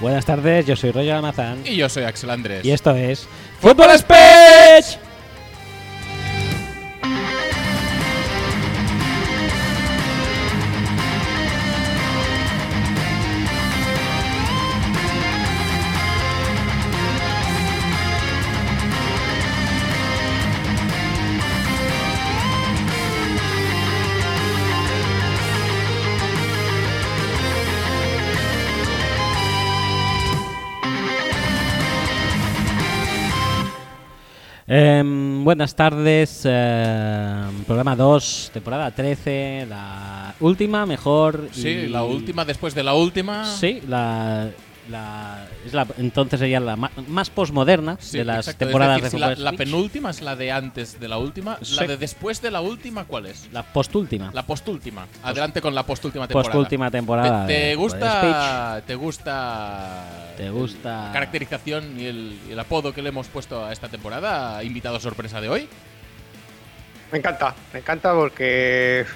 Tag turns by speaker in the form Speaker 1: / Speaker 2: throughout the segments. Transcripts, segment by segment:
Speaker 1: Buenas tardes, yo soy Roger Almazán
Speaker 2: Y yo soy Axel Andrés.
Speaker 1: y esto es Fútbol Speech. Em, buenas tardes, em, programa 2, temporada 13, la última, mejor.
Speaker 2: Sí,
Speaker 1: y-
Speaker 2: la última después de la última.
Speaker 1: Sí, la, la- es la- entonces sería la ma- más posmoderna
Speaker 2: Sí,
Speaker 1: de las
Speaker 2: exacto. Es
Speaker 1: temporadas
Speaker 2: decir, si
Speaker 1: de
Speaker 2: la,
Speaker 1: Fútbol
Speaker 2: la
Speaker 1: Speech.
Speaker 2: penúltima es la de antes de la última.
Speaker 1: Sí.
Speaker 2: La de después de la última, ¿cuál es?
Speaker 1: La postúltima.
Speaker 2: La postúltima. Adelante con la postúltima temporada.
Speaker 1: postúltima temporada.
Speaker 2: ¿Te, te
Speaker 1: de Fútbol Speech.
Speaker 2: gusta, ¿Te gusta
Speaker 1: Te gusta-
Speaker 2: la caracterización y el, y el apodo que le hemos puesto a esta temporada? Invitado sorpresa de hoy.
Speaker 3: Me encanta, me encanta porque.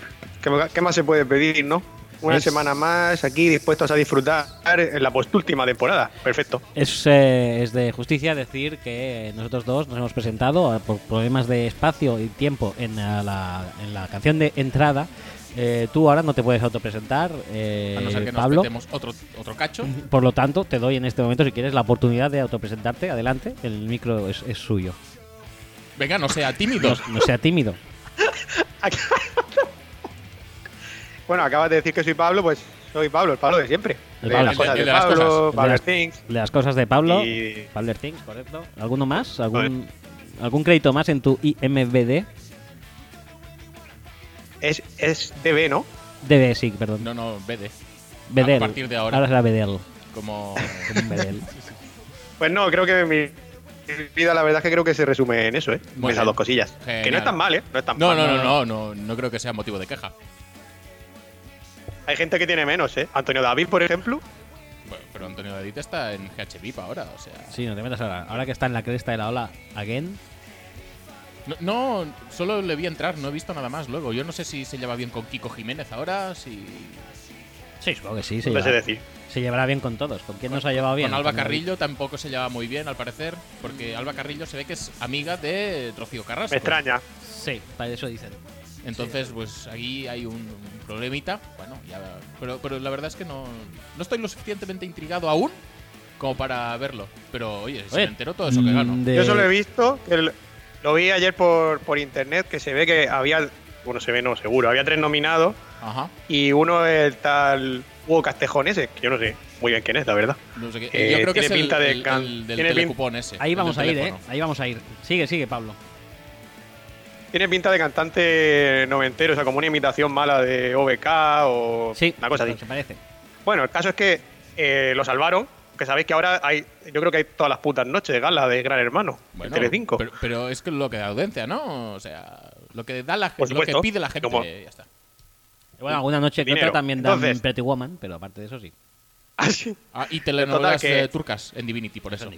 Speaker 3: ¿Qué, qué más se puede pedir, no? Una
Speaker 1: Es-
Speaker 3: semana más aquí dispuestos a disfrutar en la postúltima temporada. Perfecto.
Speaker 1: Es, eh, es de justicia decir que nosotros dos nos hemos presentado eh, por problemas de espacio y tiempo en eh, la, en la canción de entrada. Eh, tú ahora no te puedes autopresentar, eh,
Speaker 2: A no ser que nos
Speaker 1: Pablo.
Speaker 2: metemos otro, otro cacho.
Speaker 1: Por lo tanto, te doy en este momento, si quieres, la oportunidad de autopresentarte. Adelante, el micro es, es suyo.
Speaker 2: Venga, no sea
Speaker 1: No,
Speaker 2: tímido.
Speaker 1: no sea tímido.
Speaker 3: Bueno, acabas de decir que soy Pablo, pues soy Pablo, el Pablo de siempre.
Speaker 1: El
Speaker 3: de
Speaker 1: Pablo.
Speaker 3: las cosas
Speaker 2: El de
Speaker 3: de
Speaker 2: las
Speaker 3: Pablo,
Speaker 2: cosas.
Speaker 3: Pablo
Speaker 1: las-
Speaker 3: Things.
Speaker 1: Las cosas de Pablo.
Speaker 3: Y
Speaker 1: Pablo Things, correcto. ¿Alguno más? ¿Algún, ¿Algún crédito más en tu IMBD?
Speaker 3: es, es DB, ¿no?
Speaker 1: DB, sí, perdón.
Speaker 2: No, no, BD.
Speaker 1: Bedel.
Speaker 2: a partir de ahora.
Speaker 1: Ahora será Bedel.
Speaker 2: Como.
Speaker 1: Como un Bedel.
Speaker 3: Pues no, creo que mi mi vida, la verdad es que creo que se resume en eso, ¿eh? En
Speaker 2: Muy
Speaker 3: esas
Speaker 2: bien.
Speaker 3: dos cosillas. Que no
Speaker 2: Genial.
Speaker 3: es tan mal, ¿eh? No es tan
Speaker 2: No,
Speaker 3: mal.
Speaker 2: no, no, no, no, no creo que sea motivo de queja.
Speaker 3: Hay gente que tiene menos, ¿eh? Antonio David, por ejemplo.
Speaker 2: Bueno, pero Antonio Dadita está en GH VIP ahora, o sea.
Speaker 1: Sí, no te metas ahora. Ahora que está en la cresta de la ola, again.
Speaker 2: No, no, solo le vi entrar, no he visto nada más luego. Yo no sé si se lleva bien con Kiko Jiménez ahora, si.
Speaker 1: Sí, supongo que sí. Se,
Speaker 3: No sé
Speaker 1: llevará,
Speaker 3: decir.
Speaker 1: se llevará bien con todos. ¿Con quién nos ha llevado bien?
Speaker 2: Con Alba
Speaker 1: Con David.
Speaker 2: Carrillo tampoco se lleva muy bien, al parecer, porque Alba Carrillo se ve que es amiga de Rocío Carrasco.
Speaker 3: Me extraña.
Speaker 1: Sí, para eso dicen.
Speaker 2: Entonces, pues aquí hay un, un problemita. Bueno, ya. Pero, pero la verdad es que no, no estoy lo suficientemente intrigado aún como para verlo. Pero oye, si
Speaker 1: Oye,
Speaker 2: me entero todo eso que gano.
Speaker 1: mm, de-
Speaker 3: Yo solo he visto, que el- lo vi ayer por, por internet, que se ve que había, bueno, se ve no, seguro, había tres nominados
Speaker 2: Ajá.
Speaker 3: y uno es el tal Hugo Castejoneses, que yo no sé muy bien quién es, la verdad.
Speaker 2: No sé qué.
Speaker 3: Eh,
Speaker 2: Yo creo que
Speaker 3: tiene
Speaker 2: es el,
Speaker 3: pinta de
Speaker 2: el-
Speaker 3: can-
Speaker 2: el del
Speaker 3: tiene pin-
Speaker 2: telecupón ese.
Speaker 1: Ahí
Speaker 2: el
Speaker 1: vamos
Speaker 2: del
Speaker 1: a ir, ¿eh?
Speaker 2: teléfono.
Speaker 1: Ahí vamos a ir. Sigue, sigue, Pablo.
Speaker 3: Tiene pinta de cantante noventero, o sea, como una imitación mala de OBK o
Speaker 1: Sí, pues,
Speaker 3: Pues, una cosa así.
Speaker 1: se parece.
Speaker 3: Bueno, el caso es que eh, lo salvaron, que sabéis que ahora hay, yo creo que hay todas las putas noches de gala de Gran Hermano,
Speaker 2: Bueno,
Speaker 3: de Telecinco.
Speaker 2: Pero, pero es que lo que da audiencia, ¿no? O sea, lo que da la
Speaker 3: Por
Speaker 2: gente, lo que
Speaker 3: supuesto.
Speaker 2: pide la gente,
Speaker 3: Como-
Speaker 2: ya está.
Speaker 1: Bueno, alguna noche que
Speaker 3: Dinero.
Speaker 1: otra también dan
Speaker 3: Entonces-
Speaker 1: Pretty Woman, pero aparte de eso sí.
Speaker 3: Así.
Speaker 2: Ah, y telenovelas
Speaker 3: que-
Speaker 2: eh, turcas en Divinity, por eso.
Speaker 1: No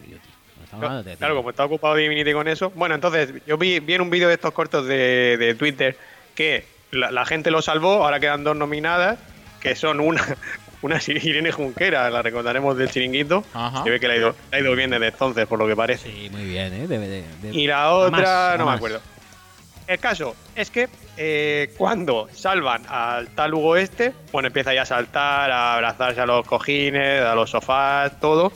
Speaker 1: estamos hablando de-
Speaker 3: Claro, como está ocupado Divinity con eso. Bueno, entonces, yo vi, vi en un vídeo de estos cortos de, de Twitter que la, la gente lo salvó, ahora quedan dos nominadas, que son una, una es Irene Junquera, la recordaremos del chiringuito.
Speaker 2: Ajá.
Speaker 3: Se ve que la ha, ido, la ha ido bien desde entonces, por lo que parece.
Speaker 1: Sí, muy bien, ¿eh? De- de- de-
Speaker 3: Y la
Speaker 1: A más,
Speaker 3: otra,
Speaker 1: a
Speaker 3: no
Speaker 1: más.
Speaker 3: me acuerdo. El caso es que eh, cuando salvan al tal Hugo este, bueno, empieza ya a saltar, a abrazarse a los cojines, a los sofás, todo.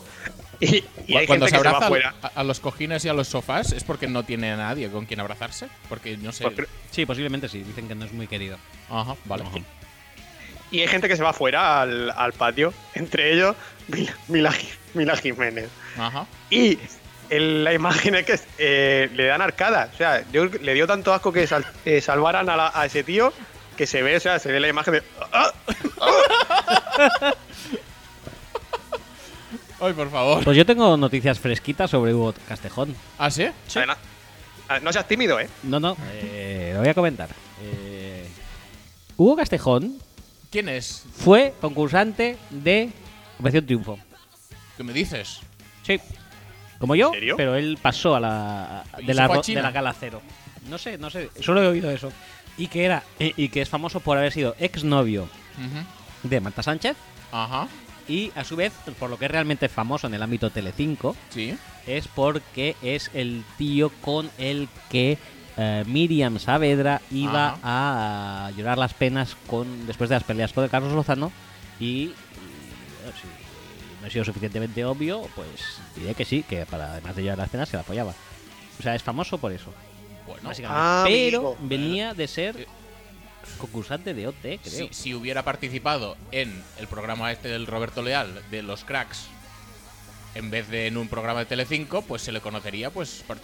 Speaker 3: Y, y hay
Speaker 2: Cuando
Speaker 3: gente
Speaker 2: se
Speaker 3: que se va
Speaker 2: abraza
Speaker 3: afuera.
Speaker 2: a, a los cojines y a los sofás es porque no tiene a nadie con quien abrazarse. Porque no sé.
Speaker 3: Pues creo-
Speaker 1: Sí, posiblemente sí. Dicen que no es muy querido.
Speaker 2: Ajá, vale.
Speaker 3: Y hay gente que se va fuera al, al patio, entre ellos Mila, Mila Ji- Mila Jiménez.
Speaker 2: Ajá.
Speaker 3: Y el- la imagen es que eh, le dan arcadas. O sea, yo- le dio tanto asco que sal- eh, salvaran a, la- a ese tío que se ve, o sea, se ve la imagen de. ¡Ah!
Speaker 2: Ay, por favor.
Speaker 1: Pues yo tengo noticias fresquitas sobre Hugo Castejón.
Speaker 2: ¿Ah, sí? Sí.
Speaker 3: Además, ah, no seas tímido, ¿eh?
Speaker 1: No, no, eh, lo voy a comentar. Eh, Hugo Castejón
Speaker 2: ¿Quién es?
Speaker 1: fue concursante de Operación Triunfo.
Speaker 2: ¿Qué me dices?
Speaker 1: Sí. Como yo,
Speaker 3: ¿En serio?
Speaker 1: pero él pasó a la a-
Speaker 2: ¿Y
Speaker 1: de
Speaker 2: se
Speaker 1: la,
Speaker 2: fue a
Speaker 1: ro- de
Speaker 2: China?
Speaker 1: la gala cero. No sé, no sé, solo he oído eso. Y que era y y que es famoso por haber sido exnovio
Speaker 2: Ujú.
Speaker 1: de Marta Sánchez
Speaker 2: Ajá.
Speaker 1: y a su vez, por lo que es realmente famoso en el ámbito Telecinco,
Speaker 2: Sí.
Speaker 1: es porque es el tío con el que eh, Miriam Saavedra iba
Speaker 2: Ajá.
Speaker 1: a, llorar las penas con después de las peleas con Carlos Lozano y, y, bueno, si no he sido suficientemente obvio, pues diré que sí, que para además de llorar las penas se la apoyaba. O sea, es famoso por eso,
Speaker 2: Bueno,
Speaker 1: básicamente.
Speaker 3: Ah,
Speaker 1: Pero
Speaker 3: amigo.
Speaker 1: venía de ser
Speaker 2: Eh.
Speaker 1: concursante de OT, creo.
Speaker 2: si, si hubiera participado en el programa este del Roberto Leal, de los cracks, en vez de en un programa de Telecinco, pues se le conocería pues par-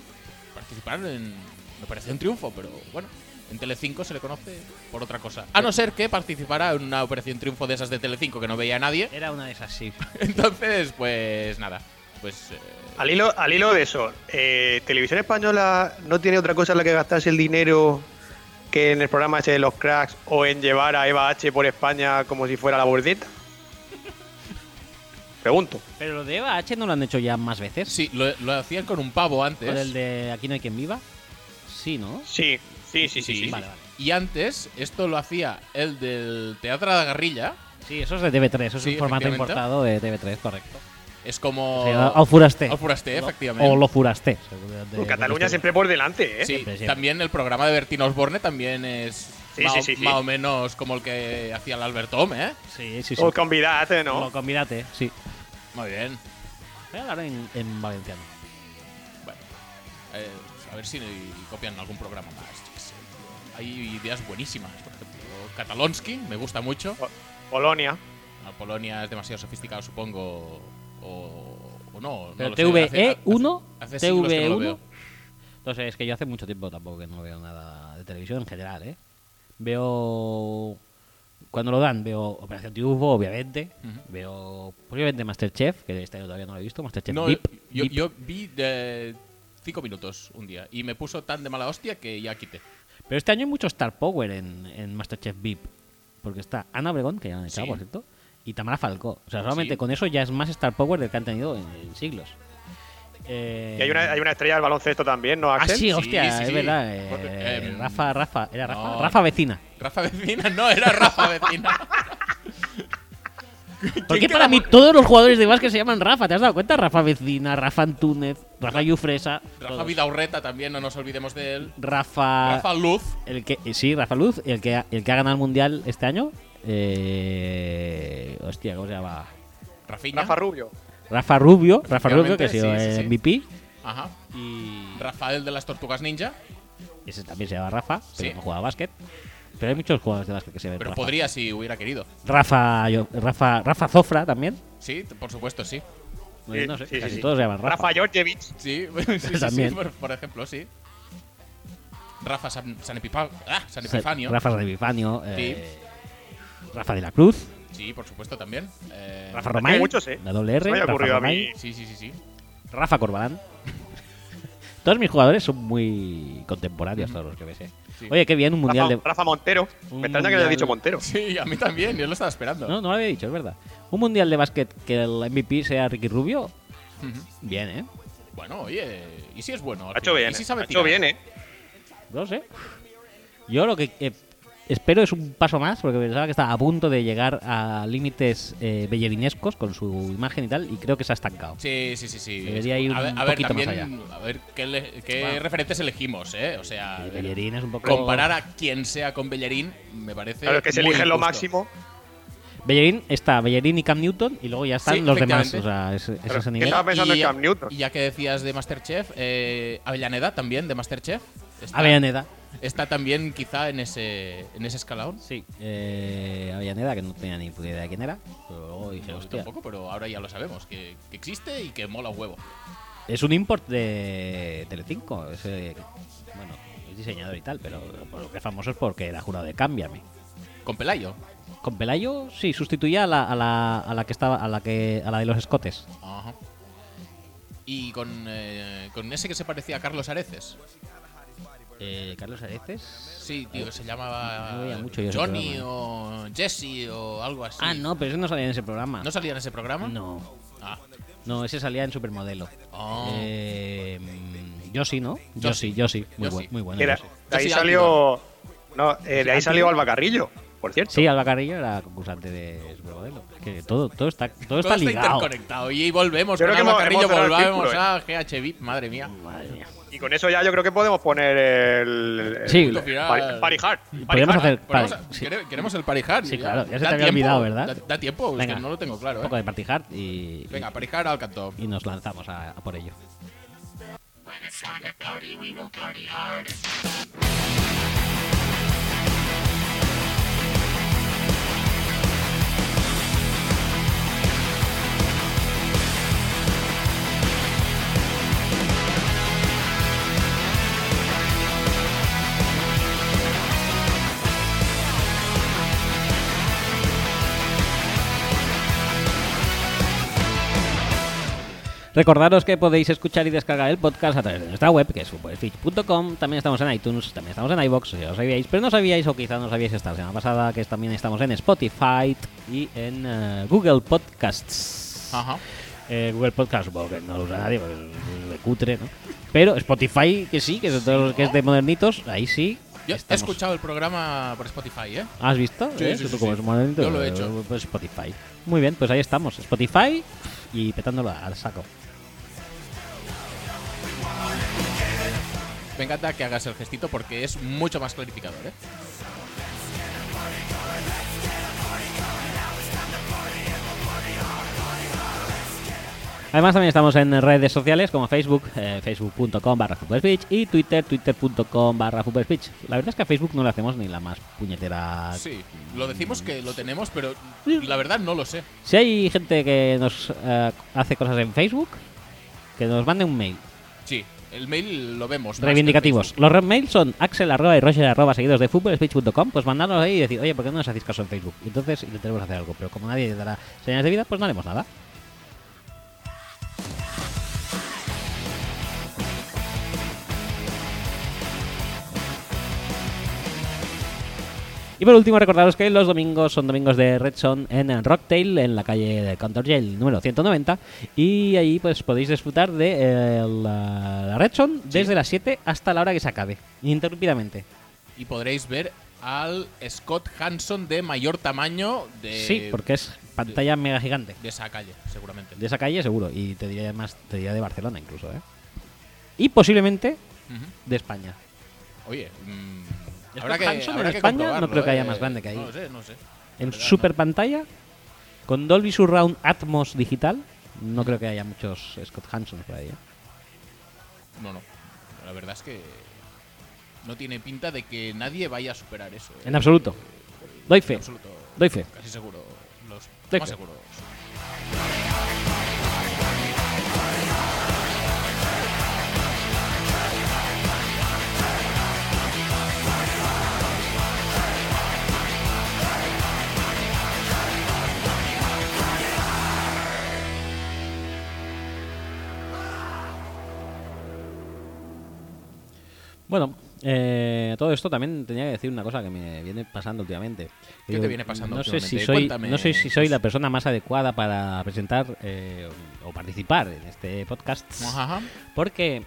Speaker 2: participar en... Me parece un triunfo, pero bueno. En Telecinco se le conoce por otra cosa. A no ser que participara en una operación triunfo de esas de Telecinco que no veía a nadie.
Speaker 1: Era una de esas, sí.
Speaker 2: Entonces, pues nada. Pues eh,
Speaker 3: Al hilo, al hilo de eso, eh, Televisión Española no tiene otra cosa en la que gastarse el dinero que en el programa ese de los cracks o en llevar a Eva H por España como si fuera la bordeta. Pregunto.
Speaker 1: Pero lo de Eva H no lo han hecho ya más veces.
Speaker 2: sí, lo, lo hacían con un pavo antes.
Speaker 1: ¿Con el de Aquí no hay quien viva? Sí, ¿no?
Speaker 3: Sí, sí, sí, sí. sí,
Speaker 1: Vale, vale.
Speaker 2: Y antes, esto lo hacía el del Teatro de la Garrilla.
Speaker 1: Sí, eso es de TV3, eso es
Speaker 2: Sí,
Speaker 1: un formato
Speaker 2: efectivamente.
Speaker 1: importado de TV3, correcto.
Speaker 2: Es como.
Speaker 1: O sea, Au Furasté.
Speaker 2: Au Furasté,
Speaker 1: ¿no?
Speaker 2: efectivamente.
Speaker 1: O Lo Furasté. según de- de-
Speaker 3: Uh, Cataluña
Speaker 1: de-
Speaker 3: siempre por delante, ¿eh?
Speaker 2: Sí,
Speaker 1: siempre, siempre.
Speaker 2: también el programa de Bertín Osborne también es
Speaker 3: Sí,
Speaker 2: más,
Speaker 3: sí,
Speaker 2: o-
Speaker 3: sí, sí.
Speaker 2: más o menos como el que hacía el Albert Home, ¿eh?
Speaker 1: Sí, sí, sí.
Speaker 3: O convidate, ¿no?
Speaker 1: Lo combinate, sí.
Speaker 2: Muy bien.
Speaker 1: Voy a hablar en, en valenciano.
Speaker 2: Bueno, eh, a ver si copian algún programa más. yo qué sé, tío. Hay ideas buenísimas, por ejemplo. Katalonsky, me gusta mucho.
Speaker 3: Polonia.
Speaker 2: A Polonia es demasiado sofisticado, supongo. O, o no. no
Speaker 1: Pero E
Speaker 2: lo sé, hace-
Speaker 1: TVE1,
Speaker 2: hace- hace siglos que no lo
Speaker 1: TV1.
Speaker 2: veo.
Speaker 1: No sé, es que yo hace mucho tiempo tampoco que no veo nada de televisión en general, ¿eh? Veo. Cuando lo dan, veo Operación Triunfo, obviamente.
Speaker 2: Ujú.
Speaker 1: Veo, posiblemente, Masterchef, que este año todavía no lo he visto. Masterchef
Speaker 2: No,
Speaker 1: VIP.
Speaker 2: yo,
Speaker 1: VIP.
Speaker 2: yo vi eh, cinco minutos un día y me puso tan de mala hostia que ya quité.
Speaker 1: Pero este año hay mucho Star Power en, en Masterchef VIP. Porque está Ana Obregón, que ya han echado,
Speaker 2: Sí.
Speaker 1: por cierto, y Tamara Falcó. O sea, solamente
Speaker 2: Sí.
Speaker 1: con eso ya es más Star Power del que han tenido en, en siglos. Eh,
Speaker 3: Y hay una, hay una estrella del baloncesto también, ¿no,
Speaker 1: Ah,
Speaker 3: Axel?
Speaker 1: sí, hostia,
Speaker 2: sí,
Speaker 1: es
Speaker 2: sí.
Speaker 1: verdad. eh,
Speaker 2: Porque, em,
Speaker 1: Rafa, Rafa, era Rafa,
Speaker 2: no.
Speaker 1: Rafa Vecina.
Speaker 2: Rafa Vecina, no, era Rafa Vecina.
Speaker 1: ¿Por qué para mí todos los jugadores de básquet se llaman Rafa? ¿Te has dado cuenta? Rafa Vecina, Rafa Antúnez, Rafa Yufresa,
Speaker 2: Rafa
Speaker 1: todos. Ah.
Speaker 2: Vidaurreta también, no nos olvidemos de él.
Speaker 1: Rafa,
Speaker 2: Rafa Luz.
Speaker 1: El que, eh, sí, Rafa Luz, el que, ha- el que ha ganado el mundial este año. Eh, hostia, ¿cómo se llama?
Speaker 2: Rafiña.
Speaker 3: Rafa Rubio.
Speaker 1: Rafa Rubio, Rafa Rubio, que ha
Speaker 2: Efectivamente,
Speaker 1: sido
Speaker 2: sí, sí,
Speaker 1: el
Speaker 2: sí.
Speaker 1: MVP.
Speaker 2: Ajá.
Speaker 1: Y
Speaker 2: Rafael de las Tortugas Ninja.
Speaker 1: ese también se llama Rafa, pero
Speaker 2: Sí.
Speaker 1: no jugaba a básquet. Pero hay muchos jugadores de básquet que se ven.
Speaker 2: Pero
Speaker 1: Rafa.
Speaker 2: podría si hubiera querido.
Speaker 1: Rafa, yo- Rafa, Rafa Zofra también.
Speaker 2: Sí, t- por supuesto, sí.
Speaker 1: No, yo no sé,
Speaker 3: Sí, sí,
Speaker 1: casi
Speaker 3: sí.
Speaker 1: todos se llaman Rafa. Eh,
Speaker 3: Rafa Georgievich.
Speaker 2: Sí, sí, sí, sí,
Speaker 1: También.
Speaker 2: por, por ejemplo, sí. Rafa San, San, Epipa- ah, San
Speaker 1: O sea,
Speaker 2: Epifanio.
Speaker 1: Rafa de Epifanio. eh, Rafa de la Cruz.
Speaker 2: Sí, por supuesto también. Eh,
Speaker 1: Rafa
Speaker 3: hay
Speaker 1: Romay.
Speaker 3: muchos, eh.
Speaker 1: La doble R.
Speaker 3: No me ha
Speaker 1: Rafa
Speaker 3: ocurrido a
Speaker 1: Romay,
Speaker 3: mí.
Speaker 2: Sí, sí, sí, sí.
Speaker 1: Rafa Corbalán. todos mis jugadores son muy contemporáneos, todos los que ves. eh.
Speaker 2: Sí.
Speaker 1: Oye, qué bien, un mundial
Speaker 3: Rafa,
Speaker 1: de.
Speaker 3: Rafa Montero.
Speaker 1: Un
Speaker 3: Me extraña que le haya
Speaker 1: mundial-
Speaker 3: dicho Montero.
Speaker 2: Sí, a mí también, yo lo estaba esperando.
Speaker 1: No, no lo había dicho, es verdad. Un mundial de básquet que el MVP sea Ricky Rubio.
Speaker 2: Ujú.
Speaker 1: Bien, ¿eh?
Speaker 2: Bueno, oye, ¿y si es bueno? al
Speaker 3: Ha hecho
Speaker 2: final?
Speaker 3: bien.
Speaker 2: ¿Y si
Speaker 3: eh.
Speaker 2: sabe
Speaker 3: ha hecho
Speaker 2: tirar?
Speaker 3: bien, ¿eh?
Speaker 1: No lo sé. ¿eh? Yo lo que eh, espero es un paso más, porque pensaba que estaba a punto de llegar a límites eh, bellerinescos con su imagen y tal, y creo que se ha estancado.
Speaker 2: Sí, sí, sí, sí.
Speaker 1: Debería ir
Speaker 2: a ver,
Speaker 1: un
Speaker 2: a ver,
Speaker 1: poquito más
Speaker 2: también, A ver qué, le- qué
Speaker 1: Bueno.
Speaker 2: referentes elegimos, ¿eh? O sea,
Speaker 1: Y
Speaker 2: a ver,
Speaker 1: Bellerín es un poco.
Speaker 2: comparar a quien sea con Bellerín me parece.
Speaker 3: Claro, es que se
Speaker 2: muy
Speaker 3: eligen lo
Speaker 2: injusto.
Speaker 3: máximo.
Speaker 1: Bellerín está, Bellerín y Cam Newton, y luego ya están
Speaker 2: Sí,
Speaker 1: los demás.
Speaker 2: efectivamente.
Speaker 1: O sea, es, es
Speaker 3: Pero
Speaker 1: ese
Speaker 3: que
Speaker 1: nivel.
Speaker 3: estaba pensando
Speaker 2: Eh, y,
Speaker 3: en Cam Newton.
Speaker 2: Y ya que decías de Masterchef, eh, Avellaneda también, de Masterchef. Está,
Speaker 1: Avellaneda.
Speaker 2: está también quizá en ese, en ese escalón.
Speaker 1: Sí. Eh, Avellaneda, que no tenía ni puta idea de quién era. Pero luego dije,
Speaker 2: No, yo
Speaker 1: hostia.
Speaker 2: tampoco, pero ahora ya lo sabemos, que, que existe y que mola un huevo.
Speaker 1: Es un import de Telecinco. es, eh, bueno, es diseñador y tal, pero por lo que es famoso es porque era jurado de Cámbiame.
Speaker 2: Con Pelayo.
Speaker 1: Con Pelayo, sí, sustituía a la, a la, a la que estaba, a la que, a la de los escotes.
Speaker 2: Ajá. Y con, eh, con ese que se parecía a Carlos Areces.
Speaker 1: Eh, Carlos Areces.
Speaker 2: Sí, tío, que se llamaba
Speaker 1: No veía mucho yo ese
Speaker 2: Johnny
Speaker 1: programa.
Speaker 2: o Jesse o algo así.
Speaker 1: Ah, no, pero ese no salía en ese programa.
Speaker 2: ¿No salía en ese programa?
Speaker 1: No, Eh,
Speaker 2: Ah.
Speaker 1: no, ese salía en Supermodelo.
Speaker 2: Oh.
Speaker 1: Eh, mm, yo sí, ¿no? Yo,
Speaker 2: Yo
Speaker 1: sí,
Speaker 2: sí.
Speaker 1: yo sí. Muy,
Speaker 2: Yo
Speaker 1: buen-
Speaker 2: sí.
Speaker 1: muy bueno.
Speaker 3: Era-
Speaker 1: yo sí.
Speaker 3: de ahí
Speaker 2: Yo soy
Speaker 3: salió. No, eh, de ahí salió Alba Carrillo. por cierto.
Speaker 1: Sí, Alba Carrillo era concursante de Supermodelo. Es que todo, todo está, todo
Speaker 2: Todo
Speaker 1: está
Speaker 2: está
Speaker 1: ligado.
Speaker 2: interconectado. Y volvemos
Speaker 3: Yo
Speaker 2: con
Speaker 3: creo
Speaker 2: Alba
Speaker 3: que hemos- hemos
Speaker 2: Carrillo,
Speaker 3: cerrado el
Speaker 2: volvemos
Speaker 3: círculo, eh.
Speaker 2: a GHB. Madre mía.
Speaker 1: Madre mía.
Speaker 3: Y con eso ya yo creo que podemos poner el. el-
Speaker 1: Sí,
Speaker 3: el
Speaker 1: lo-
Speaker 3: Party- Party Hard.
Speaker 1: Podríamos hacer
Speaker 2: Ponemos
Speaker 1: party,
Speaker 2: a-
Speaker 1: sí.
Speaker 2: quere- Queremos el parijar.
Speaker 1: Sí, claro, ya se te había olvidado, ¿verdad?
Speaker 2: Da, da tiempo, es
Speaker 1: Venga.
Speaker 2: que no lo tengo claro.
Speaker 1: un
Speaker 2: ¿eh?
Speaker 1: poco de party hard y,
Speaker 2: Venga, parijar al canto.
Speaker 1: y nos lanzamos a, a por ello. Recordaros que podéis escuchar y descargar el podcast a través de nuestra web, que es footballspeech.com. También estamos en iTunes, también estamos en iBox, si ya lo sabíais, pero no sabíais o quizás no sabíais esta semana pasada, que también estamos en Spotify y en eh, Google Podcasts.
Speaker 2: Ajá.
Speaker 1: Eh, Google Podcast supongo que no lo usa nadie porque es de cutre, ¿no? Pero Spotify, que sí, que es de, todos los que es de modernitos, ahí sí.
Speaker 2: Yo he
Speaker 1: estamos.
Speaker 2: escuchado el programa por Spotify, ¿eh?
Speaker 1: ¿Has visto?
Speaker 2: Sí,
Speaker 1: ¿Eh?
Speaker 2: sí,
Speaker 1: Tú
Speaker 2: sí,
Speaker 1: como
Speaker 2: sí.
Speaker 1: eres modernito,
Speaker 2: Yo lo he
Speaker 1: eh,
Speaker 2: hecho.
Speaker 1: Pues Spotify. Muy bien, pues ahí estamos. Spotify y petándolo al saco.
Speaker 2: Me encanta que hagas el gestito porque es mucho más clarificador, ¿eh?
Speaker 1: Además también estamos en redes sociales como Facebook, eh, facebook.com barra speech y Twitter, twitter.com barra speech. La verdad es que a Facebook no le hacemos ni la más puñetera...
Speaker 2: Sí, lo decimos que lo tenemos, pero la verdad no lo sé.
Speaker 1: Si hay gente que nos eh, hace cosas en Facebook, que nos mande un mail.
Speaker 2: Sí, el mail lo vemos. más que
Speaker 1: Reivindicativos.
Speaker 2: el
Speaker 1: Los re- mails son axel arroba y roger arroba seguidos de footballspeech.com. Pues mandarnos ahí y decir, oye, ¿por qué no nos hacéis caso en Facebook? Y entonces intentaremos hacer algo. Pero como nadie dará señales de vida, pues no haremos nada. Y por último, recordaros que los domingos son domingos de Red Zone en Rocktail, en la calle de Cantor Jail número 190. Y ahí pues podéis disfrutar de eh, la, la Red Zone desde las 7 hasta la hora que se acabe, ininterrumpidamente.
Speaker 2: Facebook. Y podréis ver al Scott Hanson de mayor tamaño de,
Speaker 1: sí, porque es pantalla mega gigante.
Speaker 2: de esa calle, seguramente.
Speaker 1: De esa calle, seguro. Y te diría además, te diría de Barcelona incluso, ¿eh? Y posiblemente
Speaker 2: Ujú.
Speaker 1: de España.
Speaker 2: Oye, mm,
Speaker 1: Scott
Speaker 2: habrá que,
Speaker 1: Hanson en
Speaker 2: habrá que
Speaker 1: España no
Speaker 2: comprobarlo,
Speaker 1: creo que haya
Speaker 2: eh.
Speaker 1: más grande que ahí.
Speaker 2: No lo sé, no lo sé.
Speaker 1: En
Speaker 2: Verdad,
Speaker 1: super pantalla, con Dolby Surround Atmos digital, no creo que haya muchos Scott Hanson por ahí. ¿eh?
Speaker 2: No, no. La verdad es que no tiene pinta de que nadie vaya a superar eso. ¿eh?
Speaker 1: En absoluto. Doy fe.
Speaker 2: En absoluto.
Speaker 1: Doy fe.
Speaker 2: Casi seguro. Los
Speaker 1: Doy
Speaker 2: más
Speaker 1: fe.
Speaker 2: seguros.
Speaker 1: Bueno, eh, todo esto también tenía que decir una cosa que me viene pasando últimamente.
Speaker 2: ¿Qué te viene pasando
Speaker 1: no sé si
Speaker 2: últimamente?
Speaker 1: soy,
Speaker 2: Cuéntame,
Speaker 1: No sé si soy
Speaker 2: Jesús.
Speaker 1: la persona más adecuada para presentar eh, o participar en este podcast.
Speaker 2: Ajá, ajá.
Speaker 1: Porque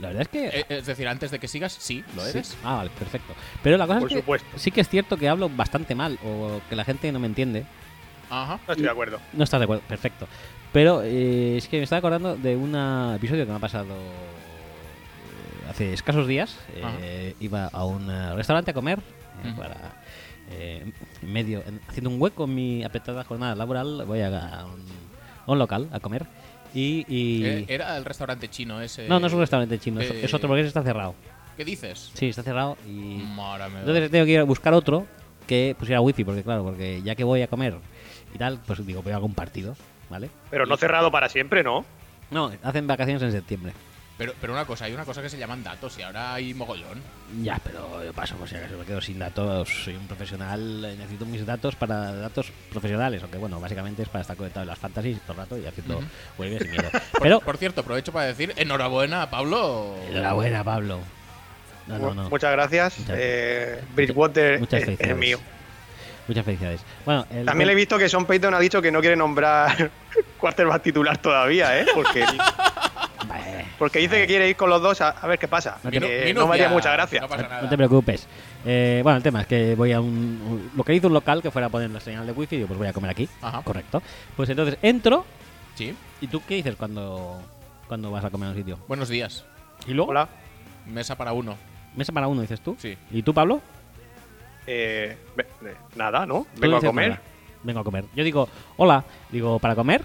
Speaker 1: la verdad es que...
Speaker 2: Eh, Es decir, antes de que sigas, sí, lo
Speaker 1: Sí.
Speaker 2: eres.
Speaker 1: Ah, vale, perfecto. Pero la cosa
Speaker 3: Por
Speaker 1: es que
Speaker 3: supuesto.
Speaker 1: sí que es cierto que hablo bastante mal o que la gente no me entiende.
Speaker 2: Ajá.
Speaker 3: No estoy de acuerdo.
Speaker 1: No estás de acuerdo, perfecto. Pero eh, es que me estaba acordando de un episodio que me ha pasado eh, hace escasos días. Eh, iba a un eh, restaurante a comer eh,
Speaker 2: Ujú.
Speaker 1: para eh, en medio, en- haciendo un hueco en mi apretada jornada laboral, voy a, a un, a un local a comer y, y-
Speaker 2: Eh, Era el restaurante chino ese.
Speaker 1: no, no es un restaurante chino, es-
Speaker 2: eh, Mm,
Speaker 1: es otro porque ese está cerrado.
Speaker 2: ¿Qué dices?
Speaker 1: Sí, está cerrado y
Speaker 2: Mara me-
Speaker 1: entonces tengo que ir a buscar otro que pusiera wifi porque claro, porque ya que voy a comer y tal, pues digo voy a algún partido, ¿vale?
Speaker 3: Pero no cerrado para siempre, ¿no?
Speaker 1: No, hacen vacaciones en septiembre.
Speaker 2: pero, pero una cosa, hay una cosa que se llaman datos y ahora hay mogollón.
Speaker 1: Ya, pero yo paso por si acaso me quedo sin datos. Soy un profesional, eh, necesito mis datos para datos profesionales. Aunque bueno, básicamente es para estar conectado en las fantasies todo el rato y haciendo
Speaker 2: Ujú.
Speaker 1: huelgas y mierda. Pero,
Speaker 2: Por cierto, aprovecho para decir enhorabuena a Pablo.
Speaker 1: enhorabuena, Pablo. No, Ah, no, no.
Speaker 3: Muchas gracias.
Speaker 1: Muchas-
Speaker 3: Eh, Bridgewater
Speaker 1: Muchas
Speaker 3: es- es,
Speaker 1: felicidades.
Speaker 3: mío.
Speaker 1: Muchas felicidades. Bueno, el-
Speaker 3: También le he visto que Sean Payton ha dicho que no quiere nombrar quarterback titular todavía, ¿eh? Porque
Speaker 1: Bah, eh,
Speaker 3: Porque dice que quiere ir con los dos a, a ver qué pasa.
Speaker 1: No
Speaker 3: Que
Speaker 1: tiene-
Speaker 3: No,
Speaker 2: minucia,
Speaker 3: me haría mucha gracia.
Speaker 2: No pasa
Speaker 1: No-
Speaker 2: nada.
Speaker 1: No te preocupes. Eh, bueno, el tema es que voy a un, un- Lo que hizo un local que fuera a poner la señal de wifi, digo, pues voy a comer aquí.
Speaker 2: Ajá.
Speaker 1: Correcto. Pues entonces entro.
Speaker 2: Sí.
Speaker 1: ¿Y tú qué dices cuando, cuando vas a comer a un sitio?
Speaker 2: Buenos días.
Speaker 1: Y luego,
Speaker 3: Hola.
Speaker 2: Mesa para uno.
Speaker 1: mesa para uno, dices tú.
Speaker 2: Sí.
Speaker 1: ¿Y tú, Pablo?
Speaker 3: Eh, ve- ve- nada, ¿no?
Speaker 1: Tú
Speaker 3: Vengo a
Speaker 1: dices
Speaker 3: comer.
Speaker 1: nada. Vengo a comer. Yo digo, hola. Digo, ¿para comer?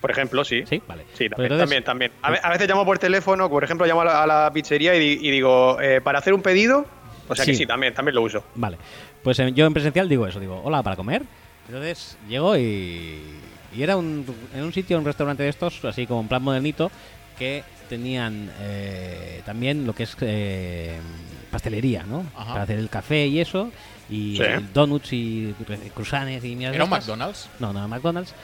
Speaker 3: Por ejemplo, sí.
Speaker 1: Sí, vale.
Speaker 3: Sí,
Speaker 1: Pues
Speaker 3: también,
Speaker 1: entonces-
Speaker 3: también, también. A, ve- a veces llamo por teléfono, por ejemplo, llamo a la, a la pizzería y, di- y digo, eh, para hacer un pedido. O sea que
Speaker 1: Sí.
Speaker 3: sí, también, también lo uso.
Speaker 1: Vale. Pues eh, yo en presencial digo eso, digo, hola, para comer. Entonces llego y, y era un, en un sitio, un restaurante de estos, así como en plan modernito, que tenían eh, también lo que es eh, pastelería, ¿no?
Speaker 2: Ajá.
Speaker 1: Para hacer el café y eso, y
Speaker 3: Sí.
Speaker 1: eh, donuts y cru- cruzanes y mierda.
Speaker 2: ¿Era un McDonald's?
Speaker 1: No, no era McDonald's.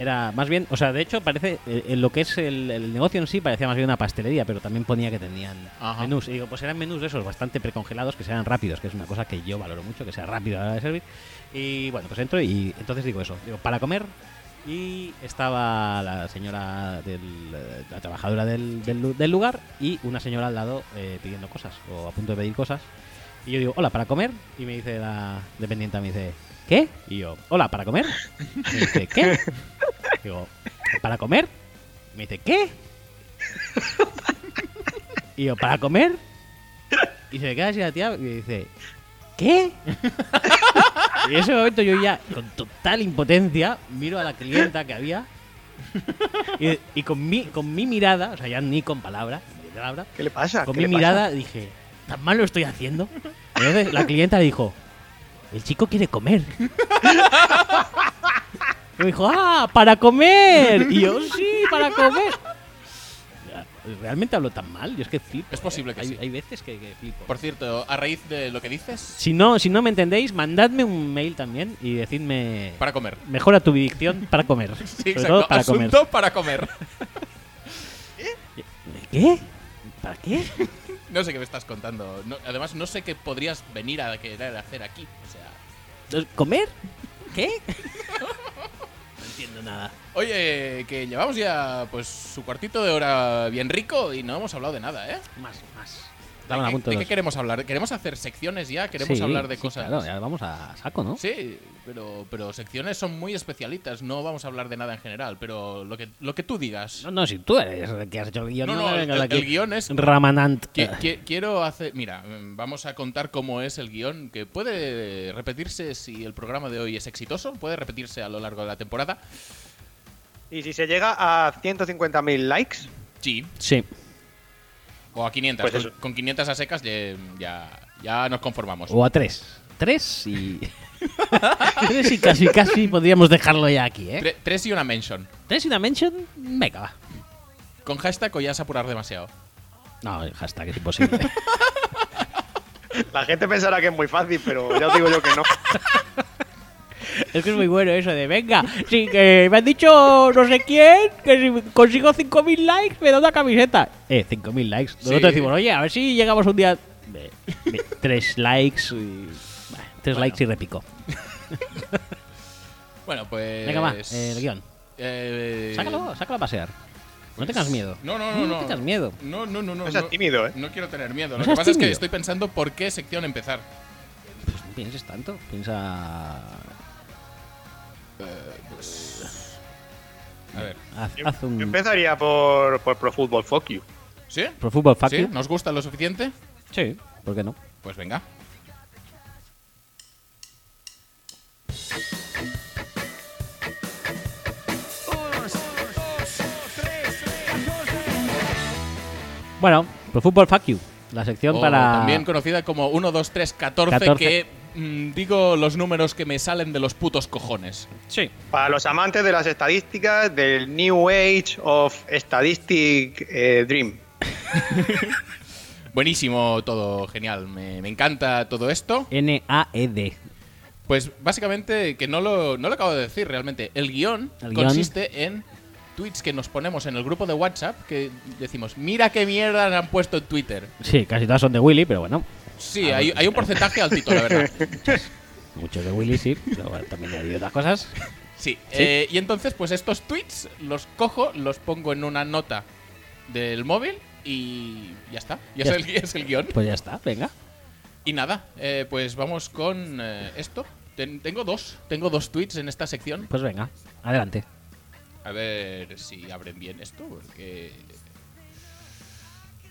Speaker 1: Era más bien, o sea, de hecho parece, eh, en lo que es el, el negocio en sí parecía más bien una pastelería, pero también ponía que tenían
Speaker 2: Ajá.
Speaker 1: menús. Y digo, pues eran menús de esos bastante precongelados que sean rápidos, que es una cosa que yo valoro mucho, que sea rápido a la hora de servir. Y bueno, pues entro y entonces digo eso, digo, para comer. Y estaba la señora, del, eh, la trabajadora del, del lu- del lugar y una señora al lado eh, pidiendo cosas o a punto de pedir cosas. Y yo digo, hola, para comer. Y me dice la dependiente, me dice, ¿qué? Y yo, hola, para comer. Me dice, ¿qué? Digo, ¿para comer? Me dice, ¿qué? Y yo, ¿para comer? Y se me queda así la tía y me dice, ¿qué? Y en ese momento yo ya, con total impotencia, miro a la clienta que había y, y con, mi, con mi mirada, o sea, ya ni con palabra, ni palabra
Speaker 3: ¿Qué le pasa?
Speaker 1: con
Speaker 3: ¿Qué
Speaker 1: mi
Speaker 3: le pasa?
Speaker 1: mirada dije, ¿tan mal lo estoy haciendo? Entonces la clienta dijo, el chico quiere comer. Y me dijo, ah, para comer. Y yo, sí, para comer. ¿Realmente hablo tan mal? Yo es que flipo.
Speaker 2: Es posible que
Speaker 1: Hay-
Speaker 2: sí.
Speaker 1: Hay veces que, que flipo.
Speaker 2: Por cierto, a raíz de lo que dices,
Speaker 1: Si no, si no me entendéis, mandadme un mail también y decidme,
Speaker 2: para comer.
Speaker 1: mejora tu dicción para comer.
Speaker 2: Sí,
Speaker 1: Sobre todo
Speaker 2: exacto.
Speaker 1: para comer.
Speaker 2: Asunto para comer.
Speaker 1: ¿Qué? ¿Para qué?
Speaker 2: No sé qué me estás contando. No- además, no sé qué podrías venir a querer hacer aquí. O sea.
Speaker 1: ¿Comer? ¿Qué? No entiendo nada.
Speaker 2: Oye, que llevamos ya pues su cuartito de hora bien rico y no hemos hablado de nada, ¿eh?
Speaker 1: Más, más.
Speaker 2: ¿De,
Speaker 1: Daban a
Speaker 2: qué-
Speaker 1: punto
Speaker 2: de qué
Speaker 1: dos.
Speaker 2: queremos hablar? ¿Queremos hacer secciones ya? ¿Queremos
Speaker 1: Sí,
Speaker 2: hablar de
Speaker 1: sí,
Speaker 2: cosas?
Speaker 1: Claro, ya vamos a saco, ¿no?
Speaker 2: Sí, pero, pero secciones son muy especialitas, no vamos a hablar de nada en general, pero lo que, lo que tú digas.
Speaker 1: No, no, si tú eres el que has hecho el guión.
Speaker 2: No,
Speaker 1: No,
Speaker 2: no,
Speaker 1: me vengas
Speaker 2: el-
Speaker 1: aquí.
Speaker 2: el guión es-
Speaker 1: Ramanant. eh,
Speaker 2: Que- que- quiero hacer. Mira, mm, vamos a contar cómo es el guión, que puede repetirse si el programa de hoy es exitoso, puede repetirse a lo largo de la temporada.
Speaker 3: Y si se llega a 150.000 likes,
Speaker 2: Sí,
Speaker 1: Sí.
Speaker 2: o a 500.
Speaker 3: Pues
Speaker 2: con,
Speaker 3: eso.
Speaker 2: con 500 a secas ye- ya, ya nos conformamos.
Speaker 1: O a tres. Tres y. tres y casi, casi podríamos dejarlo ya aquí, ¿eh?
Speaker 2: Tre- tres y una mention.
Speaker 1: Tres y una mention. Venga, va.
Speaker 2: Con hashtag o ya es apurar demasiado.
Speaker 1: No, el hashtag es imposible.
Speaker 3: la gente pensará que es muy fácil, pero ya os digo yo que no.
Speaker 1: es que es muy bueno eso de, venga, sí, que me han dicho no sé quién que si consigo 5.000 likes me da una camiseta. Eh, 5.000 likes. Nosotros
Speaker 2: Sí.
Speaker 1: decimos, oye, a ver si llegamos un día... Ve, ve, tres likes y... bah, tres likes y repico.
Speaker 2: Bueno, pues.
Speaker 1: Venga, va, eh, el guión.
Speaker 2: Eh,
Speaker 1: Sácalo, sácalo a pasear. No tengas miedo.
Speaker 2: No, no, no, no.
Speaker 1: No tengas miedo. "Pues
Speaker 2: No, no, no, no.
Speaker 3: No seas
Speaker 2: no.
Speaker 3: tímido, ¿eh?
Speaker 2: No quiero tener miedo.
Speaker 1: No
Speaker 2: Lo que
Speaker 1: seas
Speaker 2: pasa es que
Speaker 1: tímido.
Speaker 2: estoy pensando por qué sección empezar.
Speaker 1: Pues no pienses tanto. Piensa...
Speaker 2: A ver.
Speaker 1: Haz,
Speaker 3: Yo,
Speaker 1: haz
Speaker 3: yo
Speaker 1: un...
Speaker 3: empezaría por, por Pro Football Fuck You.
Speaker 2: ¿Sí?
Speaker 1: Pro Football Fuck
Speaker 2: ¿Sí?
Speaker 1: You.
Speaker 2: ¿Nos gusta lo suficiente?
Speaker 1: Sí, ¿por qué no?
Speaker 2: Pues venga.
Speaker 1: Bueno, Pro Football Fuck You. La sección
Speaker 2: O
Speaker 1: para...
Speaker 2: Oh, También conocida como 1, 2, 3, 14,
Speaker 1: 14.
Speaker 2: que mm, digo los números que me salen de los putos cojones.
Speaker 1: Sí.
Speaker 3: Para los amantes de las estadísticas, del New Age of Statistic eh, Dream.
Speaker 2: Buenísimo todo, genial. Me, me encanta todo esto.
Speaker 1: N-A-E-D.
Speaker 2: Pues básicamente, que no lo, no lo acabo de decir realmente, el guión
Speaker 1: El guión.
Speaker 2: consiste en tweets que nos ponemos en el grupo de WhatsApp que decimos, mira qué mierda han puesto en Twitter.
Speaker 1: Sí, casi todas son de Willy, pero bueno.
Speaker 2: Sí,
Speaker 1: Ah,
Speaker 2: hay, hay un porcentaje altito, la verdad.
Speaker 1: Muchos de Willy, sí, pero bueno, también hay otras cosas.
Speaker 2: Sí. eh, y entonces, pues estos tweets los cojo, los pongo en una nota del móvil y ya está. Ya,
Speaker 1: Ya
Speaker 2: es, el, es el guión.
Speaker 1: Pues ya está, venga.
Speaker 2: Y nada, eh, pues vamos con eh, esto. Ten- tengo dos, tengo dos tweets en esta sección.
Speaker 1: Pues venga, adelante.
Speaker 2: A ver si abren bien esto, porque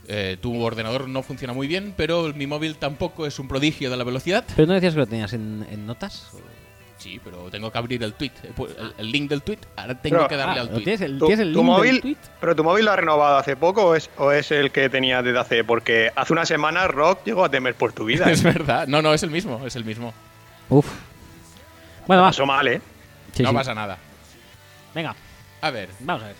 Speaker 2: eh, tu ordenador no funciona muy bien, pero mi móvil tampoco es un prodigio de la velocidad.
Speaker 1: ¿Pero no decías que lo tenías en, en notas?
Speaker 2: Sí, pero tengo que abrir el tweet, eh, pu- el, el link del tweet. Ahora tengo
Speaker 3: Pero-
Speaker 2: que darle
Speaker 1: Ah,
Speaker 2: al
Speaker 1: ¿lo
Speaker 2: tweet.
Speaker 1: ¿Tienes el,
Speaker 3: ¿Tu,
Speaker 1: tienes el
Speaker 3: tu
Speaker 1: link del
Speaker 3: móvil,
Speaker 1: tweet?
Speaker 3: ¿Pero tu móvil lo ha renovado hace poco o es, o es el que tenía desde hace? Porque hace una semana Rock llegó a temer por tu vida.
Speaker 2: Es verdad. No, no, es el mismo, es el mismo.
Speaker 1: Uf. Bueno, va.
Speaker 3: Pasó mal, ¿eh?
Speaker 1: Sí,
Speaker 2: no
Speaker 1: sí.
Speaker 2: pasa nada.
Speaker 1: Venga,
Speaker 2: A ver,
Speaker 1: vamos a ver.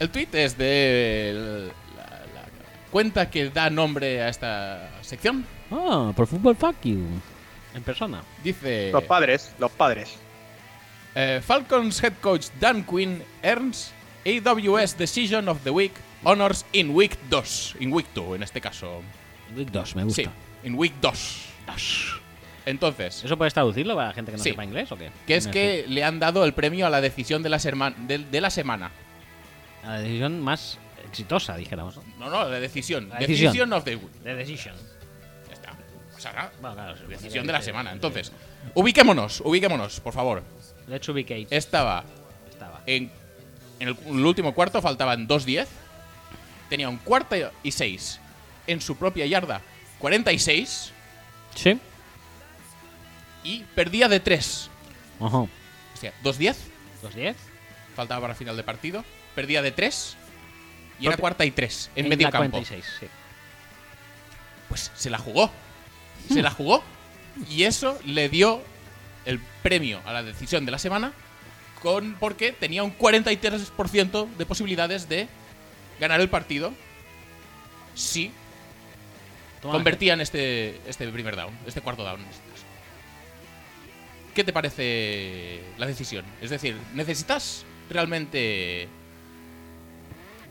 Speaker 2: el tweet es de el- la, la cuenta que da nombre a esta sección.
Speaker 1: Ah, por fútbol fuck you. En persona.
Speaker 2: Dice...
Speaker 3: Los padres, los padres.
Speaker 2: Uh, Falcons head coach Dan Quinn earns AWS Decision of the Week honors in week 2. In week 2, en este caso.
Speaker 1: Week 2, me gusta.
Speaker 2: Sí, in week 2. Entonces,
Speaker 1: ¿Eso puedes traducirlo para la gente que no
Speaker 2: Sí.
Speaker 1: sepa inglés o qué?
Speaker 2: que es
Speaker 1: Me
Speaker 2: que le han dado el premio a la decisión de la, serma- de, de la semana.
Speaker 1: refiero. La decisión más exitosa, dijéramos. ¿no?
Speaker 2: No, no, la decisión.
Speaker 1: La
Speaker 2: decision.
Speaker 1: decisión.
Speaker 2: of the week.
Speaker 1: The decision.
Speaker 2: Ya está. O sea, nada.
Speaker 1: Bueno, claro, sí,
Speaker 2: Decisión
Speaker 1: sí,
Speaker 2: de la
Speaker 1: sí,
Speaker 2: semana.
Speaker 1: sí,
Speaker 2: Entonces, ubiquémonos, ubiquémonos, por favor.
Speaker 1: Let's ubicate.
Speaker 2: Estaba
Speaker 1: Estaba.
Speaker 2: En, en el, el último cuarto faltaban 2-10. Tenía un cuarto y 6. En su propia yarda, 46.
Speaker 1: Sí.
Speaker 2: Y perdía de 3.
Speaker 1: Ajá.
Speaker 2: O sea, 2-10.
Speaker 1: Los 10.
Speaker 2: Faltaba para final de partido. Perdía de 3. Y
Speaker 1: Propia-
Speaker 2: era cuarta y 3 en,
Speaker 1: En
Speaker 2: medio
Speaker 1: la
Speaker 2: campo.
Speaker 1: 46, sí.
Speaker 2: Pues se la jugó. Se la jugó. Y eso le dio el premio a la decisión de la semana. Con, porque tenía un 43% de posibilidades de ganar el partido. Sí,
Speaker 1: Toma la
Speaker 2: convertían este, este primer down, este cuarto down. en este caso. ¿Qué te parece la decisión? Es decir, ¿necesitas realmente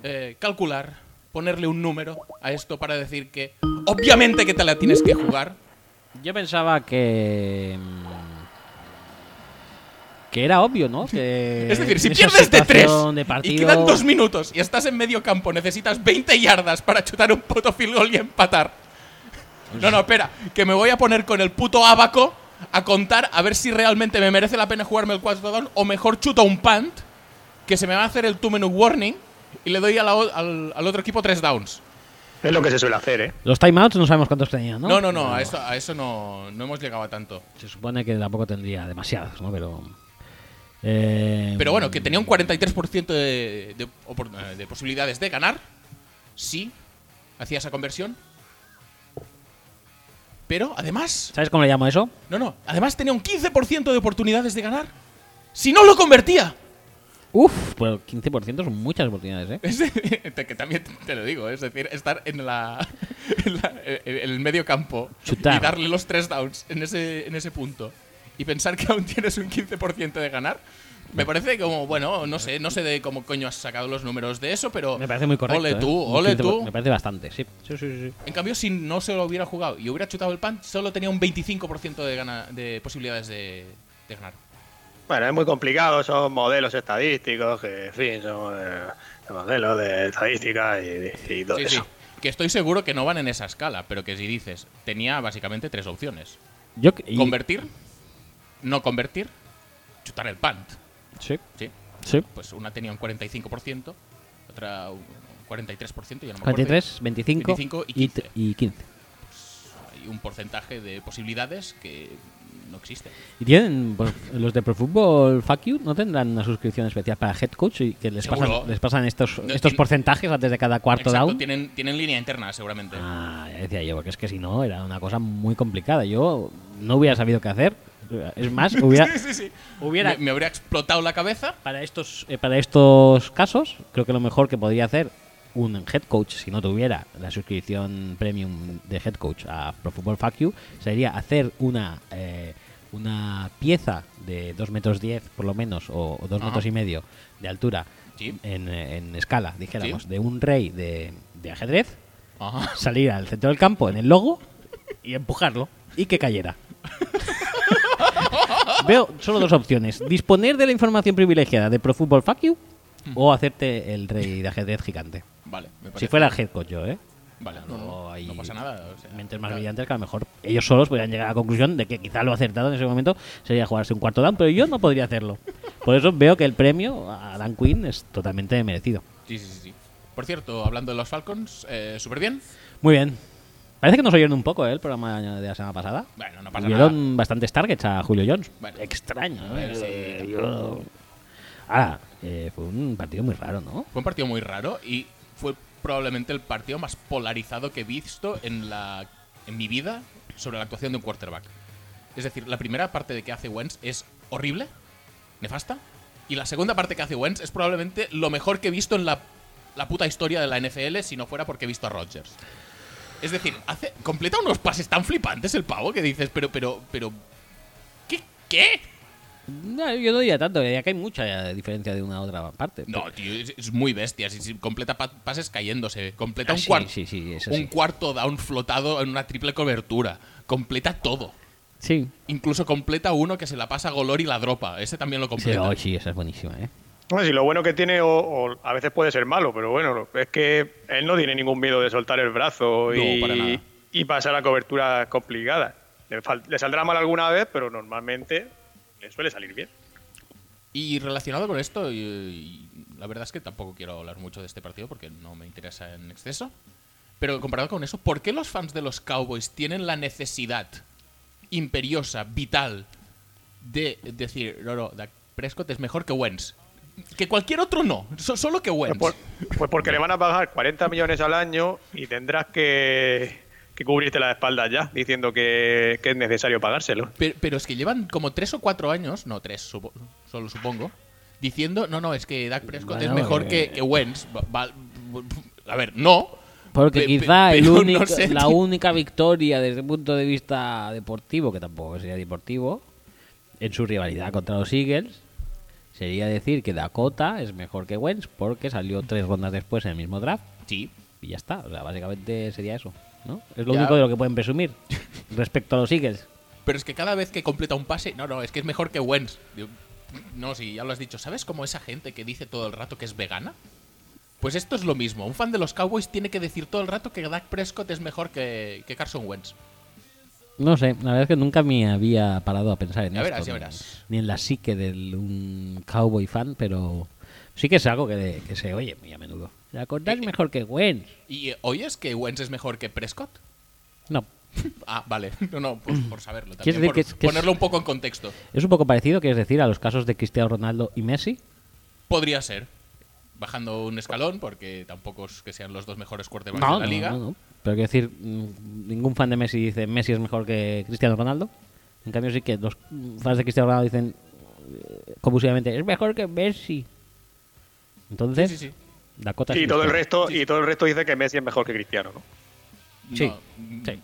Speaker 2: eh, calcular, ponerle un número a esto para decir que obviamente que te la tienes que jugar?
Speaker 1: Yo pensaba que. mm, Que era obvio, ¿no? Que
Speaker 2: Es decir, si
Speaker 1: en esa
Speaker 2: pierdes de tres
Speaker 1: situación de
Speaker 2: y
Speaker 1: partido,
Speaker 2: quedan dos minutos y estás en medio campo, necesitas 20 yardas para chutar un puto field goal y empatar. No, no, espera, que me voy a poner con el puto abaco a contar a ver si realmente me merece la pena jugarme el cuarto down o mejor chuto un punt que se me va a hacer el two minute warning y le doy a la o- al, al otro equipo tres downs.
Speaker 3: Es lo que se suele hacer, ¿eh?
Speaker 1: Los timeouts no sabemos cuántos tenían, ¿no?
Speaker 2: No, no, no, a eso, a eso no, no hemos llegado a tanto.
Speaker 1: Se supone que tampoco tendría demasiados, ¿no? Pero. eh,
Speaker 2: Pero bueno, que tenía un 43% de, de opor- eh, de posibilidades de ganar. Sí, hacía esa conversión. Pero además,
Speaker 1: ¿Sabes cómo le llamo eso?
Speaker 2: no, no, además tenía un 15% de oportunidades de ganar. Si no lo convertía.
Speaker 1: Uf, pero 15% son muchas oportunidades, ¿eh?
Speaker 2: Es de- te- que también te lo digo, ¿eh? es decir, estar en, la, en, la- en el medio campo
Speaker 1: Chutar.
Speaker 2: y darle los tres downs en ese, en ese punto y pensar que aún tienes un 15% de ganar. Me parece como, bueno, no sé, no sé de cómo coño has sacado los números de eso, pero.
Speaker 1: Me parece muy correcto.
Speaker 2: Ole
Speaker 1: ¿eh?
Speaker 2: tú,
Speaker 1: Un 15%,
Speaker 2: ole tú.
Speaker 1: Me parece bastante, sí. Sí, sí, sí.
Speaker 2: En cambio, si no se lo hubiera jugado y hubiera chutado el pan, solo tenía un 25% de, gana- de posibilidades de, de ganar.
Speaker 3: Bueno, es muy complicado, son modelos estadísticos, que en fin, son eh, modelos de estadística y, y todo
Speaker 2: Sí, sí.
Speaker 3: eso.
Speaker 2: Que estoy seguro que no van en esa escala, pero que si dices, tenía básicamente tres opciones.
Speaker 1: Yo, que- y-
Speaker 2: Convertir, no convertir, chutar el punt.
Speaker 1: Sí,
Speaker 2: Sí,
Speaker 1: sí.
Speaker 2: pues una tenía un 45%, otra un 43%, ya no me acuerdo.
Speaker 1: 43, 25,
Speaker 2: 25 y 15.
Speaker 1: t- y 15.
Speaker 2: Hay un porcentaje de posibilidades que no existe.
Speaker 1: ¿Y tienen pues, los de Pro Football Fuck You? ¿No tendrán una suscripción especial para Head Coach y que les
Speaker 2: Seguro.
Speaker 1: pasan, les pasan estos,
Speaker 2: No,
Speaker 1: estos
Speaker 2: tiene-
Speaker 1: porcentajes antes de cada cuarto
Speaker 2: Exacto,
Speaker 1: down?
Speaker 2: Tienen, tienen línea interna, seguramente.
Speaker 1: Ah, ya decía yo, porque es que si no era una cosa muy complicada. Yo no hubiera sabido qué hacer. Es más, hubiera,
Speaker 2: Sí, sí, sí.
Speaker 1: hubiera
Speaker 2: Me, me habría explotado la cabeza.
Speaker 1: para estos eh, para estos casos, creo que lo mejor que podría hacer un head coach, si no tuviera la suscripción premium de head coach a Pro Football Fuck You, sería hacer una eh, una pieza de 2 metros 10 por lo menos o, o 2
Speaker 2: Ajá.
Speaker 1: metros y medio de altura
Speaker 2: Sí.
Speaker 1: en, eh, en escala, dijéramos,
Speaker 2: Sí.
Speaker 1: de un rey de, de ajedrez,
Speaker 2: Ajá.
Speaker 1: salir al centro del campo en el logo y empujarlo y que cayera. Veo solo dos opciones: disponer de la información privilegiada de Pro Football Fuck You o hacerte el rey de ajedrez gigante.
Speaker 2: Vale, me parece.
Speaker 1: Si fuera el head coach yo, ¿eh?
Speaker 2: Vale, no,
Speaker 1: No,
Speaker 2: no,
Speaker 1: hay
Speaker 2: no pasa nada. o sea,
Speaker 1: Mentes más
Speaker 2: claro.
Speaker 1: brillantes que a lo mejor ellos solos podrían llegar a la conclusión de que quizá lo acertado en ese momento sería jugarse un cuarto down, pero yo no podría hacerlo. Por eso veo que el premio a Dan Quinn es totalmente merecido.
Speaker 2: Sí, sí, sí, sí. Por cierto, hablando de los Falcons, eh, súper bien.
Speaker 1: Muy bien. Parece que nos oyeron un poco ¿eh? el programa de la semana pasada.
Speaker 2: Bueno, no pasa nada.
Speaker 1: Tuvieron bastantes targets a Julio Jones.
Speaker 2: Bueno.
Speaker 1: Extraño, ¿no?
Speaker 2: Eh, sí,
Speaker 1: Eh, yo- Ahora, eh, fue un partido muy raro, ¿no?
Speaker 2: Fue un partido muy raro y fue probablemente el partido más polarizado que he visto en, la, en mi vida sobre la actuación de un quarterback. Es decir, la primera parte de que hace Wentz es horrible, nefasta, y la segunda parte que hace Wentz es probablemente lo mejor que he visto en la, la puta historia de la NFL si no fuera porque he visto a Rodgers. Es decir, hace, completa unos pases tan flipantes el pavo que dices, pero, pero, pero... ¿Qué? ¿Qué?
Speaker 1: No, Yo no diría tanto, diría que hay mucha diferencia de una a otra parte. Ah,
Speaker 2: No, tío, es, es muy bestia. Si, si completa pa- pases cayéndose. Completa
Speaker 1: Ah,
Speaker 2: un,
Speaker 1: sí,
Speaker 2: cuarto
Speaker 1: sí, sí, eso
Speaker 2: un
Speaker 1: sí.
Speaker 2: cuarto down flotado en una triple cobertura. Completa todo.
Speaker 1: Sí.
Speaker 2: Incluso completa uno que se la pasa a Golor y la dropa. Ese también lo
Speaker 1: Sí,
Speaker 2: completa.
Speaker 1: oh, sí, esa es buenísima, ¿eh?
Speaker 3: Bueno, si lo bueno que tiene, o, o a veces puede ser malo, pero bueno, es que él no tiene ningún miedo de soltar el brazo y,
Speaker 2: No, para nada.
Speaker 3: y pasar a coberturas complicadas. Le, fal- le saldrá mal alguna vez, pero normalmente le suele salir bien.
Speaker 2: Y relacionado con esto, y- y la verdad es que tampoco quiero hablar mucho de este partido porque no me interesa en exceso. Pero comparado con eso, ¿por qué los fans de los Cowboys tienen la necesidad imperiosa, vital, de decir, no, no, Dak Prescott es mejor que Wentz? Que cualquier otro no, so- solo que Wentz.
Speaker 3: Pues, por- pues porque le van a pagar 40 millones al año y tendrás que, que cubrirte las espaldas ya, diciendo que, que es necesario pagárselo.
Speaker 2: Pero, pero es que llevan como tres o cuatro años, no tres, supo- solo supongo, diciendo, no, no, es que Dak Prescott
Speaker 1: Bueno,
Speaker 2: es mejor
Speaker 1: eh.
Speaker 2: que, que Wentz. Va- va- a ver, no.
Speaker 1: Porque
Speaker 2: pe- pe-
Speaker 1: quizá el
Speaker 2: pero no
Speaker 1: único-
Speaker 2: sé,
Speaker 1: la
Speaker 2: tío.
Speaker 1: única victoria desde el punto de vista deportivo, que tampoco sería deportivo, en su rivalidad contra los Eagles, sería decir que Dakota es mejor que Wentz porque salió tres rondas después en el mismo draft
Speaker 2: Sí,
Speaker 1: y ya está. O sea, básicamente sería eso, ¿no? Es lo
Speaker 2: Ya.
Speaker 1: único de lo que pueden presumir respecto a los Eagles.
Speaker 2: Pero es que cada vez que completa un pase, no, no, es que es mejor que Wentz. Digo, No, sí, ya lo has dicho. ¿Sabes cómo esa gente que dice todo el rato que es vegana? Pues esto es lo mismo. Un fan de los Cowboys tiene que decir todo el rato que Dak Prescott es mejor que, que Carson Wentz.
Speaker 1: No sé, la verdad es que nunca me había parado a pensar en
Speaker 2: Ya
Speaker 1: esto,
Speaker 2: verás, ya
Speaker 1: ni-
Speaker 2: verás.
Speaker 1: Ni en la psique de un cowboy fan, pero sí que es algo que, que se oye muy a menudo. ¿La acordás mejor que Gwen?
Speaker 2: ¿Y eh, oyes que Wentz es mejor que Prescott?
Speaker 1: No.
Speaker 2: Ah, vale. No, no, pues por saberlo
Speaker 1: Quiero
Speaker 2: también.
Speaker 1: decir
Speaker 2: por
Speaker 1: que es- que es-
Speaker 2: ponerlo un poco en contexto.
Speaker 1: Es un poco parecido, que es decir, a los casos de Cristiano Ronaldo y Messi.
Speaker 2: Podría ser. Bajando un escalón, porque tampoco es que sean los dos mejores quarterbacks de la liga.
Speaker 1: no, no. Pero quiero decir, mm, ningún fan de Messi dice Messi es mejor que Cristiano Ronaldo. En cambio, sí que los mm, fans de Cristiano Ronaldo dicen eh, compulsivamente es mejor que Messi. Entonces,
Speaker 2: Sí, sí, sí.
Speaker 1: Dakota es
Speaker 3: Y todo el
Speaker 1: mejor.
Speaker 3: resto, y todo el resto dice que Messi es mejor que Cristiano, ¿no?
Speaker 1: Sí,
Speaker 2: No, mm,
Speaker 1: sí.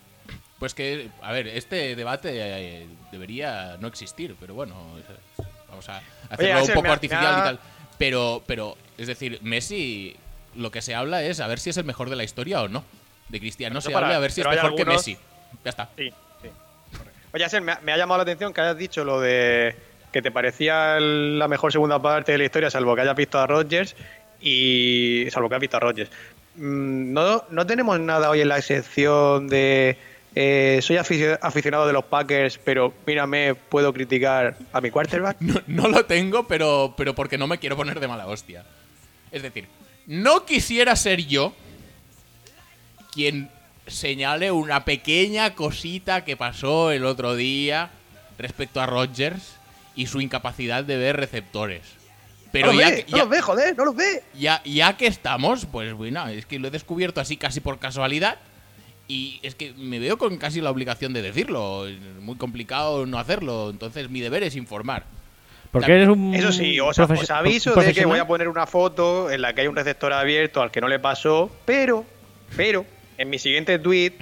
Speaker 2: Pues que, a ver, este debate eh, debería no existir, pero bueno, eh, vamos a hacerlo un
Speaker 3: Axel,
Speaker 2: poco
Speaker 3: me ha-
Speaker 2: artificial
Speaker 3: me
Speaker 2: y
Speaker 3: ha-
Speaker 2: tal. Pero, pero, es decir, Messi, lo que se habla es a ver si es el mejor de la historia o no. De Cristiano se
Speaker 3: para-
Speaker 2: habla a ver si es
Speaker 3: pero hay
Speaker 2: mejor que
Speaker 3: algunos-
Speaker 2: Messi. Ya está.
Speaker 3: Sí, sí. Oye, Asen, me, ha- me ha llamado la atención que hayas dicho lo de que te parecía el- la mejor segunda parte de la historia, salvo que hayas visto a Rodgers y. salvo que has visto a Rodgers. Mm, No, no tenemos nada hoy en la sección de. eh, soy aficio- aficionado de los Packers, pero mírame, puedo criticar a mi quarterback.
Speaker 2: No, no lo tengo, pero, pero porque no me quiero poner de mala hostia. Es decir, no quisiera ser yo quien señale una pequeña cosita que pasó el otro día respecto a Rodgers y su incapacidad de ver receptores. Pero
Speaker 3: no los
Speaker 2: ya,
Speaker 3: ve,
Speaker 2: que-
Speaker 3: no
Speaker 2: ya-
Speaker 3: los ve, joder, no los ve.
Speaker 2: ya, ya que estamos, pues bueno, es que lo he descubierto así casi por casualidad. Y es que me veo con casi la obligación de decirlo. Es muy complicado no hacerlo. Entonces mi deber es informar.
Speaker 1: Porque eres un.
Speaker 2: Mm,
Speaker 3: Eso sí, os, os
Speaker 1: profes-
Speaker 3: aviso
Speaker 1: un
Speaker 3: de que voy
Speaker 1: profesional.
Speaker 3: a poner una foto en la que hay un receptor abierto al que no le pasó, pero, pero, en mi siguiente tweet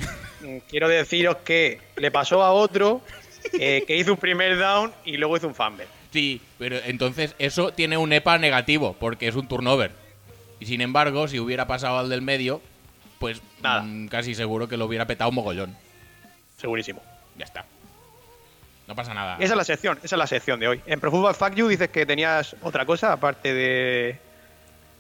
Speaker 3: mm, quiero deciros que le pasó a otro eh, que hizo un primer down y luego hizo un fumble.
Speaker 2: Sí, pero entonces eso tiene un EPA negativo, porque es un turnover. Y sin embargo, si hubiera pasado al del medio, pues
Speaker 3: Nada.
Speaker 2: mm, casi seguro que lo hubiera petado mogollón.
Speaker 3: Segurísimo.
Speaker 2: Ya está. No pasa nada.
Speaker 3: Esa es la sección, esa es la sección de hoy. En Pro Football Fact You dices que tenías otra cosa aparte de,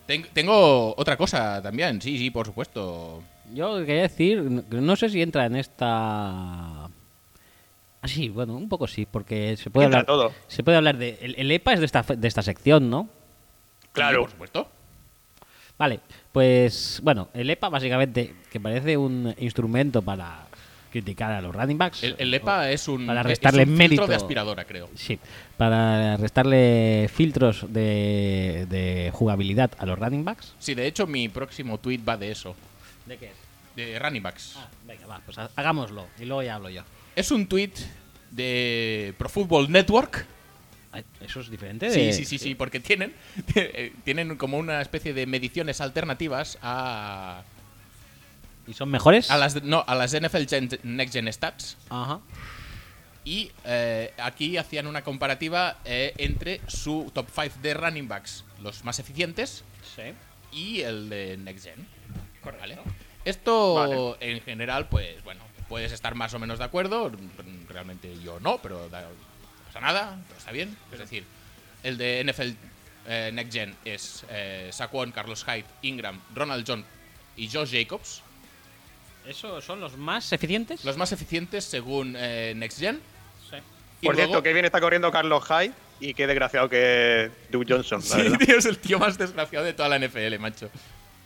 Speaker 2: Ten- tengo otra cosa también, sí, sí, por supuesto.
Speaker 1: Yo quería decir, n- no sé si entra en esta. Ah, sí, bueno, un poco sí, porque se puede
Speaker 3: Entra
Speaker 1: hablar.
Speaker 3: todo.
Speaker 1: Se puede hablar de. El, el EPA es de esta, fe- de esta sección, ¿no?
Speaker 3: Claro.
Speaker 2: Sí, por supuesto.
Speaker 1: Vale, pues bueno, el EPA básicamente, que parece un instrumento para criticar a los running backs.
Speaker 2: El, E el EPA
Speaker 1: o-
Speaker 2: es un,
Speaker 1: Para
Speaker 2: es
Speaker 1: restarle
Speaker 2: un
Speaker 1: mérito.
Speaker 2: filtro de aspiradora, creo.
Speaker 1: Sí, para restarle filtros de, de jugabilidad a los running backs.
Speaker 2: Sí, de hecho, mi próximo tweet va de eso.
Speaker 1: ¿De qué es?
Speaker 2: De running backs.
Speaker 1: Ah, venga, va, pues ha- hagámoslo y luego ya hablo yo.
Speaker 2: Es un tweet de Pro Football Network.
Speaker 1: Ay, ¿Eso es diferente?
Speaker 2: Sí,
Speaker 1: de-
Speaker 2: sí, sí, sí, porque tienen, eh, tienen como una especie de mediciones alternativas a,
Speaker 1: ¿Y son mejores?
Speaker 2: a las, no, a las NFL Gen- Next Gen Stats.
Speaker 1: Ajá.
Speaker 2: Y eh, aquí hacían una comparativa eh, entre su top 5 de running backs, los más eficientes,
Speaker 1: Sí.
Speaker 2: y el de Next Gen. ¿Vale? Esto
Speaker 3: Vale.
Speaker 2: en general, pues bueno, puedes estar más o menos de acuerdo. mm, Realmente yo no, pero da- no pasa nada, todo está bien. Es decir, el de NFL eh, Next Gen es eh, Saquon, Carlos Hyde, Ingram, Ronald John y Josh Jacobs.
Speaker 1: ¿Esos son los más eficientes?
Speaker 2: Los más eficientes según eh, Next Gen.
Speaker 1: Sí.
Speaker 2: Y
Speaker 3: Por
Speaker 2: luego-
Speaker 3: cierto, que bien está corriendo Carlos Hyde y qué desgraciado que es Duke Johnson, la
Speaker 2: Sí,
Speaker 3: verdad.
Speaker 2: tío, es el tío más desgraciado de toda la NFL, macho.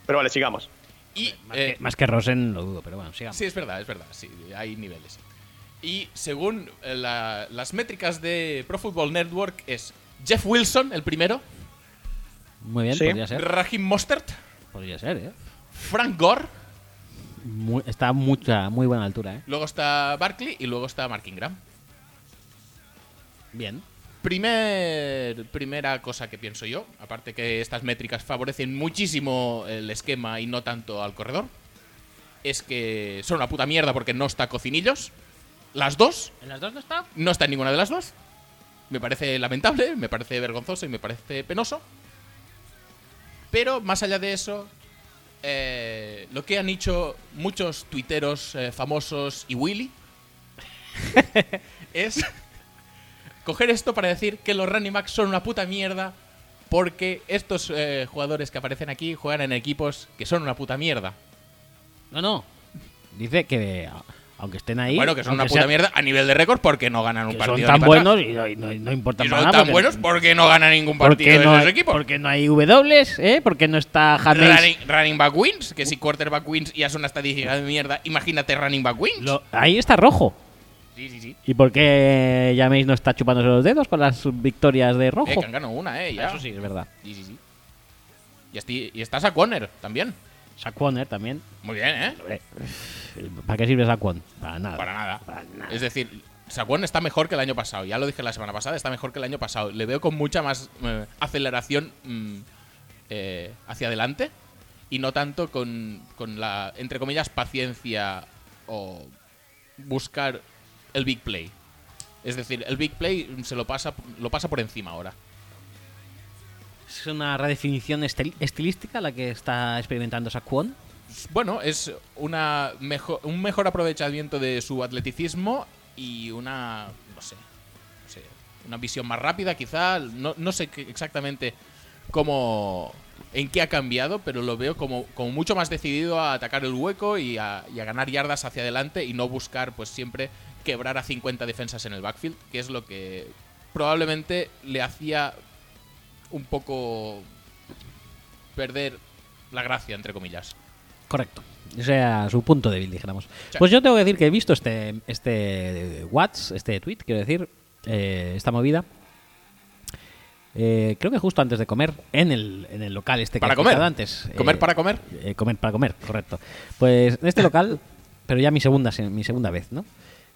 Speaker 3: Pero vale, sigamos.
Speaker 2: Y,
Speaker 1: Más,
Speaker 2: eh,
Speaker 1: que, más que Rosen lo dudo, pero bueno, sigamos.
Speaker 2: Sí, es verdad, es verdad, sí, hay niveles. Y según eh, la- las métricas de Pro Football Network es Jeff Wilson, el primero,
Speaker 1: Muy bien,
Speaker 3: Sí.
Speaker 1: podría ser.
Speaker 2: Raheem Mostert,
Speaker 1: Podría ser, ¿eh?
Speaker 2: Frank Gore,
Speaker 1: Muy- está a mucha, muy buena altura, ¿eh?
Speaker 2: luego está Barkley y luego está Mark Ingram.
Speaker 1: Bien.
Speaker 2: Primer, primera cosa que pienso yo, aparte que estas métricas favorecen muchísimo el esquema y no tanto al corredor, es que son una puta mierda porque no está Cocinillos. Las dos,
Speaker 1: ¿En las dos no está?
Speaker 2: No está en ninguna de las dos. Me parece lamentable, me parece vergonzoso y me parece penoso. Pero más allá de eso, eh, lo que han hecho muchos tuiteros eh, famosos y Willy es coger esto para decir que los running backs son una puta mierda porque estos eh, jugadores que aparecen aquí juegan en equipos que son una puta mierda.
Speaker 1: No, no. Dice que a- aunque estén ahí.
Speaker 2: Bueno, que son una
Speaker 1: aunque
Speaker 2: puta
Speaker 1: sea-
Speaker 2: mierda a nivel de récord porque no ganan un
Speaker 1: que
Speaker 2: partido.
Speaker 1: son
Speaker 2: ni
Speaker 1: tan
Speaker 2: para atrás.
Speaker 1: buenos y no, y no- y no importan
Speaker 2: Y
Speaker 1: para
Speaker 2: son
Speaker 1: nada.
Speaker 2: tan
Speaker 1: porque-
Speaker 2: buenos porque no ganan ningún partido
Speaker 1: porque
Speaker 2: en
Speaker 1: no
Speaker 2: esos
Speaker 1: hay,
Speaker 2: equipos.
Speaker 1: Porque no hay W, ¿eh? Porque no está James.
Speaker 2: Running, running back wins, que si quarterback wins ya son una estadística de mierda, imagínate running back wins.
Speaker 1: Lo- ahí está rojo.
Speaker 2: Sí, sí, sí.
Speaker 1: ¿Y por qué James no está chupándose los dedos con las victorias de rojo?
Speaker 2: Eh, que han ganado una, eh, ya.
Speaker 1: Eso sí, es verdad.
Speaker 2: Sí, sí, sí. Y, esti- y estás a Conner también.
Speaker 1: Saquoner también.
Speaker 2: Muy bien, ¿eh?
Speaker 1: Hombre, ¿Para qué sirve Saquon? Para nada.
Speaker 2: Para nada.
Speaker 1: Para nada.
Speaker 2: Es decir, Saquon está mejor que el año pasado. Ya lo dije la semana pasada, está mejor que el año pasado. Le veo con mucha más eh, aceleración mm, eh, hacia adelante y no tanto con, con la, entre comillas, paciencia o buscar el big play. Es decir, el big play mm, se lo pasa, lo pasa por encima ahora.
Speaker 1: ¿Es una redefinición estil- estilística la que está experimentando Saquon?
Speaker 2: Bueno, es una mejo- un mejor aprovechamiento de su atleticismo y una, no sé, no sé, una visión más rápida quizá, no, no sé qué- exactamente cómo, en qué ha cambiado, pero lo veo como, como mucho más decidido a atacar el hueco y a, y a ganar yardas hacia adelante y no buscar pues siempre quebrar a 50 defensas en el backfield, que es lo que probablemente le hacía un poco perder la gracia, entre comillas.
Speaker 1: Correcto. O sea, su punto débil, dijéramos.
Speaker 2: Sí.
Speaker 1: Pues yo tengo que decir que he visto este, este Whats, este tweet, quiero decir, eh, esta movida. Eh, creo que justo antes de comer, en el, en el local este que
Speaker 2: Para
Speaker 1: he citado
Speaker 2: comer.
Speaker 1: antes.
Speaker 2: ¿Comer
Speaker 1: eh,
Speaker 2: para comer?
Speaker 1: eh, comer para comer, correcto. Pues en este local, pero ya mi segunda, se- mi segunda vez, ¿no?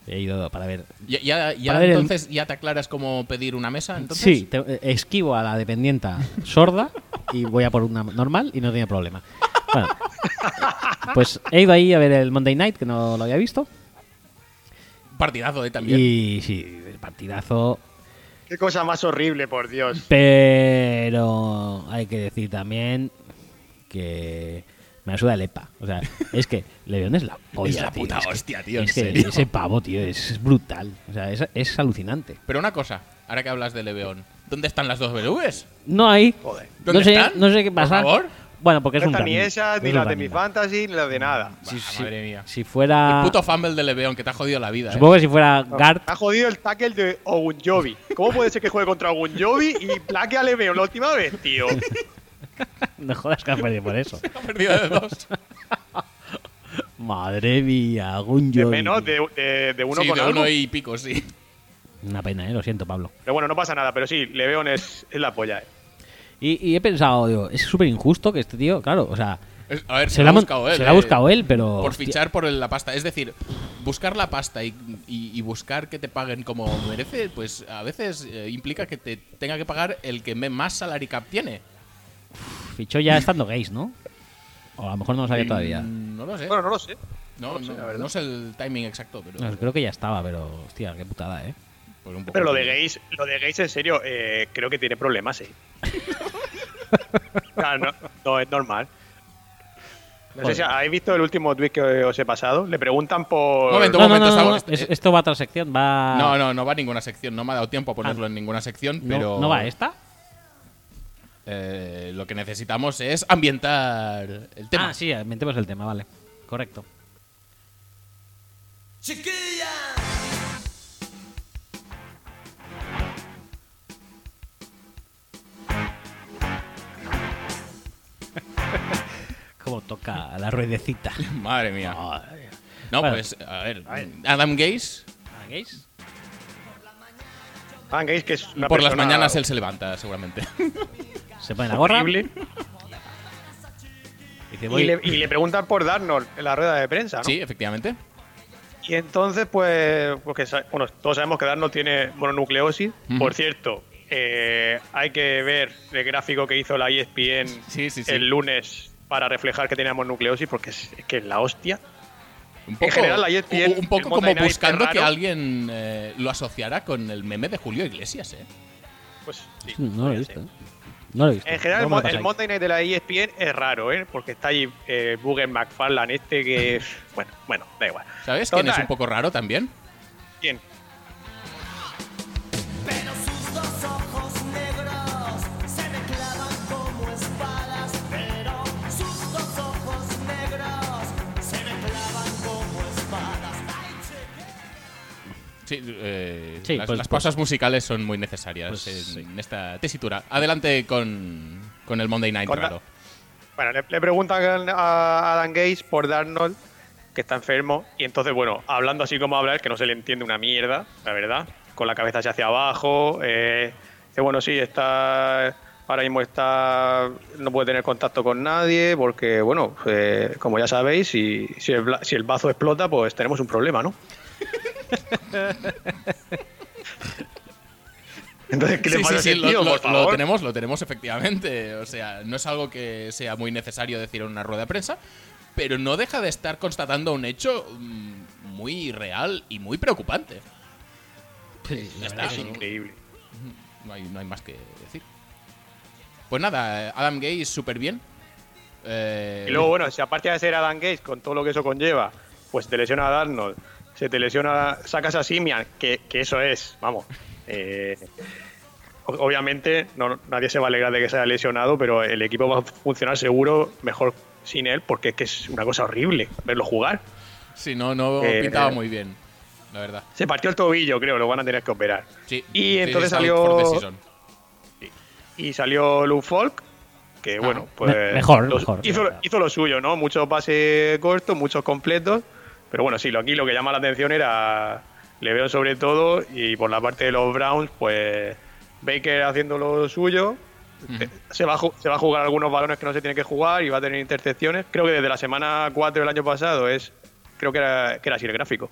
Speaker 1: He ido para ver.
Speaker 2: Ya, ya, ya
Speaker 1: Para ver el-
Speaker 2: entonces ya te aclaras cómo pedir una mesa, entonces.
Speaker 1: Sí, te- eh, esquivo a la dependienta sorda y voy a por una normal y no tiene problema. Bueno, pues he ido ahí a ver el Monday Night, que no lo había visto.
Speaker 2: Partidazo, eh, también.
Speaker 1: Y sí, el partidazo.
Speaker 3: Qué cosa más horrible, por Dios.
Speaker 1: Pero hay que decir también que me ayuda el EPA. O sea, es que León es la polla.
Speaker 2: la
Speaker 1: tío.
Speaker 2: puta
Speaker 1: que-
Speaker 2: hostia, tío,
Speaker 1: Es
Speaker 2: en
Speaker 1: que
Speaker 2: serio.
Speaker 1: ese pavo, tío, es brutal. O sea, es, es alucinante.
Speaker 2: Pero una cosa, ahora que hablas de Leveón. ¿Dónde están las dos BVs?
Speaker 1: No hay.
Speaker 3: Joder.
Speaker 1: No
Speaker 2: ¿Dónde
Speaker 1: sé,
Speaker 2: están?
Speaker 1: no sé qué pasa.
Speaker 2: Por favor.
Speaker 1: Bueno, porque es
Speaker 3: No
Speaker 1: un
Speaker 3: están ni
Speaker 1: running.
Speaker 3: esas, ni
Speaker 1: Es un
Speaker 3: las de mi
Speaker 1: running.
Speaker 3: fantasy, ni las de nada.
Speaker 1: Si,
Speaker 2: Bah,
Speaker 1: si-
Speaker 2: madre mía.
Speaker 1: si fuera.
Speaker 2: El puto fumble de Leveón que te ha jodido la vida. eh.
Speaker 1: Ah. Supongo que si fuera Guard.
Speaker 3: Ha jodido el tackle de Ogunjobi. ¿Cómo puede ser que juegue contra Ogunjobi y plaque a Leveon la última vez, tío?
Speaker 1: No jodas que has perdido por eso.
Speaker 2: Ha perdido de dos.
Speaker 1: Madre mía, algún
Speaker 3: De
Speaker 1: yo.
Speaker 3: menos de, de- de uno
Speaker 2: Sí,
Speaker 3: con
Speaker 2: de
Speaker 3: algo.
Speaker 2: uno y pico, sí.
Speaker 1: Una pena, eh, lo siento, Pablo.
Speaker 3: Pero bueno, no pasa nada, pero sí, Leveon es, es la polla. eh.
Speaker 1: Y, y he pensado, digo, es súper injusto que este tío, claro, o sea,
Speaker 2: Es- A ver,
Speaker 1: se, lo ha
Speaker 2: ha
Speaker 1: mon-
Speaker 2: buscado él.
Speaker 1: se lo ha
Speaker 2: eh,
Speaker 1: buscado él, pero.
Speaker 2: Por
Speaker 1: hostia,
Speaker 2: fichar por el- la pasta. Es decir, buscar la pasta y, y- y buscar que te paguen como merece, pues a veces eh, implica que te tenga que pagar el que me- más salary cap tiene.
Speaker 1: Fichó ya estando gays, ¿no? O a lo mejor no lo sabía todavía.
Speaker 2: Mm, No lo sé.
Speaker 3: Bueno, no lo sé.
Speaker 2: No,
Speaker 3: no sé,
Speaker 2: no-
Speaker 3: la verdad.
Speaker 2: no sé el timing exacto, pero.
Speaker 1: No, creo que ya estaba, pero hostia, qué putada, ¿eh?
Speaker 2: pues un poco.
Speaker 3: Pero lo de gays, lo de gays en serio, eh, creo que tiene problemas, eh. Claro, no, no es normal. No sé
Speaker 1: Joder.
Speaker 3: si habéis visto el último tweet que os he pasado. Le preguntan por.
Speaker 2: Momento. De
Speaker 1: No, no,
Speaker 2: momento
Speaker 1: no, no,
Speaker 2: estamos-
Speaker 1: no,
Speaker 2: este-
Speaker 1: es- esto va a otra sección, va.
Speaker 2: No, no, no va a ninguna sección. No me ha dado tiempo a ponerlo en ninguna sección,
Speaker 1: Ah. ¿No-
Speaker 2: pero.
Speaker 1: ¿No va esta?
Speaker 2: eh, lo que necesitamos es ambientar el tema.
Speaker 1: Ah, sí, metemos el tema, vale. Correcto. Como toca la ruedecita.
Speaker 2: Madre mía.
Speaker 1: Madre.
Speaker 2: No,
Speaker 1: Bueno.
Speaker 2: pues, a ver. Adam Gaze,
Speaker 1: ¿A gays?
Speaker 3: Ah, gays, que es una
Speaker 2: por las
Speaker 3: persona
Speaker 2: mañanas él se levanta, seguramente.
Speaker 1: Se pone la gorra.
Speaker 3: horrible.
Speaker 1: Dice,
Speaker 3: Y
Speaker 1: voy.
Speaker 3: le, y le preguntan por Darnold en la rueda de prensa, ¿no?
Speaker 2: Sí, efectivamente.
Speaker 3: Y entonces, pues, pues que sa- bueno, todos sabemos que Darno tiene mononucleosis.
Speaker 2: Ujú.
Speaker 3: Por cierto, eh, hay que ver el gráfico que hizo la E ESPN
Speaker 2: Sí, sí, sí.
Speaker 3: el lunes para reflejar que tenía mononucleosis, porque es, es que es la hostia.
Speaker 2: Un poco,
Speaker 3: general, la ESPN,
Speaker 2: un- un poco
Speaker 3: el
Speaker 2: como
Speaker 3: Monday Night
Speaker 2: buscando que
Speaker 3: raro.
Speaker 2: alguien eh, lo asociara con el meme de Julio Iglesias, ¿eh?
Speaker 3: Pues, sí,
Speaker 1: No lo he
Speaker 3: sí.
Speaker 1: visto. ¿eh? No lo he visto.
Speaker 3: En general, el,
Speaker 1: Luego me
Speaker 3: mo-
Speaker 1: lo
Speaker 3: el
Speaker 1: pasáis.
Speaker 3: Monday Night de la E ESPN es raro, ¿eh? Porque está allí eh, Bugger McFarland este que... bueno, bueno, da igual.
Speaker 2: ¿Sabes
Speaker 3: Total,
Speaker 2: quién es un poco raro también?
Speaker 3: ¿quién?
Speaker 4: Pero sus dos ojos negros se me clavan como espadas. Pero sus dos ojos negros se me clavan como espadas. Ay, cheque.
Speaker 2: Sí, eh,
Speaker 1: Sí,
Speaker 2: las,
Speaker 1: pues-
Speaker 2: las
Speaker 1: pues-
Speaker 2: pausas musicales son muy necesarias
Speaker 1: Pues
Speaker 2: en,
Speaker 1: sí.
Speaker 2: esta tesitura. Adelante con, con el Monday Night
Speaker 3: Con la-
Speaker 2: raro.
Speaker 3: Bueno, le, le preguntan a Adam Gates por Darnold, que está enfermo, y entonces, bueno, hablando así como habla, es que no se le entiende una mierda, la verdad, con la cabeza hacia, hacia abajo, eh, dice, bueno, sí, está, ahora mismo está, no puede tener contacto con nadie, porque, bueno, eh, como ya sabéis, si, si, el, bla- si el bazo explota, pues tenemos un problema, ¿no? Entonces, ¿qué le
Speaker 2: Sí,
Speaker 3: pasa
Speaker 2: sí,
Speaker 3: a
Speaker 2: sí,
Speaker 3: ese
Speaker 2: lo,
Speaker 3: tío,
Speaker 2: lo-
Speaker 3: por
Speaker 2: lo
Speaker 3: favor?
Speaker 2: tenemos, lo tenemos efectivamente. O sea, no es algo que sea muy necesario decir en una rueda de prensa, pero no deja de estar constatando un hecho mm, muy real y muy preocupante.
Speaker 1: Sí, sí,
Speaker 2: Ya
Speaker 1: la
Speaker 2: está.
Speaker 1: verdad
Speaker 3: Es
Speaker 1: que-
Speaker 3: increíble.
Speaker 2: No hay, no hay más que decir. Pues nada, eh, Adam Gay súper bien. Eh,
Speaker 3: Y luego, bueno, si aparte de ser Adam Gates, con todo lo que eso conlleva, pues te lesiona a Darnold, se te lesiona, sacas a Simian, que, que eso es, vamos. eh, o- obviamente, no, nadie se va a alegrar de que se haya lesionado, pero el equipo va a funcionar seguro mejor sin él, porque es que es una cosa horrible verlo jugar.
Speaker 2: sí, no, no
Speaker 3: Eh,
Speaker 2: pintaba
Speaker 3: eh.
Speaker 2: muy bien, la verdad.
Speaker 3: Se partió el tobillo, creo, lo van a tener que operar.
Speaker 2: Sí,
Speaker 3: Y
Speaker 2: sí,
Speaker 3: entonces
Speaker 2: está out for the
Speaker 3: salió-
Speaker 2: season.
Speaker 3: Y salió Lou Folk, que bueno, pues.
Speaker 1: Ah, me- mejor,
Speaker 3: lo-
Speaker 1: mejor,
Speaker 3: Hizo,
Speaker 1: claro.
Speaker 3: hizo lo suyo, ¿no? Muchos pases cortos, muchos completos. Pero bueno, sí, lo, aquí lo que llama la atención era. Le veo sobre todo, y por la parte de los Browns, pues. Baker haciendo lo suyo. Te- Se va, a ju- se va a jugar algunos balones que no se tiene que jugar y va a tener intercepciones. Creo que desde la semana 4 del año pasado es. Creo que era, que era así el gráfico.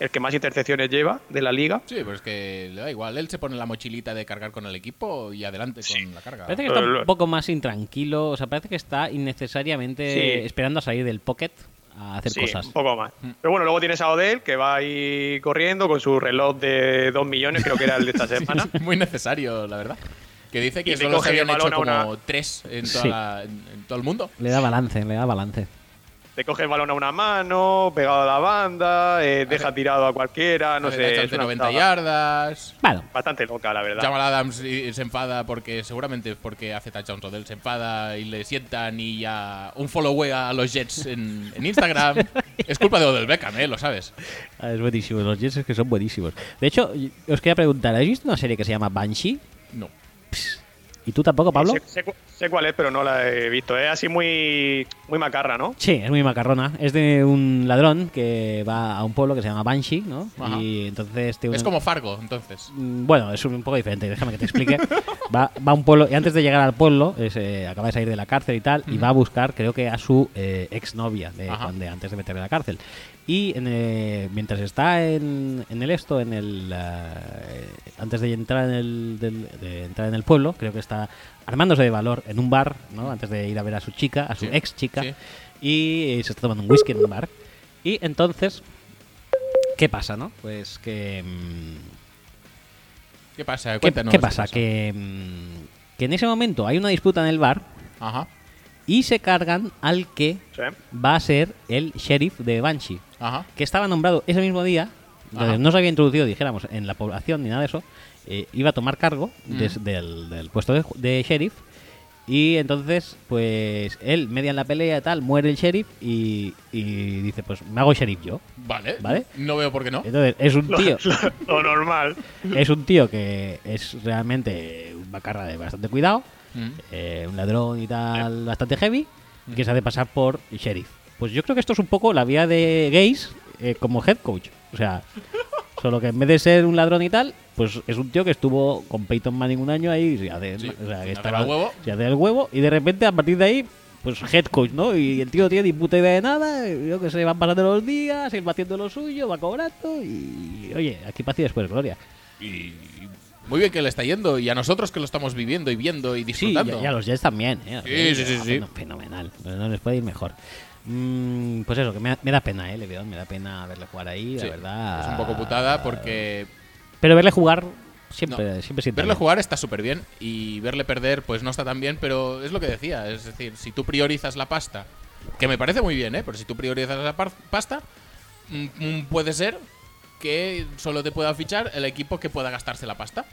Speaker 3: El que más intercepciones lleva de la liga.
Speaker 2: Sí, pero es que le da igual. Él se pone la mochilita de cargar con el equipo y adelante con la carga.
Speaker 1: Parece que está
Speaker 3: Pero
Speaker 1: un
Speaker 3: lo-
Speaker 1: poco más intranquilo, o sea, parece que está innecesariamente
Speaker 3: Sí.
Speaker 1: esperando a salir del pocket a hacer
Speaker 3: Sí,
Speaker 1: cosas. Mm.
Speaker 3: un poco más. Pero bueno, luego tienes a Odell que va ahí corriendo con su reloj de 2 millones, creo que era el de esta semana.
Speaker 2: Muy necesario, la verdad. Que dice
Speaker 3: Y
Speaker 2: que
Speaker 3: le
Speaker 2: solo se
Speaker 3: coge el
Speaker 2: habían hecho
Speaker 3: balón a
Speaker 2: como
Speaker 3: una-
Speaker 2: tres en, toda
Speaker 1: Sí.
Speaker 2: la- en- en todo el mundo.
Speaker 1: Le da balance, le da balance.
Speaker 3: Te coge el balón a una mano, pegado a la banda, eh, deja tirado a cualquiera, no
Speaker 2: Hace
Speaker 3: sé.
Speaker 2: touchdown
Speaker 3: es
Speaker 2: de
Speaker 3: una
Speaker 2: 90
Speaker 3: putada
Speaker 2: yardas.
Speaker 1: Bueno,
Speaker 3: Bastante loca, la verdad.
Speaker 2: Jamal Adams eh, se enfada porque seguramente es porque hace touchdown todo él. Se enfada y le sientan y ya un follow a los Jets en, en Instagram. es culpa de Odell Beckham, ¿eh? Lo sabes.
Speaker 1: Ah, Es buenísimo, los Jets es que son buenísimos. De hecho, y- os quería preguntar, ¿habéis visto una serie que se llama Banshee?
Speaker 2: No.
Speaker 1: ¿Y tú tampoco, Pablo?
Speaker 3: Sé, sé cu- sé cuál es, pero no la he visto. Es así muy, muy macarra, ¿no?
Speaker 1: Sí, es muy macarrona. Es de un ladrón que va a un pueblo que se llama Banshee, ¿no?
Speaker 2: Ajá.
Speaker 1: Y entonces tiene
Speaker 2: Es
Speaker 1: un-
Speaker 2: como Fargo, entonces.
Speaker 1: Mm, Bueno, es un poco diferente, déjame que te explique. Va, va a un pueblo, y antes de llegar al pueblo, es, eh, acaba de salir de la cárcel y tal, y va a buscar, creo que a su eh, exnovia de,
Speaker 2: Ajá.
Speaker 1: cuando- de antes de meterle a la cárcel. Y en, eh, mientras está en, en el esto, en el eh, antes de entrar en el, del- de entrar en el pueblo, creo que está armándose de valor en un bar, ¿no? Antes de ir a ver a su chica, a su
Speaker 2: Sí,
Speaker 1: ex chica,
Speaker 2: sí.
Speaker 1: y eh, se está tomando un whisky en un bar. Y entonces, ¿qué pasa, no? Pues que... mm,
Speaker 2: ¿Qué pasa?
Speaker 1: ¿Qué,
Speaker 2: Cuéntanos.
Speaker 1: qué pasa? Que, mm, que en ese momento hay una disputa en el bar
Speaker 2: Ajá,
Speaker 1: y se cargan al que
Speaker 3: Sí.
Speaker 1: va a ser el sheriff de Banshee,
Speaker 2: ajá.
Speaker 1: que estaba nombrado ese mismo día, entonces
Speaker 2: Ajá.
Speaker 1: no se había introducido, dijéramos, en la población ni nada de eso, eh, iba a tomar cargo des- del, del puesto de, ju- de sheriff y entonces, pues él, media en la pelea y tal, muere el sheriff y, y dice, pues me hago sheriff yo.
Speaker 2: Vale.
Speaker 1: Vale.
Speaker 2: No veo por qué no.
Speaker 1: Entonces, es un
Speaker 3: Lo,
Speaker 1: tío...
Speaker 3: lo- lo normal.
Speaker 1: es un tío que es realmente una carga de bastante cuidado,
Speaker 2: Mm.
Speaker 1: eh, un ladrón y tal, bastante heavy, que se hace pasar por sheriff. Pues yo creo que esto es un poco la vía de gays eh, como head coach. O sea, solo que en vez de ser un ladrón y tal, pues es un tío que estuvo con Peyton Manning un año ahí, y se hace,
Speaker 2: Sí,
Speaker 1: o sea, que
Speaker 2: se
Speaker 1: estaba-
Speaker 2: hace el huevo.
Speaker 1: se hace el huevo, y de repente a partir de ahí, pues head coach, ¿no? Y el tío no tiene ni puta idea de nada, y yo que sé, van pasando los días, él va haciendo lo suyo, va cobrando, y oye, aquí paz y después gloria.
Speaker 2: Y y muy bien que le está yendo y a nosotros que lo estamos viviendo y viendo y
Speaker 1: Sí,
Speaker 2: disfrutando.
Speaker 1: ya, ya los Jets también, ¿eh?
Speaker 2: Sí, sí, sí, sí.
Speaker 1: Fen- Fenomenal. Pero no les puede ir mejor. Mm, pues eso, que me, da- me da pena, ¿eh? Le'Veon, me da pena verle jugar ahí,
Speaker 2: Sí.
Speaker 1: la verdad.
Speaker 2: Es un poco putada porque
Speaker 1: Pero verle jugar siempre,
Speaker 2: No.
Speaker 1: siempre sienta
Speaker 2: verle
Speaker 1: bien.
Speaker 2: jugar está súper bien y verle perder pues no está tan bien, pero es lo que decía. Es decir, si tú priorizas la pasta, que me parece muy bien, ¿eh? pero si tú priorizas la par- pasta, mm, mm, puede ser que solo te pueda fichar el equipo que pueda gastarse la pasta.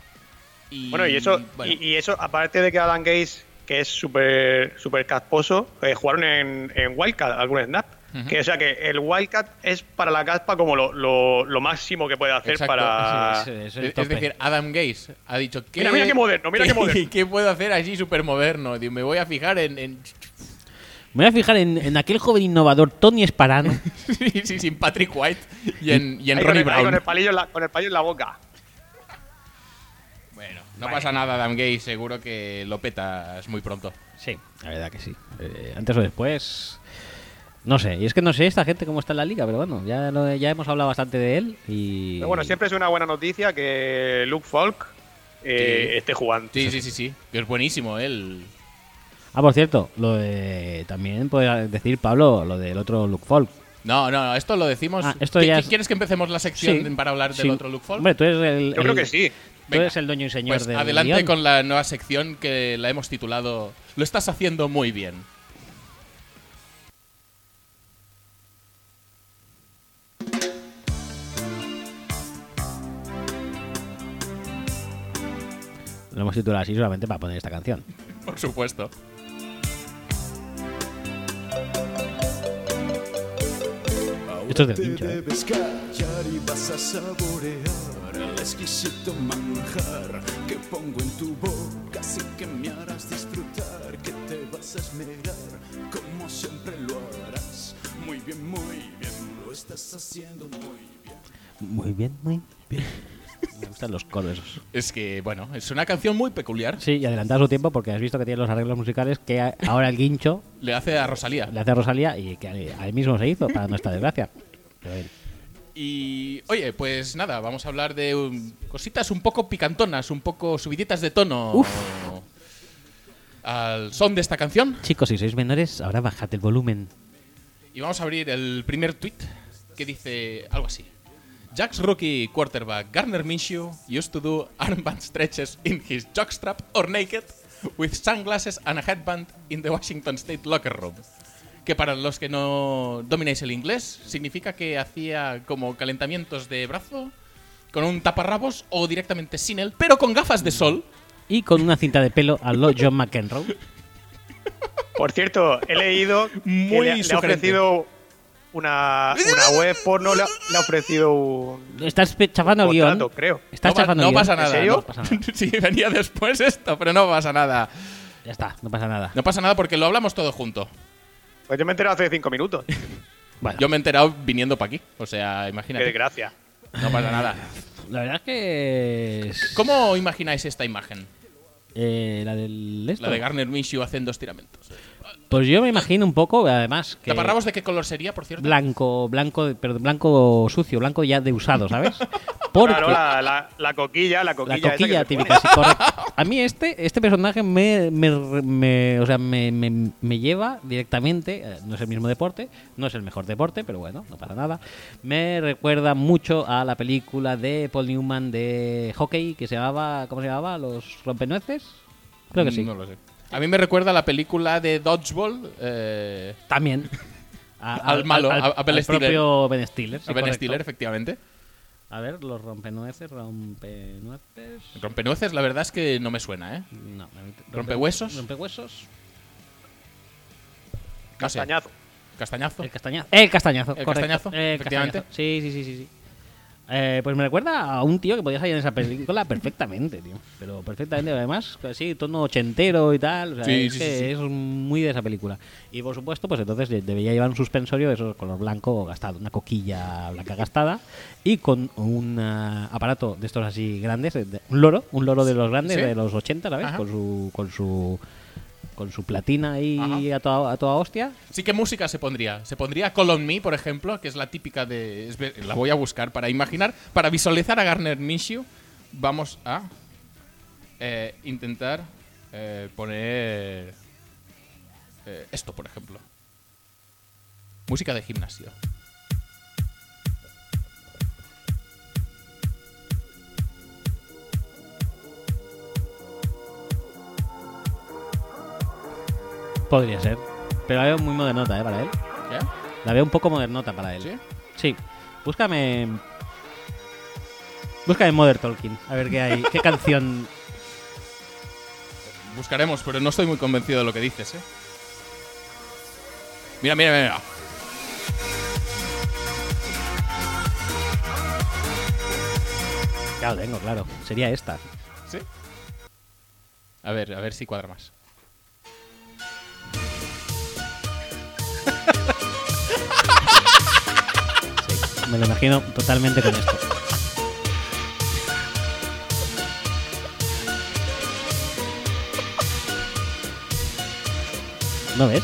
Speaker 2: Y,
Speaker 3: Bueno, y eso,
Speaker 2: bueno,
Speaker 3: y, y eso aparte de que Adam Gates, que es súper super casposo, eh, jugaron en, en Wildcat algún snap.
Speaker 2: Ujú.
Speaker 3: que, o sea que el Wildcat es para la caspa como lo, lo- lo máximo que puede hacer
Speaker 2: Exacto,
Speaker 3: para.
Speaker 1: sí, sí, sí. es el
Speaker 2: Es, es
Speaker 1: tope.
Speaker 2: decir, Adam Gaze ha dicho que.
Speaker 3: Mira, mira qué moderno, mira qué moderno.
Speaker 2: ¿Qué puedo hacer allí súper moderno? Me voy a fijar en. en-
Speaker 1: Me voy a fijar en, en aquel joven innovador Tony Esparano.
Speaker 2: sí, sí, sin Patrick White y en, y en
Speaker 3: Ahí con,
Speaker 2: Ronnie
Speaker 3: el, ahí
Speaker 2: Brown.
Speaker 3: con el palillo en la, con el palillo en la boca.
Speaker 2: Bueno, no pasa nada, Adam Gaze. Seguro que lo petas muy pronto.
Speaker 1: sí, la verdad que sí. Eh, antes o después. No sé, y es que no sé esta gente cómo está en la liga, pero bueno, ya, lo- ya hemos hablado bastante de él y...
Speaker 3: Pero bueno, siempre es una buena noticia que Luke Falk eh,
Speaker 2: Sí.
Speaker 3: esté jugando.
Speaker 2: Sí, sí, sí, sí. Que es buenísimo él.
Speaker 1: Ah, por cierto, lo de... También puedes decir, Pablo, lo del otro Luke Folk.
Speaker 2: No, no, no, esto lo decimos.
Speaker 1: Ah, esto
Speaker 2: ¿Qui-
Speaker 1: ya
Speaker 2: qui-
Speaker 1: es-
Speaker 2: ¿Quieres que empecemos la sección
Speaker 1: Sí,
Speaker 2: para hablar
Speaker 1: sí.
Speaker 2: del otro Luke Falk?
Speaker 1: Hombre, tú eres el.
Speaker 3: Yo creo que sí.
Speaker 1: Tú
Speaker 2: Venga.
Speaker 1: eres el dueño y señor
Speaker 2: pues
Speaker 1: del
Speaker 2: adelante
Speaker 1: guión.
Speaker 2: con la nueva sección que la hemos titulado Lo estás haciendo muy bien.
Speaker 1: Lo hemos titulado así solamente para poner esta canción.
Speaker 2: Por supuesto.
Speaker 1: Esto es del
Speaker 5: Te
Speaker 1: pincho, ¿eh?
Speaker 5: debes callar y vas a saborear el exquisito manjar que pongo en tu boca, así que me harás disfrutar, que te vas a esmerar, como siempre lo harás. Muy bien, muy bien, lo estás haciendo muy bien.
Speaker 1: Muy bien, muy bien. Me gustan los coros.
Speaker 2: Es que, bueno, es una canción muy peculiar.
Speaker 1: Sí, y adelantar su tiempo porque has visto que tiene los arreglos musicales que a- ahora el guincho
Speaker 2: Le hace a Rosalía.
Speaker 1: le hace a Rosalía y que a él mismo se hizo, para nuestra desgracia. Pero bien.
Speaker 2: Y, oye, pues nada, vamos a hablar de um, cositas un poco picantonas, un poco subiditas de tono. Al son de esta canción.
Speaker 1: Chicos, si sois menores, ahora bajad el volumen.
Speaker 2: Y vamos a abrir el primer tweet que dice algo así. Jack's rookie quarterback Garner Minshew used to do armband stretches in his jockstrap or naked with sunglasses and a headband in the Washington State locker room. que para los que no domináis el inglés, significa que hacía como calentamientos de brazo con un taparrabos o directamente sin él, pero con gafas de sol.
Speaker 1: Y con una cinta de pelo a lo John McEnroe.
Speaker 3: Por cierto, he leído que
Speaker 2: Muy
Speaker 3: le, ha- le ha
Speaker 2: sugerente.
Speaker 3: ofrecido una, una web porno, le ha, le ha ofrecido un
Speaker 1: Estás pe- chafando el guión.
Speaker 3: contrato, creo.
Speaker 1: Estás
Speaker 2: no, pa-
Speaker 1: chafando
Speaker 2: no
Speaker 1: el guión.
Speaker 2: pasa nada.
Speaker 3: ¿En serio?
Speaker 1: No pasa nada.
Speaker 2: sí, venía después esto, pero no pasa nada.
Speaker 1: Ya está, no pasa nada.
Speaker 2: No pasa nada porque lo hablamos todo junto.
Speaker 3: Pues yo me he enterado hace cinco minutos.
Speaker 1: Bueno,
Speaker 2: Yo me he enterado viniendo para aquí. O sea,
Speaker 3: Qué
Speaker 2: imagínate.
Speaker 3: desgracia.
Speaker 2: No pasa nada.
Speaker 1: la verdad es que. es-
Speaker 2: ¿Cómo imagináis esta imagen?
Speaker 1: eh, la del. esto.
Speaker 2: La de Garner Minshew haciendo estiramientos.
Speaker 1: pues yo me imagino un poco, además. que
Speaker 2: ¿Taparrabos de qué color sería, por cierto?
Speaker 1: Blanco, blanco, pero blanco sucio, blanco ya de usado, ¿sabes? Porque
Speaker 3: Claro, la, la- la coquilla, la coquilla.
Speaker 1: la
Speaker 3: esa que
Speaker 1: coquilla
Speaker 3: te ponen.
Speaker 1: típica, sí, correcto. A mí este, este personaje me, me- me- o sea, me, me- me lleva directamente, eh, no es el mismo deporte, no es el mejor deporte, pero bueno, no para nada. Me recuerda mucho a la película de Paul Newman de hockey que se llamaba, ¿cómo se llamaba? ¿Los rompenueces? Creo que sí.
Speaker 2: Mm, No lo sé. A mí me recuerda a la película de Dodgeball. eh,
Speaker 1: También. A-
Speaker 2: Al malo, a- a Ben
Speaker 1: al
Speaker 2: Stiller.
Speaker 1: propio Ben Stiller. sí,
Speaker 2: a ben
Speaker 1: correcto.
Speaker 2: Stiller, efectivamente.
Speaker 1: A ver, los rompenueces, rompenueces.
Speaker 2: Rompenueces, la verdad es que no me suena, ¿eh?
Speaker 1: No,
Speaker 2: ¿Rompehuesos?
Speaker 1: Rompehuesos.
Speaker 2: No sé.
Speaker 3: Castañazo.
Speaker 2: Castañazo.
Speaker 1: El castañazo. El castañazo,
Speaker 2: El
Speaker 1: correcto.
Speaker 2: castañazo,
Speaker 1: El
Speaker 2: efectivamente.
Speaker 1: castañazo. Sí, sí, sí, sí. sí. Eh, pues me recuerda a un tío que podía salir en esa película perfectamente, tío. Pero perfectamente, además, así, tono ochentero y tal. O sea,
Speaker 2: Sí,
Speaker 1: es
Speaker 2: sí,
Speaker 1: que
Speaker 2: sí, sí.
Speaker 1: es muy de esa película. Y por supuesto, pues entonces de- debería llevar un suspensorio de esos color blanco gastado, una coquilla blanca gastada. Y con un ah, aparato de estos así grandes, eh, de- un loro, un loro de los grandes,
Speaker 2: Sí.
Speaker 1: de los 80, ¿sabes?
Speaker 2: Ajá.
Speaker 1: Con su, con su con su platina ahí
Speaker 2: Ajá.
Speaker 1: a toda, a toda hostia.
Speaker 2: Sí, ¿qué música se pondría? Se pondría Call on Me, por ejemplo, que es la típica de... es ver- La voy a buscar para imaginar. Para visualizar a Garner Minshew, vamos a eh, intentar eh, poner eh, esto, por ejemplo. Música de gimnasio.
Speaker 1: Podría ser. Pero la veo muy modernota, ¿eh? Para él.
Speaker 2: ¿Ya?
Speaker 1: La veo un poco modernota para él.
Speaker 2: ¿Sí?
Speaker 1: Sí. Búscame. Búscame Mother Tolkien. A ver qué hay. ¿Qué canción?
Speaker 2: Buscaremos, pero no estoy muy convencido de lo que dices, ¿eh? Mira, mira, mira. mira.
Speaker 1: Ya lo tengo, claro. Sería esta.
Speaker 2: ¿Sí? A ver, a ver si cuadra más.
Speaker 1: Sí. Me lo imagino totalmente con esto. ¿No ves?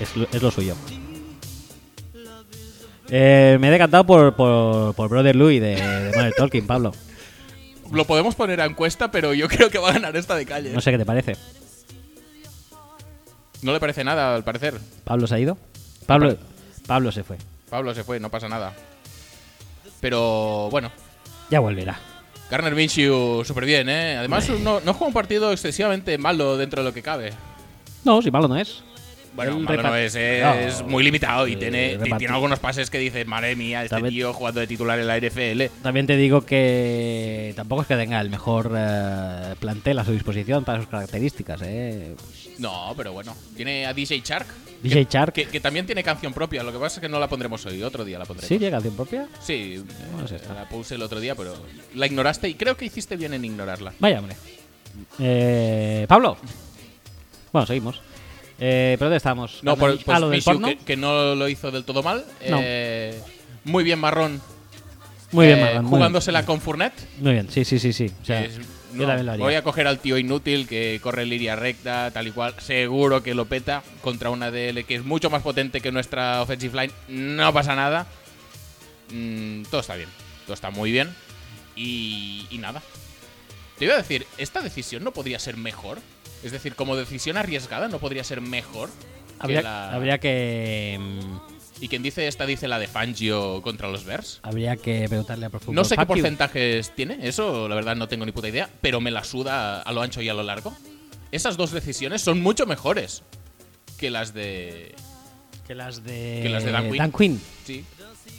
Speaker 1: Es lo, es lo suyo. Eh, me he decantado por, por, por Brother Louis de, de Mother Tolkien, Pablo.
Speaker 2: Lo podemos poner a encuesta, pero yo creo que va a ganar esta de calle.
Speaker 1: No sé qué te parece.
Speaker 2: No le parece nada, al parecer.
Speaker 1: ¿Pablo se ha ido? Pablo, Pablo se fue.
Speaker 2: Pablo se fue, no pasa nada. Pero bueno,
Speaker 1: Ya volverá.
Speaker 2: Garner Minshew súper bien, ¿eh? Además, no, no juega un partido excesivamente malo dentro de lo que cabe.
Speaker 1: No, si Pablo no es.
Speaker 2: Bueno,
Speaker 1: Él
Speaker 2: malo no
Speaker 1: repa-
Speaker 2: es, eh,
Speaker 1: No,
Speaker 2: es muy limitado y
Speaker 1: eh,
Speaker 2: tiene, ti-
Speaker 1: repartir.
Speaker 2: tiene algunos pases que dices, madre mía, este
Speaker 1: También-
Speaker 2: tío jugando de titular en la NFL.
Speaker 1: También te digo que tampoco es que tenga el mejor eh, plantel a su disposición para sus características. ¿eh?
Speaker 2: No, pero bueno, tiene a DJ Shark,
Speaker 1: DJ Shark.
Speaker 2: que, que también tiene canción propia. Lo que pasa es que no la pondremos hoy, otro día la pondremos.
Speaker 1: ¿Sí? ¿Tiene canción propia?
Speaker 2: Sí,
Speaker 1: No sé,
Speaker 2: eh,
Speaker 1: está.
Speaker 2: la puse el otro día, pero la ignoraste y creo que hiciste bien en ignorarla.
Speaker 1: Vaya, hombre. Eh, Pablo. Bueno, seguimos. Eh, ¿Pero dónde estamos?
Speaker 2: No, por, pues
Speaker 1: ah, lo del
Speaker 2: Pichu,
Speaker 1: porno.
Speaker 2: Que, que no lo hizo del todo mal.
Speaker 1: No.
Speaker 2: Eh, muy bien Marrón.
Speaker 1: Muy bien,
Speaker 2: eh,
Speaker 1: Marlon, muy
Speaker 2: Jugándosela
Speaker 1: bien.
Speaker 2: con Fournette.
Speaker 1: Muy bien, sí, sí, sí. sí. O sea,
Speaker 2: Es-
Speaker 1: yo
Speaker 2: no,
Speaker 1: también lo haría.
Speaker 2: voy a coger al tío inútil que corre línea recta, tal y cual. Seguro que lo peta contra una DL que es mucho más potente que nuestra offensive line. No pasa nada. Mm, todo está bien. Todo está muy bien. Y, y nada. Te iba a decir, ¿esta decisión no podría ser mejor? Es decir, como decisión arriesgada, ¿no podría ser mejor? que
Speaker 1: habría,
Speaker 2: la-
Speaker 1: habría que. mm,
Speaker 2: Y quien dice esta dice la de Fangio contra los Bears.
Speaker 1: Habría que preguntarle a Profundo.
Speaker 2: No sé qué porcentajes tiene, eso la verdad no tengo ni puta idea, pero me la suda a lo ancho y a lo largo. Esas dos decisiones son mucho mejores que las de.
Speaker 1: Que las de,
Speaker 2: Que las de Dan Quinn.
Speaker 1: Dan Quinn.
Speaker 2: Sí.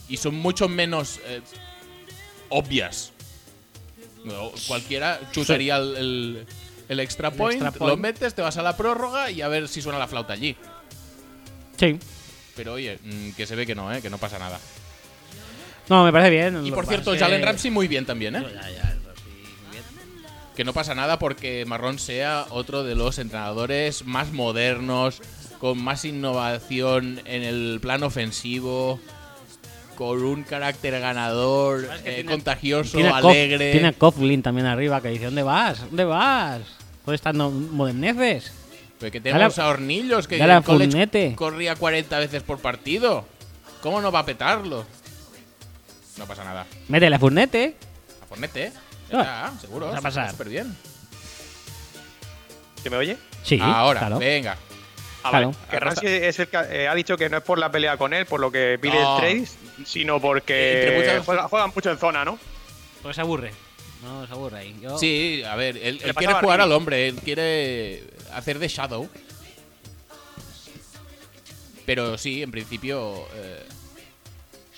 Speaker 2: Y son mucho menos eh, obvias. No, cualquiera chusaría el, el- el extra point,
Speaker 1: extra point.
Speaker 2: lo metes, te vas a la prórroga y a ver si suena la flauta allí.
Speaker 1: Sí.
Speaker 2: Pero oye, mm, que se ve que no, ¿eh? que no pasa nada.
Speaker 1: No, me parece bien.
Speaker 2: Y
Speaker 1: Lo
Speaker 2: por
Speaker 1: que
Speaker 2: cierto,
Speaker 1: pasa es
Speaker 2: Jalen
Speaker 1: que-
Speaker 2: Ramsey muy bien también, ¿eh?
Speaker 1: Ya, ya, eso sí, muy bien.
Speaker 2: Que no pasa nada porque Marrón sea otro de los entrenadores más modernos, con más innovación en el plan ofensivo, con un carácter ganador,
Speaker 1: Además que
Speaker 2: eh,
Speaker 1: tiene-
Speaker 2: contagioso,
Speaker 1: Tiene a, Kof-
Speaker 2: alegre.
Speaker 1: tiene a Coughlin también arriba que dice, ¿dónde vas? ¿Dónde vas? ¿Dónde están no- moderneces?
Speaker 2: Pero que tenemos
Speaker 1: Dale
Speaker 2: a Hornillos que
Speaker 1: dale
Speaker 2: en
Speaker 1: a
Speaker 2: college
Speaker 1: Fulnete.
Speaker 2: corría 40 veces por partido. ¿Cómo no va a petarlo? No pasa nada.
Speaker 1: Métele a Furnete.
Speaker 2: A Fornete, ¿eh? Ya
Speaker 1: Ah,
Speaker 2: está, seguro.
Speaker 1: vas a pasar.
Speaker 2: Súper bien.
Speaker 3: ¿Se me oye?
Speaker 1: Sí,
Speaker 2: Ahora,
Speaker 1: claro.
Speaker 2: venga.
Speaker 3: Ah,
Speaker 1: Claro.
Speaker 3: vale. Que Ramsey es el que eh, ha dicho que no es por la pelea con él, por lo que pide
Speaker 2: No.
Speaker 3: el trade, sino porque
Speaker 2: Entre muchas-
Speaker 3: juega- juegan mucho en zona, ¿no?
Speaker 1: Pues se aburre. No, se aburre ahí. Yo-
Speaker 2: Sí, a ver, él,
Speaker 3: Le
Speaker 2: él quiere
Speaker 3: pasaba
Speaker 2: jugar
Speaker 3: arriba.
Speaker 2: al hombre, él quiere hacer de Shadow. Pero sí, en principio eh,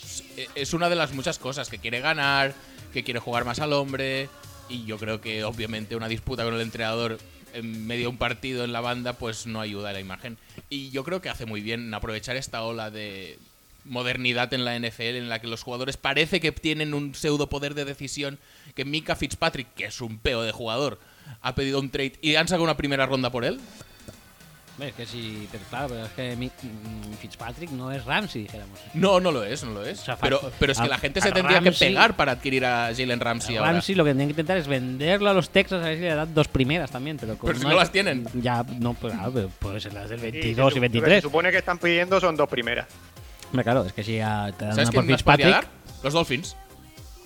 Speaker 2: es- eh, es una de las muchas cosas que quiere ganar, que quiere jugar más al hombre y yo creo que obviamente una disputa con el entrenador en medio de un partido en la banda pues no ayuda a la imagen. Y yo creo que hace muy bien en aprovechar esta ola de modernidad en la NFL en la que los jugadores parece que tienen un pseudo poder de decisión que Mika Fitzpatrick, que es un peo de jugador, ha pedido un trade y han sacado una primera ronda por él.
Speaker 1: Hombre, Es que sí, pero claro, pero es que mi- mm, Fitzpatrick no es Ramsey, dijéramos.
Speaker 2: No, no lo es, no lo es.
Speaker 1: sea,
Speaker 2: pero,
Speaker 1: fa-
Speaker 2: pero es que
Speaker 1: a-
Speaker 2: la gente
Speaker 1: a
Speaker 2: se tendría que
Speaker 1: Ramsey-
Speaker 2: pegar para adquirir a Jalen Ramsey ahora.
Speaker 1: Ramsey lo que tendrían que intentar es venderlo a los Texas a ver si le dan dos primeras también. Pero, como
Speaker 2: Pero si no las tienen.
Speaker 1: Ya, no, pues claro, pero puede ser las del
Speaker 3: Y
Speaker 1: 22
Speaker 3: se
Speaker 1: y
Speaker 3: su- Se
Speaker 1: 23.
Speaker 3: supone que están pidiendo son dos primeras.
Speaker 1: Hombre, claro, es que si ah, te dan
Speaker 2: ¿Sabes
Speaker 1: una por
Speaker 2: quién las podría
Speaker 1: Fitzpatrick.
Speaker 2: dar? Los Dolphins.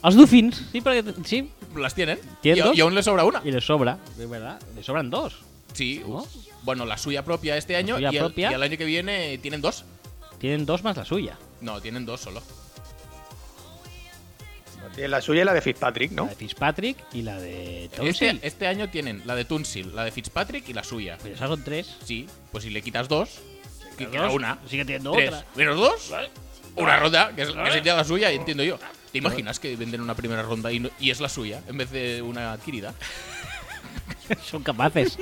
Speaker 1: A los Dolphins, sí, porque, sí,
Speaker 2: Las tienen. Y,
Speaker 1: ¿Tienen dos?
Speaker 2: y aún le sobra una.
Speaker 1: y le sobra, de verdad, le sobran dos.
Speaker 2: Sí.
Speaker 1: ¿No?
Speaker 2: Bueno, la suya propia este año
Speaker 1: suya
Speaker 2: y, el,
Speaker 1: propia?
Speaker 2: y el año que viene tienen dos.
Speaker 1: Tienen dos más la suya.
Speaker 2: No, tienen dos solo.
Speaker 3: Eh, La suya y la de Fitzpatrick, ¿no?
Speaker 1: La de Fitzpatrick y la de Townsend.
Speaker 2: Este, este año tienen la de Tunsil, la de Fitzpatrick y la suya.
Speaker 1: Pero esas son tres.
Speaker 2: Sí, pues si le quitas dos, que queda
Speaker 1: Dos,
Speaker 2: una.
Speaker 1: Sigue teniendo
Speaker 2: Tres
Speaker 1: otra.
Speaker 2: menos dos, una ronda, que, es- que sería la suya, entiendo yo. ¿Te imaginas que venden una primera ronda y, no- y es la suya en vez de una adquirida?
Speaker 1: Son capaces.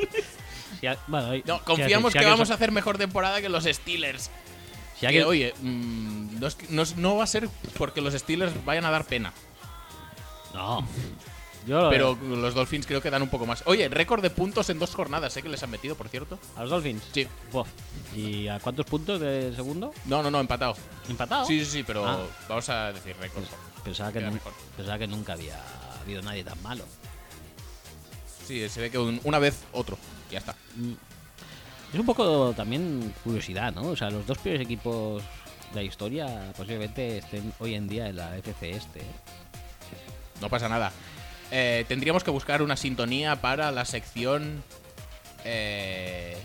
Speaker 1: Si ha- bueno, oye,
Speaker 2: No,
Speaker 1: si
Speaker 2: confiamos
Speaker 1: alguien-
Speaker 2: que
Speaker 1: si alguien
Speaker 2: vamos
Speaker 1: so-
Speaker 2: a hacer mejor temporada que los Steelers.
Speaker 1: si
Speaker 2: Que,
Speaker 1: alguien-
Speaker 2: oye, mm, no, es que- no es- no va a ser porque los Steelers vayan a dar pena,
Speaker 1: No. Yo lo
Speaker 2: pero los Dolphins creo que dan un poco más. Oye, récord de puntos en dos jornadas, sé que les han metido, por cierto.
Speaker 1: ¿A los Dolphins?
Speaker 2: Sí.
Speaker 1: Buah. ¿Y a cuántos puntos de segundo?
Speaker 2: No, no, no, empatado.
Speaker 1: ¿Empatado?
Speaker 2: Sí, sí, sí, pero
Speaker 1: Ah.
Speaker 2: vamos a decir récord.
Speaker 1: Pensaba que,
Speaker 2: Queda
Speaker 1: nun-
Speaker 2: mejor.
Speaker 1: pensaba que nunca había habido nadie tan malo.
Speaker 2: Sí, se ve que un- una vez otro, ya está.
Speaker 1: Es un poco también curiosidad, ¿no? O sea, los dos peores equipos de la historia posiblemente estén hoy en día en la FC este. ¿eh?
Speaker 2: No pasa nada. Eh, tendríamos que buscar una sintonía para la sección. eh,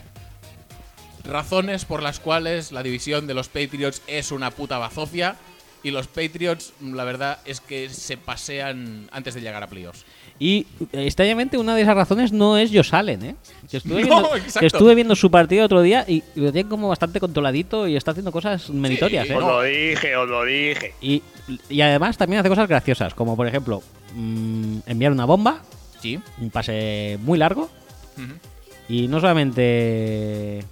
Speaker 2: razones por las cuales la división de los Patriots es una puta bazofia. Y los Patriots, la verdad, es que se pasean antes de llegar a playoffs.
Speaker 1: Y eh, extrañamente una de esas razones no es Josh Allen, ¿eh? Que estuve,
Speaker 2: No,
Speaker 1: viendo,
Speaker 2: exacto.
Speaker 1: que estuve viendo su partido otro día y y lo tiene como bastante controladito y está haciendo cosas meritorias,
Speaker 2: Sí,
Speaker 1: ¿eh?
Speaker 3: Os
Speaker 2: no.
Speaker 3: lo dije, os lo dije.
Speaker 1: Y, y además también hace cosas graciosas, como por ejemplo mm, enviar una bomba,
Speaker 2: Sí.
Speaker 1: un pase muy largo
Speaker 2: Ujú.
Speaker 1: y no solamente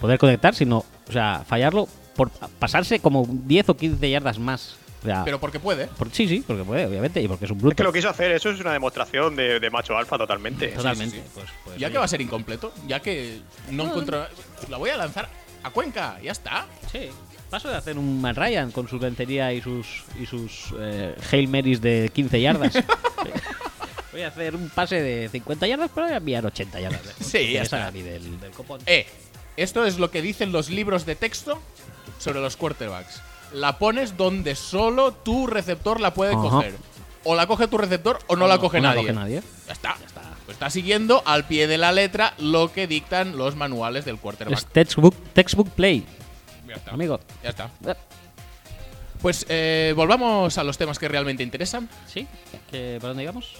Speaker 1: poder conectar, sino, o sea, fallarlo por pasarse como 10 o 15 yardas más. O sea,
Speaker 2: Pero porque puede.
Speaker 1: por- sí, sí, porque puede, obviamente, y porque es un
Speaker 3: Es que
Speaker 1: bruto.
Speaker 3: lo quiso hacer, eso es una demostración de, de macho alfa totalmente.
Speaker 1: Totalmente.
Speaker 2: Sí, sí, sí.
Speaker 1: Pues, pues,
Speaker 2: Ya
Speaker 1: oye,
Speaker 2: que va a ser incompleto. Ya que no encuentro. La voy a lanzar a Cuenca. Ya está.
Speaker 1: Sí. Paso de hacer un Matt Ryan con su lencería y sus y sus eh, Hail Marys de 15 yardas. Voy a hacer un pase de 50 yardas, pero voy a enviar 80 yardas.
Speaker 2: Sí, ya
Speaker 1: ya
Speaker 2: está.
Speaker 1: está. Del, del copón.
Speaker 2: Eh, esto es lo que dicen los libros de texto sobre los quarterbacks. La pones donde solo tu receptor la puede
Speaker 1: Ajá.
Speaker 2: coger. O la coge tu receptor o no, la coge
Speaker 1: no
Speaker 2: nadie.
Speaker 1: La
Speaker 2: eh.
Speaker 1: coge nadie.
Speaker 2: Ya está.
Speaker 1: Ya está.
Speaker 2: Pues está siguiendo al pie de la letra lo que dictan los manuales del quarterback.
Speaker 1: Es textbook, textbook play,
Speaker 2: Ya está.
Speaker 1: amigo.
Speaker 2: Ya está.
Speaker 1: Eh,
Speaker 2: Pues eh, volvamos a los temas que realmente interesan.
Speaker 1: ¿Sí? ¿Que- ¿Para dónde íbamos?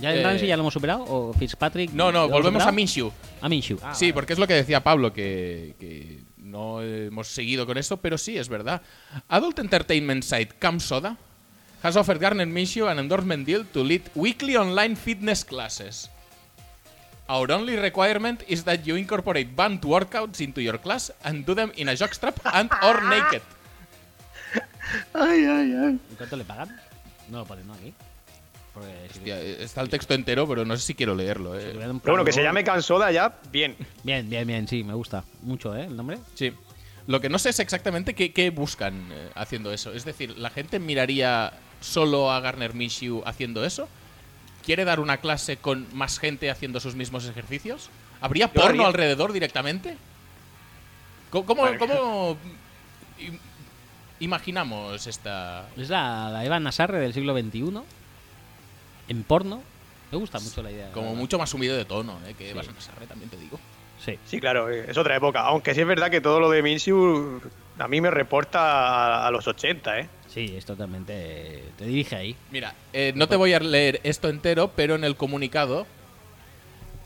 Speaker 1: ¿Ya de
Speaker 2: Eh,
Speaker 1: Ramsey ya lo hemos superado? ¿O Fitzpatrick?
Speaker 2: No,
Speaker 1: ¿lo
Speaker 2: no,
Speaker 1: hemos
Speaker 2: volvemos a
Speaker 1: superado?
Speaker 2: Minshew.
Speaker 1: A Minshew. Ah,
Speaker 2: sí, porque es lo que decía Pablo, que, que no hemos seguido con esto, pero sí, es verdad. Adult Entertainment site Camp Soda has offered Garner Minshew an endorsement deal to lead weekly online fitness classes. Our only requirement is that you incorporate band workouts into your class and do them in a jockstrap and or naked.
Speaker 3: Ay, ay, ay.
Speaker 1: Ah, ¿Y cuánto le pagan? No lo ponen, ¿no? Aquí. Porque si
Speaker 2: Hostia, eh, está el texto entero, pero no sé si quiero leerlo.
Speaker 1: si
Speaker 2: Eh.
Speaker 1: tuvieran un
Speaker 3: Pero bueno,
Speaker 1: programa-
Speaker 3: que se llame Cansoda ya, bien.
Speaker 1: Bien, bien, bien, sí, me gusta mucho, ¿eh? El nombre.
Speaker 2: Sí. Lo que no sé es exactamente qué, qué buscan eh, haciendo eso. Es decir, ¿la gente miraría solo a Garner Minshew haciendo eso? ¿Quiere dar una clase con más gente haciendo sus mismos ejercicios? ¿Habría
Speaker 3: Yo
Speaker 2: porno
Speaker 3: haría-
Speaker 2: alrededor directamente? ¿Cómo, cómo-
Speaker 3: Madre mía.
Speaker 2: cómo im- imaginamos esta...?
Speaker 1: Es la, la Eva Nasarre del siglo XXI. En porno. Me gusta mucho la idea. la
Speaker 2: Como
Speaker 1: verdad.
Speaker 2: mucho más subido de tono, ¿eh? que vas a pasar, también te digo.
Speaker 1: Sí.
Speaker 3: Sí, claro, eh, es otra época. Aunque sí es verdad que todo lo de Minshew a mí me reporta a, a los 80, ¿eh?
Speaker 1: Sí, es totalmente. Te dirige ahí.
Speaker 2: Mira, eh, no te
Speaker 1: pues
Speaker 2: voy a leer esto entero, pero en el comunicado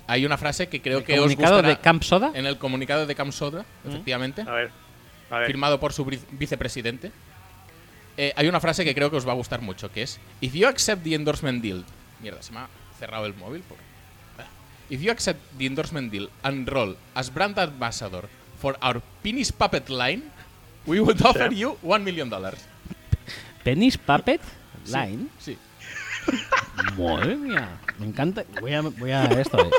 Speaker 2: hay una frase que creo
Speaker 1: El
Speaker 2: que os
Speaker 1: comunicado
Speaker 2: gustará.
Speaker 1: de Camp Soda.
Speaker 2: En el comunicado de Camp Soda, efectivamente,
Speaker 3: A ver. A ver.
Speaker 2: firmado por su vice- vicepresidente, eh, hay una frase que creo que os va a gustar mucho, que es If you accept the endorsement deal... Mierda, se me ha cerrado el móvil. por- Ah. If you accept the endorsement deal and roll as brand ambassador for our penis puppet line, we would offer you one million dollars.
Speaker 1: Penis Puppet Line.
Speaker 2: Sí.
Speaker 1: Madre mía. Me encanta. Voy a, voy a esto, eh.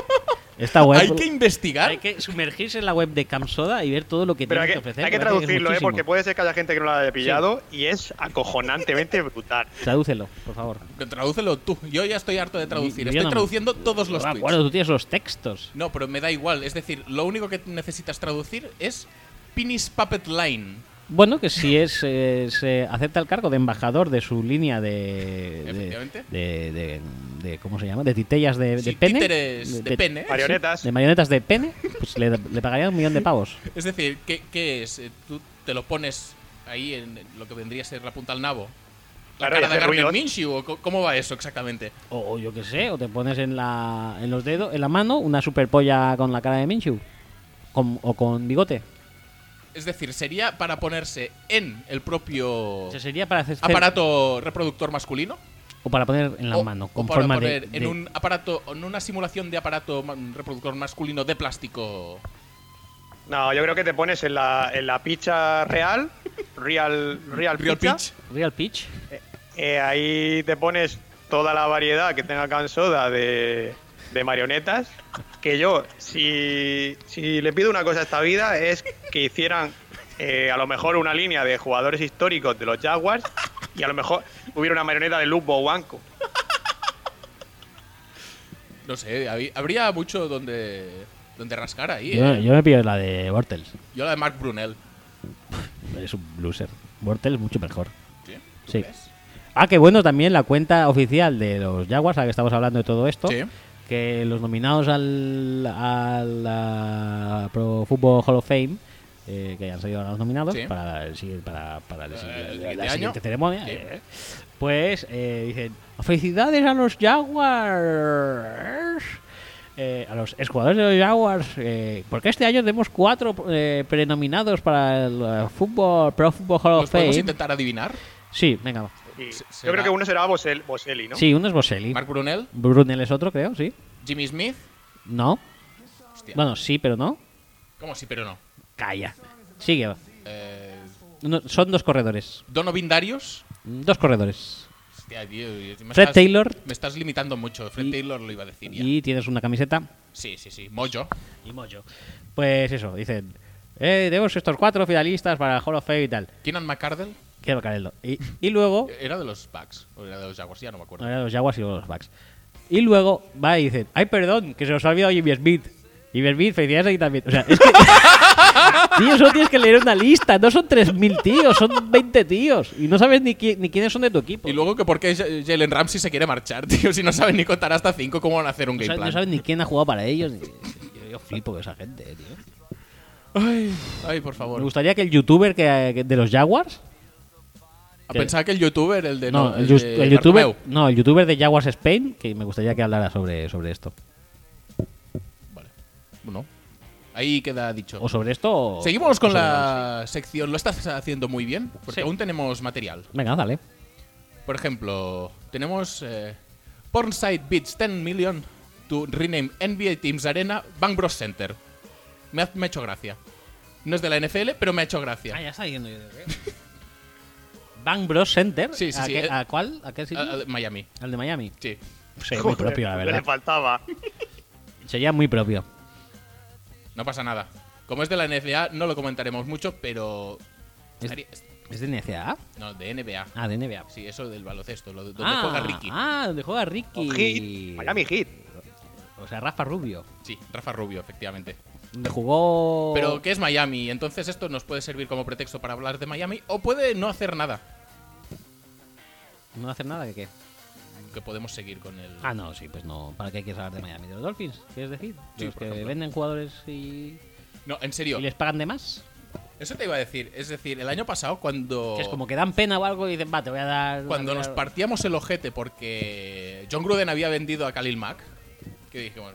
Speaker 1: Esta web.
Speaker 2: Hay que investigar.
Speaker 1: Hay que sumergirse en la web de Camp Soda y ver todo lo que
Speaker 3: Pero
Speaker 1: tiene
Speaker 3: hay
Speaker 1: que
Speaker 3: que,
Speaker 1: ofrecer.
Speaker 3: hay que
Speaker 1: me parece es
Speaker 3: traducirlo, ¿eh?
Speaker 1: muchísimo.
Speaker 3: Porque puede ser que haya gente que no la haya pillado y es acojonantemente brutal.
Speaker 1: Tradúcelo, por favor.
Speaker 2: Tradúcelo tú. Yo ya estoy harto de traducir.
Speaker 1: Yo- yo
Speaker 2: Estoy
Speaker 1: no me-
Speaker 2: traduciendo todos los
Speaker 1: No me
Speaker 2: tweets.
Speaker 1: acuerdo, tú tienes los textos.
Speaker 2: No, pero me da igual. Es decir, lo único que necesitas traducir es Penis Puppet Line.
Speaker 1: Bueno, que si es, eh, se acepta el cargo de embajador de su línea de. de-
Speaker 2: Efectivamente.
Speaker 1: De, de- de- ¿Cómo se llama? De titellas de, de
Speaker 2: Sí,
Speaker 1: pene.
Speaker 2: títeres de pene.
Speaker 3: Marionetas.
Speaker 1: sí, de marionetas de pene. Pues le, le pagaría un millón de pavos.
Speaker 2: Es decir, ¿qué, qué es? Eh, Tú te lo pones ahí en lo que vendría a ser la punta al nabo. La
Speaker 3: Claro,
Speaker 2: cara
Speaker 3: y
Speaker 2: de
Speaker 3: hacer
Speaker 2: Garner
Speaker 3: ruidos.
Speaker 2: Minshew, ¿o co- ¿cómo va eso exactamente?
Speaker 1: O, o yo qué sé, o te pones en, la, en los dedos, en la mano, una super polla con la cara de Minshew. Con- o con bigote.
Speaker 2: Es decir, sería para ponerse en el propio
Speaker 1: Eso sería para hacer.
Speaker 2: aparato reproductor masculino
Speaker 1: O para poner en la
Speaker 2: o,
Speaker 1: mano,
Speaker 2: o
Speaker 1: con
Speaker 2: para
Speaker 1: forma
Speaker 2: poner
Speaker 1: de.
Speaker 2: en
Speaker 1: de-
Speaker 2: un aparato, en una simulación de aparato ma- reproductor masculino de plástico.
Speaker 3: No, yo creo que te pones en la, en la picha real, real, real,
Speaker 2: Real
Speaker 3: picha,
Speaker 2: pitch.
Speaker 1: Real pitch.
Speaker 3: eh, ahí te pones toda la variedad que tenga Cansoda de, de marionetas. Que yo, si, si le pido una cosa a esta vida, es que hicieran eh, a lo mejor una línea de jugadores históricos de los Jaguars y a lo mejor hubiera una marioneta de Luke Bowanko.
Speaker 2: No sé, hab- habría mucho donde, donde rascar ahí. ¿eh?
Speaker 1: Yo, yo me pido la de Bortles.
Speaker 2: Yo la de Mark Brunel.
Speaker 1: Es un loser. Bortel es mucho mejor.
Speaker 2: ¿Sí? ¿Tú
Speaker 1: Sí.
Speaker 2: crees?
Speaker 1: Ah, que bueno, también la cuenta oficial de los Jaguars, ahora que estamos hablando de todo esto,
Speaker 2: Sí.
Speaker 1: que los nominados al, al ah, Pro Football Hall of Fame, eh, que ya han salido ahora los nominados
Speaker 2: Sí.
Speaker 1: para, el sigui- para, para el
Speaker 2: Eh,
Speaker 1: sigui-
Speaker 2: el
Speaker 1: la-
Speaker 2: siguiente
Speaker 1: la
Speaker 2: año.
Speaker 1: siguiente ceremonia,
Speaker 2: Sí.
Speaker 1: eh, pues eh, dicen, felicidades a los Jaguars. eh, a los exjugadores de los Jaguars, eh, porque este año tenemos cuatro eh, prenominados para el eh, fútbol, Pro Football Hall
Speaker 2: ¿Los
Speaker 1: of Oh, Fame.
Speaker 2: podemos intentar adivinar?
Speaker 1: Sí, venga. va.
Speaker 3: Y
Speaker 2: Se-
Speaker 3: yo
Speaker 2: será-
Speaker 3: creo que uno será Bosel- Boselli, ¿no?
Speaker 1: Sí, uno es Boselli.
Speaker 2: Mark Brunel,
Speaker 1: Brunel es otro, creo, sí.
Speaker 2: Jimmy Smith.
Speaker 1: No.
Speaker 2: Hostia.
Speaker 1: Bueno, sí, pero no.
Speaker 2: ¿Cómo sí, pero no?
Speaker 1: Calla. Sigue. va.
Speaker 2: Eh,
Speaker 1: Uno- son dos corredores.
Speaker 2: Donovan Darius.
Speaker 1: Dos corredores.
Speaker 2: Hostia, tío, me
Speaker 1: Fred
Speaker 2: estás-
Speaker 1: Taylor.
Speaker 2: Me estás limitando mucho. Fred
Speaker 1: Y-
Speaker 2: Taylor lo iba a decir ya.
Speaker 1: Y tienes una camiseta.
Speaker 2: Sí, sí, sí. Mojo.
Speaker 1: Y mojo. Pues eso, dicen. Eh, tenemos estos cuatro finalistas para el Hall of Fame y tal.
Speaker 2: Keenan McCardell.
Speaker 1: Quiero cargarlo. Y, y luego.
Speaker 2: ¿Era de los Bucks? ¿O era de los Jaguars? Ya no me acuerdo.
Speaker 1: Ahora los Jaguars y luego los Bucks. Y luego va y dicen, ay, perdón, que se os ha olvidado Jimmy Smith. Jimmy Smith, felicidades aquí también. O sea, es que... tío, solo tienes que leer una lista. No son 3.000 tíos, son 20 tíos. Y no sabes ni, qui- ni quiénes son de tu equipo.
Speaker 2: Y luego que por qué J- Jalen Ramsey se quiere marchar, tío. Si no saben ni contar hasta 5, ¿cómo van a hacer un
Speaker 1: no,
Speaker 2: game
Speaker 1: sabes,
Speaker 2: plan?
Speaker 1: no sabes ni quién ha jugado para ellos. ni- Yo, yo flipo con esa gente, eh, tío.
Speaker 2: Ay, ay, por
Speaker 1: Me
Speaker 2: favor.
Speaker 1: gustaría que el youtuber que, que- de los Jaguars
Speaker 2: A pensar Ah, que el youtuber, el de.
Speaker 1: No,
Speaker 2: Eh, no,
Speaker 1: el, yus-
Speaker 2: de
Speaker 1: el youtuber,
Speaker 2: Bartomeu.
Speaker 1: no, el youtuber de Jaguars Spain, que me gustaría que hablara sobre, sobre esto.
Speaker 2: Vale. No. Ahí queda dicho.
Speaker 1: O sobre esto. o-
Speaker 2: Seguimos
Speaker 1: o
Speaker 2: con
Speaker 1: sobre-
Speaker 2: la sección. Lo estás haciendo muy bien, porque aún tenemos material.
Speaker 1: Venga, dale.
Speaker 2: Por ejemplo, tenemos eh, Pornside Beats 10 Million to rename NBA Teams Arena Bank Bros Center. Me ha, me ha hecho gracia. No es de la NFL, pero me ha hecho gracia.
Speaker 1: Ah, ya está yendo yo. Bank Bros Center.
Speaker 2: Sí, sí,
Speaker 1: ¿A,
Speaker 2: sí,
Speaker 1: qué-
Speaker 2: eh.
Speaker 1: ¿A cuál? ¿A qué sitio?
Speaker 2: Ah, ah, Miami,
Speaker 1: Al de Miami.
Speaker 2: sí.
Speaker 1: Sí, muy
Speaker 3: Joder,
Speaker 1: propio, la
Speaker 3: Le
Speaker 1: verdad.
Speaker 3: faltaba.
Speaker 1: Sería muy propio.
Speaker 2: No pasa nada. Como es de la NBA, no lo comentaremos mucho, pero.
Speaker 1: Es-
Speaker 2: Ari-
Speaker 1: ¿Es de NCAA?
Speaker 2: No, de NBA.
Speaker 1: Ah, de NBA.
Speaker 2: Sí, eso del baloncesto, lo de- donde
Speaker 1: ah,
Speaker 2: juega Ricky. Oh,
Speaker 1: Ah, donde juega
Speaker 3: O
Speaker 1: Ricky.
Speaker 3: Heat, Miami Heat.
Speaker 1: O sea, Rafa Rubio.
Speaker 2: Sí, Rafa Rubio, efectivamente.
Speaker 1: Donde jugó.
Speaker 2: Pero que es Miami, entonces esto nos puede servir como pretexto para hablar de Miami o puede no hacer nada.
Speaker 1: ¿No hacer nada? ¿Que qué?
Speaker 2: Que podemos seguir con el.
Speaker 1: Ah, no, sí, pues no. ¿Para qué quieres hablar de Miami? ¿De los Dolphins? ¿Quieres decir? ¿De
Speaker 2: Sí,
Speaker 1: los
Speaker 2: por
Speaker 1: que
Speaker 2: ejemplo.
Speaker 1: venden jugadores y,
Speaker 2: No, en serio.
Speaker 1: y les pagan de más?
Speaker 2: Eso te iba a decir. Es decir, el año pasado, cuando.
Speaker 1: Que es como que dan pena o algo y dicen, va, te voy a dar. una
Speaker 2: Cuando nos
Speaker 1: mierda.
Speaker 2: partíamos el ojete porque John Gruden había vendido a Khalil Mack, que dijimos,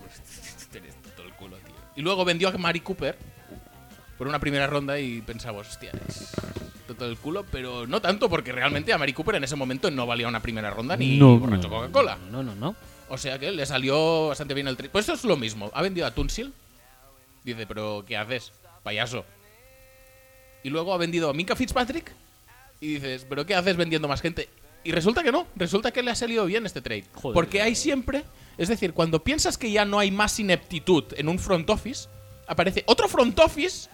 Speaker 2: tienes todo el culo, tío. Y luego vendió a Mari Cooper por una primera ronda y pensamos, hostia, es todo el culo, pero no tanto porque realmente a Mari Cooper en ese momento no valía una primera ronda ni borracho Coca-Cola.
Speaker 1: No, no, no.
Speaker 2: O sea que le salió bastante bien el tri. Pues eso es lo mismo. Ha vendido a Tunsil. Dice, pero ¿qué haces? Payaso. Y luego ha vendido a Minka Fitzpatrick. Y dices, ¿pero qué haces vendiendo más gente? Y resulta que no. Resulta que le ha salido bien este trade.
Speaker 1: Joder.
Speaker 2: Porque hay siempre. Es decir, cuando piensas que ya no hay más ineptitud en un front office, aparece otro front office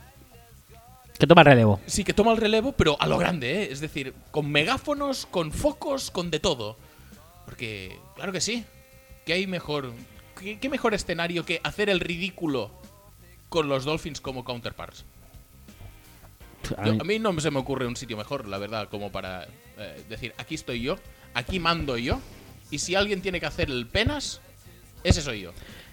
Speaker 1: Que toma el relevo.
Speaker 2: sí que toma el relevo, pero a lo grande, ¿eh? Es decir, con megáfonos, con focos, con de todo. Porque, claro que sí. ¿Qué hay mejor? ¿Qué, qué mejor escenario que hacer el ridículo con los Dolphins como counterparts? Yo- a mí no se me ocurre un sitio mejor, la verdad, como para eh, decir, aquí estoy yo, aquí mando yo, y si alguien tiene que hacer el penas, ese soy yo.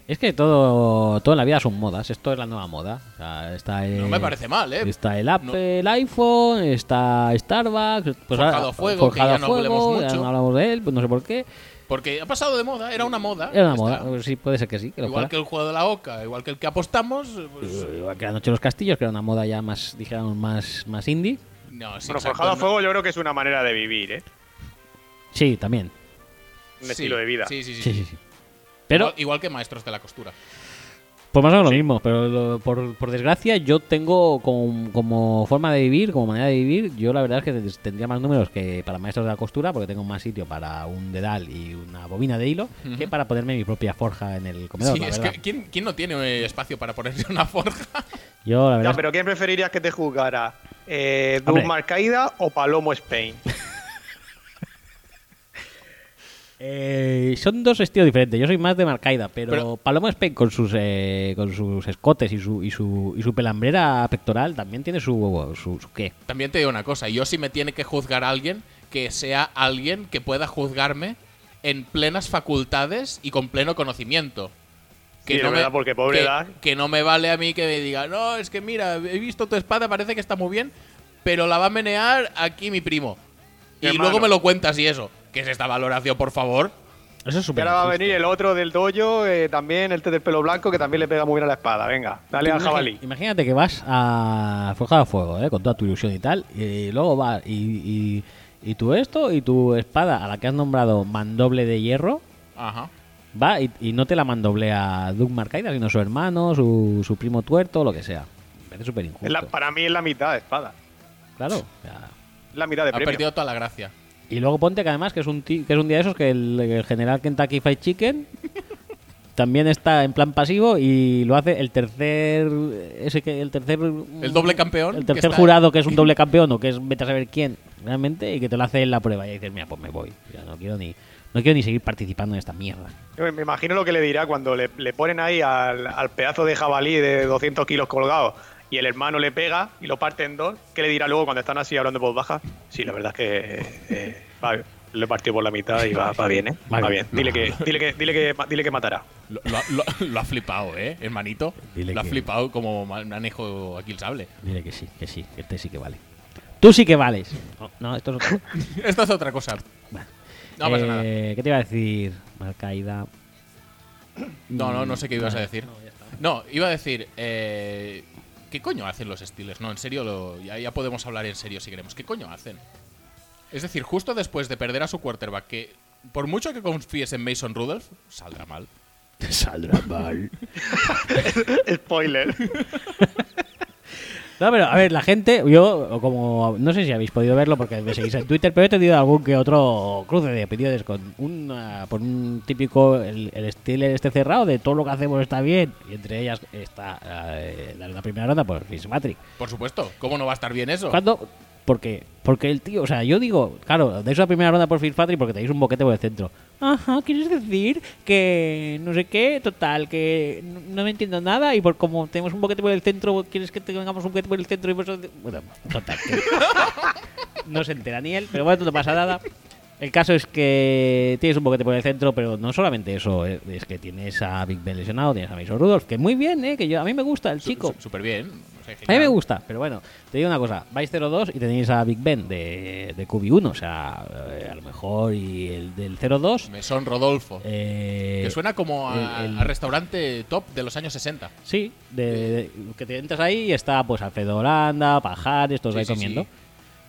Speaker 1: Es que todo, todo en la vida son modas. Esto es la nueva moda. O sea, está el,
Speaker 2: No me parece mal, ¿eh?
Speaker 1: Está el Apple, el iPhone, está Starbucks. Pues
Speaker 2: Forjado
Speaker 1: ahora-
Speaker 2: a fuego, que ya no hablemos
Speaker 1: ya
Speaker 2: mucho.
Speaker 1: no hablamos de él, pues no sé por qué.
Speaker 2: Porque ha pasado de moda, era una moda.
Speaker 1: Era una
Speaker 2: Ah, ya
Speaker 1: moda.
Speaker 2: está.
Speaker 1: Pues Sí, puede ser que sí. Que lo
Speaker 2: Igual
Speaker 1: fuera.
Speaker 2: que el juego de la OCA, igual que el que apostamos, eh, pues,
Speaker 1: Igual que la noche de los castillos, que era una moda ya más, dijéramos, más, más indie.
Speaker 2: No, sí,
Speaker 3: Bueno,
Speaker 2: exacto,
Speaker 3: forjado a
Speaker 2: no.
Speaker 3: pues fuego yo creo que es una manera de vivir, ¿eh?
Speaker 1: Sí, también.
Speaker 3: Un
Speaker 2: Sí,
Speaker 3: estilo de vida.
Speaker 2: Sí, sí, sí.
Speaker 1: Sí, sí,
Speaker 2: sí.
Speaker 1: sí. Pero,
Speaker 2: igual, igual que maestros de la costura.
Speaker 1: pues más o menos lo mismo. Pero lo- por, por desgracia, yo tengo como, como forma de vivir, como manera de vivir, yo la verdad es que des- tendría más números que para maestros de la costura, porque tengo más sitio para un dedal y una bobina de hilo, que para ponerme mi propia forja en el comedor.
Speaker 2: sí,
Speaker 1: la
Speaker 2: es
Speaker 1: verdad.
Speaker 2: que ¿quién, quién no tiene eh, espacio para ponerse una forja?
Speaker 1: Yo, la verdad.
Speaker 3: Ya, pero ¿quién preferirías que te juzgara? Eh,
Speaker 1: Hombre.
Speaker 3: ¿Doug Marcaida o Palomo Spain?
Speaker 1: Eh, son dos estilos diferentes. Yo soy más de Marcaida, pero,
Speaker 2: Pero-
Speaker 1: Paloma Spain con sus eh, con sus escotes y su, y su y su pelambrera pectoral también tiene su su, su qué.
Speaker 2: También te digo una cosa, yo si me tiene que juzgar a alguien, que sea alguien que pueda juzgarme en plenas facultades y con pleno conocimiento.
Speaker 3: Sí, de verdad, porque pobre
Speaker 2: que-
Speaker 3: edad.
Speaker 2: que no me vale a mí que me diga, no, es que mira, he visto tu espada, parece que está muy bien, pero la va a menear aquí mi primo. Y
Speaker 3: Hermano.
Speaker 2: luego me lo cuentas y eso. ¿Qué es esta valoración, por favor?
Speaker 1: Eso es
Speaker 3: Y
Speaker 1: súper
Speaker 3: ahora va a
Speaker 1: injusto.
Speaker 3: venir el otro del dojo, eh, también el del pelo blanco, que también le pega muy bien a la espada. Venga, dale
Speaker 1: Tú
Speaker 3: al
Speaker 1: imagi-
Speaker 3: jabalí.
Speaker 1: Imagínate que vas a Forjado a Fuego, ¿eh? con toda tu ilusión y tal, y luego va y, y, y tú esto y tu espada a la que has nombrado mandoble de hierro
Speaker 2: Ajá.
Speaker 1: va y, y no te la mandoblea Doug Marcaida, sino su hermano, su, su primo tuerto, lo que sea. Me parece súper injusto.
Speaker 3: Es la- para mí es la mitad de espada.
Speaker 1: Claro. o sea,
Speaker 3: Es la mitad de
Speaker 2: Ha
Speaker 3: premio.
Speaker 2: perdido toda la gracia.
Speaker 1: Y luego ponte que además que es un, ti- que es un día de esos que el, el general Kentucky Fried Chicken también está en plan pasivo y lo hace el tercer ese que el tercer
Speaker 2: El doble campeón
Speaker 1: el
Speaker 2: que
Speaker 1: tercer
Speaker 2: está-
Speaker 1: jurado que es un doble campeón o que es vete a saber quién realmente y que te lo hace en la prueba y dices mira pues me voy ya no quiero ni no quiero ni seguir participando en esta mierda
Speaker 3: Yo Me imagino lo que le dirá cuando le, le ponen ahí al, al pedazo de jabalí de 200 kilos colgado y el hermano le pega y lo parte en dos. ¿Qué le dirá luego cuando están así hablando en voz baja? Sí, la verdad es que eh, va, lo he partido por la mitad y va, va bien, ¿eh?
Speaker 1: Va
Speaker 3: Va
Speaker 1: bien.
Speaker 3: bien. Dile que, dile que, dile que, dile que matará.
Speaker 2: Lo, lo ha- lo- lo ha flipado, ¿eh, hermanito?
Speaker 1: Dile
Speaker 2: lo ha
Speaker 1: que-
Speaker 2: flipado como ma- manejo aquí el sable.
Speaker 1: mire que sí que sí que este sí que vale Tú sí que vales. No, no, esto es otro.
Speaker 2: Esto es otra cosa.
Speaker 1: Bueno.
Speaker 2: No pasa
Speaker 1: Eh,
Speaker 2: nada.
Speaker 1: ¿Qué te iba a decir? Marcaida.
Speaker 2: No, no, no sé qué ibas a decir. No, iba a decir. eh, ¿Qué coño hacen los Steelers? No, en serio, lo- ya, ya podemos hablar en serio si queremos. ¿Qué coño hacen? Es decir, justo después de perder a su quarterback, que por mucho que confíes en Mason Rudolph, saldrá mal.
Speaker 1: Saldrá mal.
Speaker 3: Spoiler.
Speaker 1: No, pero a ver, la gente, yo como no sé si habéis podido verlo porque me seguís en Twitter, pero he tenido algún que otro cruce de opiniones con una, por un típico el, el estilo este cerrado de todo lo que hacemos está bien y entre ellas está eh, la, la primera ronda por Fitzpatrick.
Speaker 2: Por supuesto, ¿cómo no va a estar bien eso?
Speaker 1: ¿Cuándo? Porque porque el tío, o sea, yo digo, claro, dais la primera ronda por Fitzpatrick porque tenéis un boquete por el centro. Ajá, ¿quieres decir que no sé qué? Total, que no, no me entiendo nada y por como tenemos un boquete por el centro, ¿quieres que tengamos un boquete por el centro? Y por eso- Bueno, total. que- no se entera ni él, pero bueno, no pasa nada. El caso es que tienes un boquete por el centro, pero no solamente eso, eh, es que tienes a Big Ben lesionado, tienes a Mason Rudolph, que muy bien, ¿eh? que yo, a mí me gusta el chico.
Speaker 2: Súper bien.
Speaker 1: A mí me gusta, pero bueno, te digo una cosa, vais 0-2 y tenéis a Big Ben de, de QB1, o sea, eh, a lo mejor y el del 0-2...
Speaker 2: Mason Rodolfo.
Speaker 1: eh,
Speaker 2: que suena como a,
Speaker 1: el- el-
Speaker 2: a restaurante top de los años 60.
Speaker 1: Sí, de, de- que te entras ahí y está pues Alfredo Holanda, Pajares, todos
Speaker 2: Sí,
Speaker 1: ahí
Speaker 2: sí,
Speaker 1: comiendo.
Speaker 2: sí.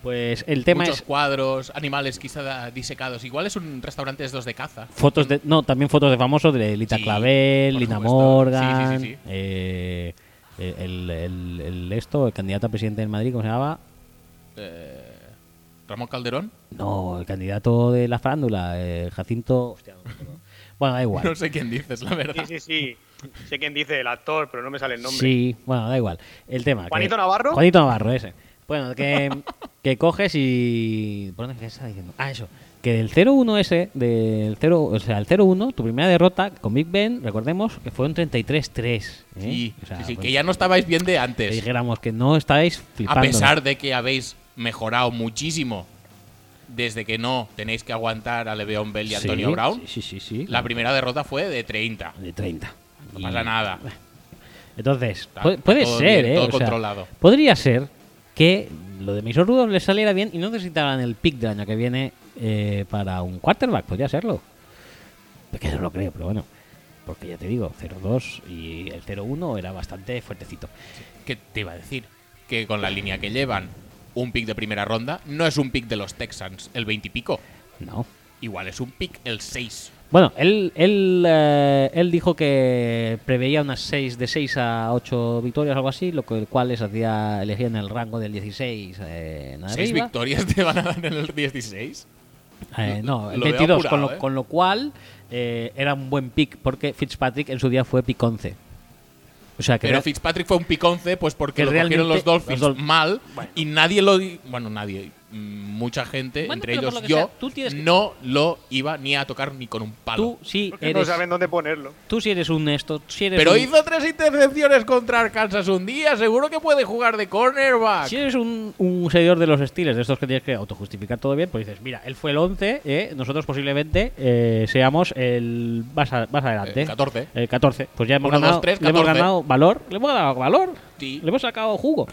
Speaker 1: Pues el tema
Speaker 2: Muchos
Speaker 1: es
Speaker 2: cuadros, animales quizá disecados. Igual es un restaurante de estos de caza.
Speaker 1: fotos de... No, también fotos de famosos de Lita
Speaker 2: Sí,
Speaker 1: Clavel,
Speaker 2: por
Speaker 1: Lina
Speaker 2: supuesto.
Speaker 1: Morgan,
Speaker 2: Sí, sí, sí, sí.
Speaker 1: eh, el, el- el esto, el candidato a presidente del Madrid, ¿cómo se llamaba?
Speaker 2: Eh, Ramón Calderón.
Speaker 1: No, el candidato de la farándula, eh, Jacinto... hostia, no me acuerdo. bueno, da igual.
Speaker 2: No sé quién dices, la
Speaker 3: Sí,
Speaker 2: verdad.
Speaker 3: sí, sí. Sé quién dice el actor, pero no me sale el nombre.
Speaker 1: Sí, bueno, da igual. El tema. que-
Speaker 3: ¿Juanito Navarro?
Speaker 1: Juanito Navarro, ese. Bueno, que, que coges y. ¿Por dónde qué estaba diciendo? Ah, eso. Que el 0-1 ese, del 0, o sea, el 0-1, tu primera derrota con Big Ben, recordemos que fue un 33-3. ¿eh?
Speaker 2: Sí,
Speaker 1: O sea,
Speaker 2: sí, sí,
Speaker 1: pues,
Speaker 2: que ya no estabais bien de
Speaker 1: que
Speaker 2: antes.
Speaker 1: dijéramos que no estáis
Speaker 2: A
Speaker 1: flipando.
Speaker 2: pesar de que habéis mejorado muchísimo desde que no tenéis que aguantar a Le'Veon Bell y Antonio Brown,
Speaker 1: Sí, sí, sí. sí.
Speaker 2: la primera derrota fue de 30.
Speaker 1: de 30.
Speaker 2: No
Speaker 1: Y-
Speaker 2: pasa nada.
Speaker 1: Entonces,
Speaker 2: Está-
Speaker 1: puede,
Speaker 2: está
Speaker 1: puede
Speaker 2: todo
Speaker 1: ser,
Speaker 2: bien,
Speaker 1: ¿eh?
Speaker 2: todo
Speaker 1: O sea,
Speaker 2: controlado.
Speaker 1: podría ser que lo de Mason Rudolph les saliera bien y no necesitaran el pick del año que viene eh, para un quarterback. Podría serlo. Es que no lo creo, pero bueno. Porque ya te digo, 0-2 y el 0-1 era bastante fuertecito.
Speaker 2: ¿Qué te iba a decir? Que con la línea que llevan, un pick de primera ronda no es un pick de los Texans, el 20 y pico.
Speaker 1: No.
Speaker 2: Igual es un pick el 6.
Speaker 1: Bueno, él, él, eh, él dijo que preveía unas 6 de 6 a 8 victorias, algo así, lo que- el cual les hacía elegir en el rango del 16. Eh, en
Speaker 2: 6
Speaker 1: arriba.
Speaker 2: victorias te van a dar en el 16.
Speaker 1: Eh, no,
Speaker 2: Lo
Speaker 1: el
Speaker 2: veo
Speaker 1: 22, con, lo,
Speaker 2: apurado, ¿eh?
Speaker 1: con lo cual eh, era un buen pick, porque Fitzpatrick en su día fue pick 11. O sea que.
Speaker 2: Pero
Speaker 1: era-
Speaker 2: Fitzpatrick fue un pick 11 pues porque
Speaker 1: que
Speaker 2: lo cogieron
Speaker 1: realmente
Speaker 2: los Dolphins
Speaker 1: los Dol-
Speaker 2: mal y nadie lo di- bueno, nadie, mm, mucha gente,
Speaker 1: Bueno,
Speaker 2: entre
Speaker 1: pero por
Speaker 2: ellos
Speaker 1: lo que
Speaker 2: yo,
Speaker 1: sea, tú tienes que-
Speaker 2: no lo iba ni a tocar ni con un palo.
Speaker 1: tú sí
Speaker 3: Porque no
Speaker 1: eres.
Speaker 3: saben dónde ponerlo.
Speaker 1: Tú sí eres un esto. Si eres
Speaker 2: Pero
Speaker 1: un,
Speaker 2: hizo tres intercepciones contra Arkansas un día, seguro que puede jugar de cornerback.
Speaker 1: Si eres un, un seguidor de los estilos, de estos que tienes que autojustificar todo bien, pues dices, mira, él fue el 11, ¿eh? nosotros posiblemente eh, seamos el más, a- más adelante.
Speaker 2: Eh, 14.
Speaker 1: El 14. Pues ya hemos,
Speaker 2: Uno, dos,
Speaker 1: ganado,
Speaker 2: tres,
Speaker 1: le hemos
Speaker 2: 14.
Speaker 1: ganado valor, le hemos dado valor,
Speaker 2: Sí.
Speaker 1: le hemos sacado jugo.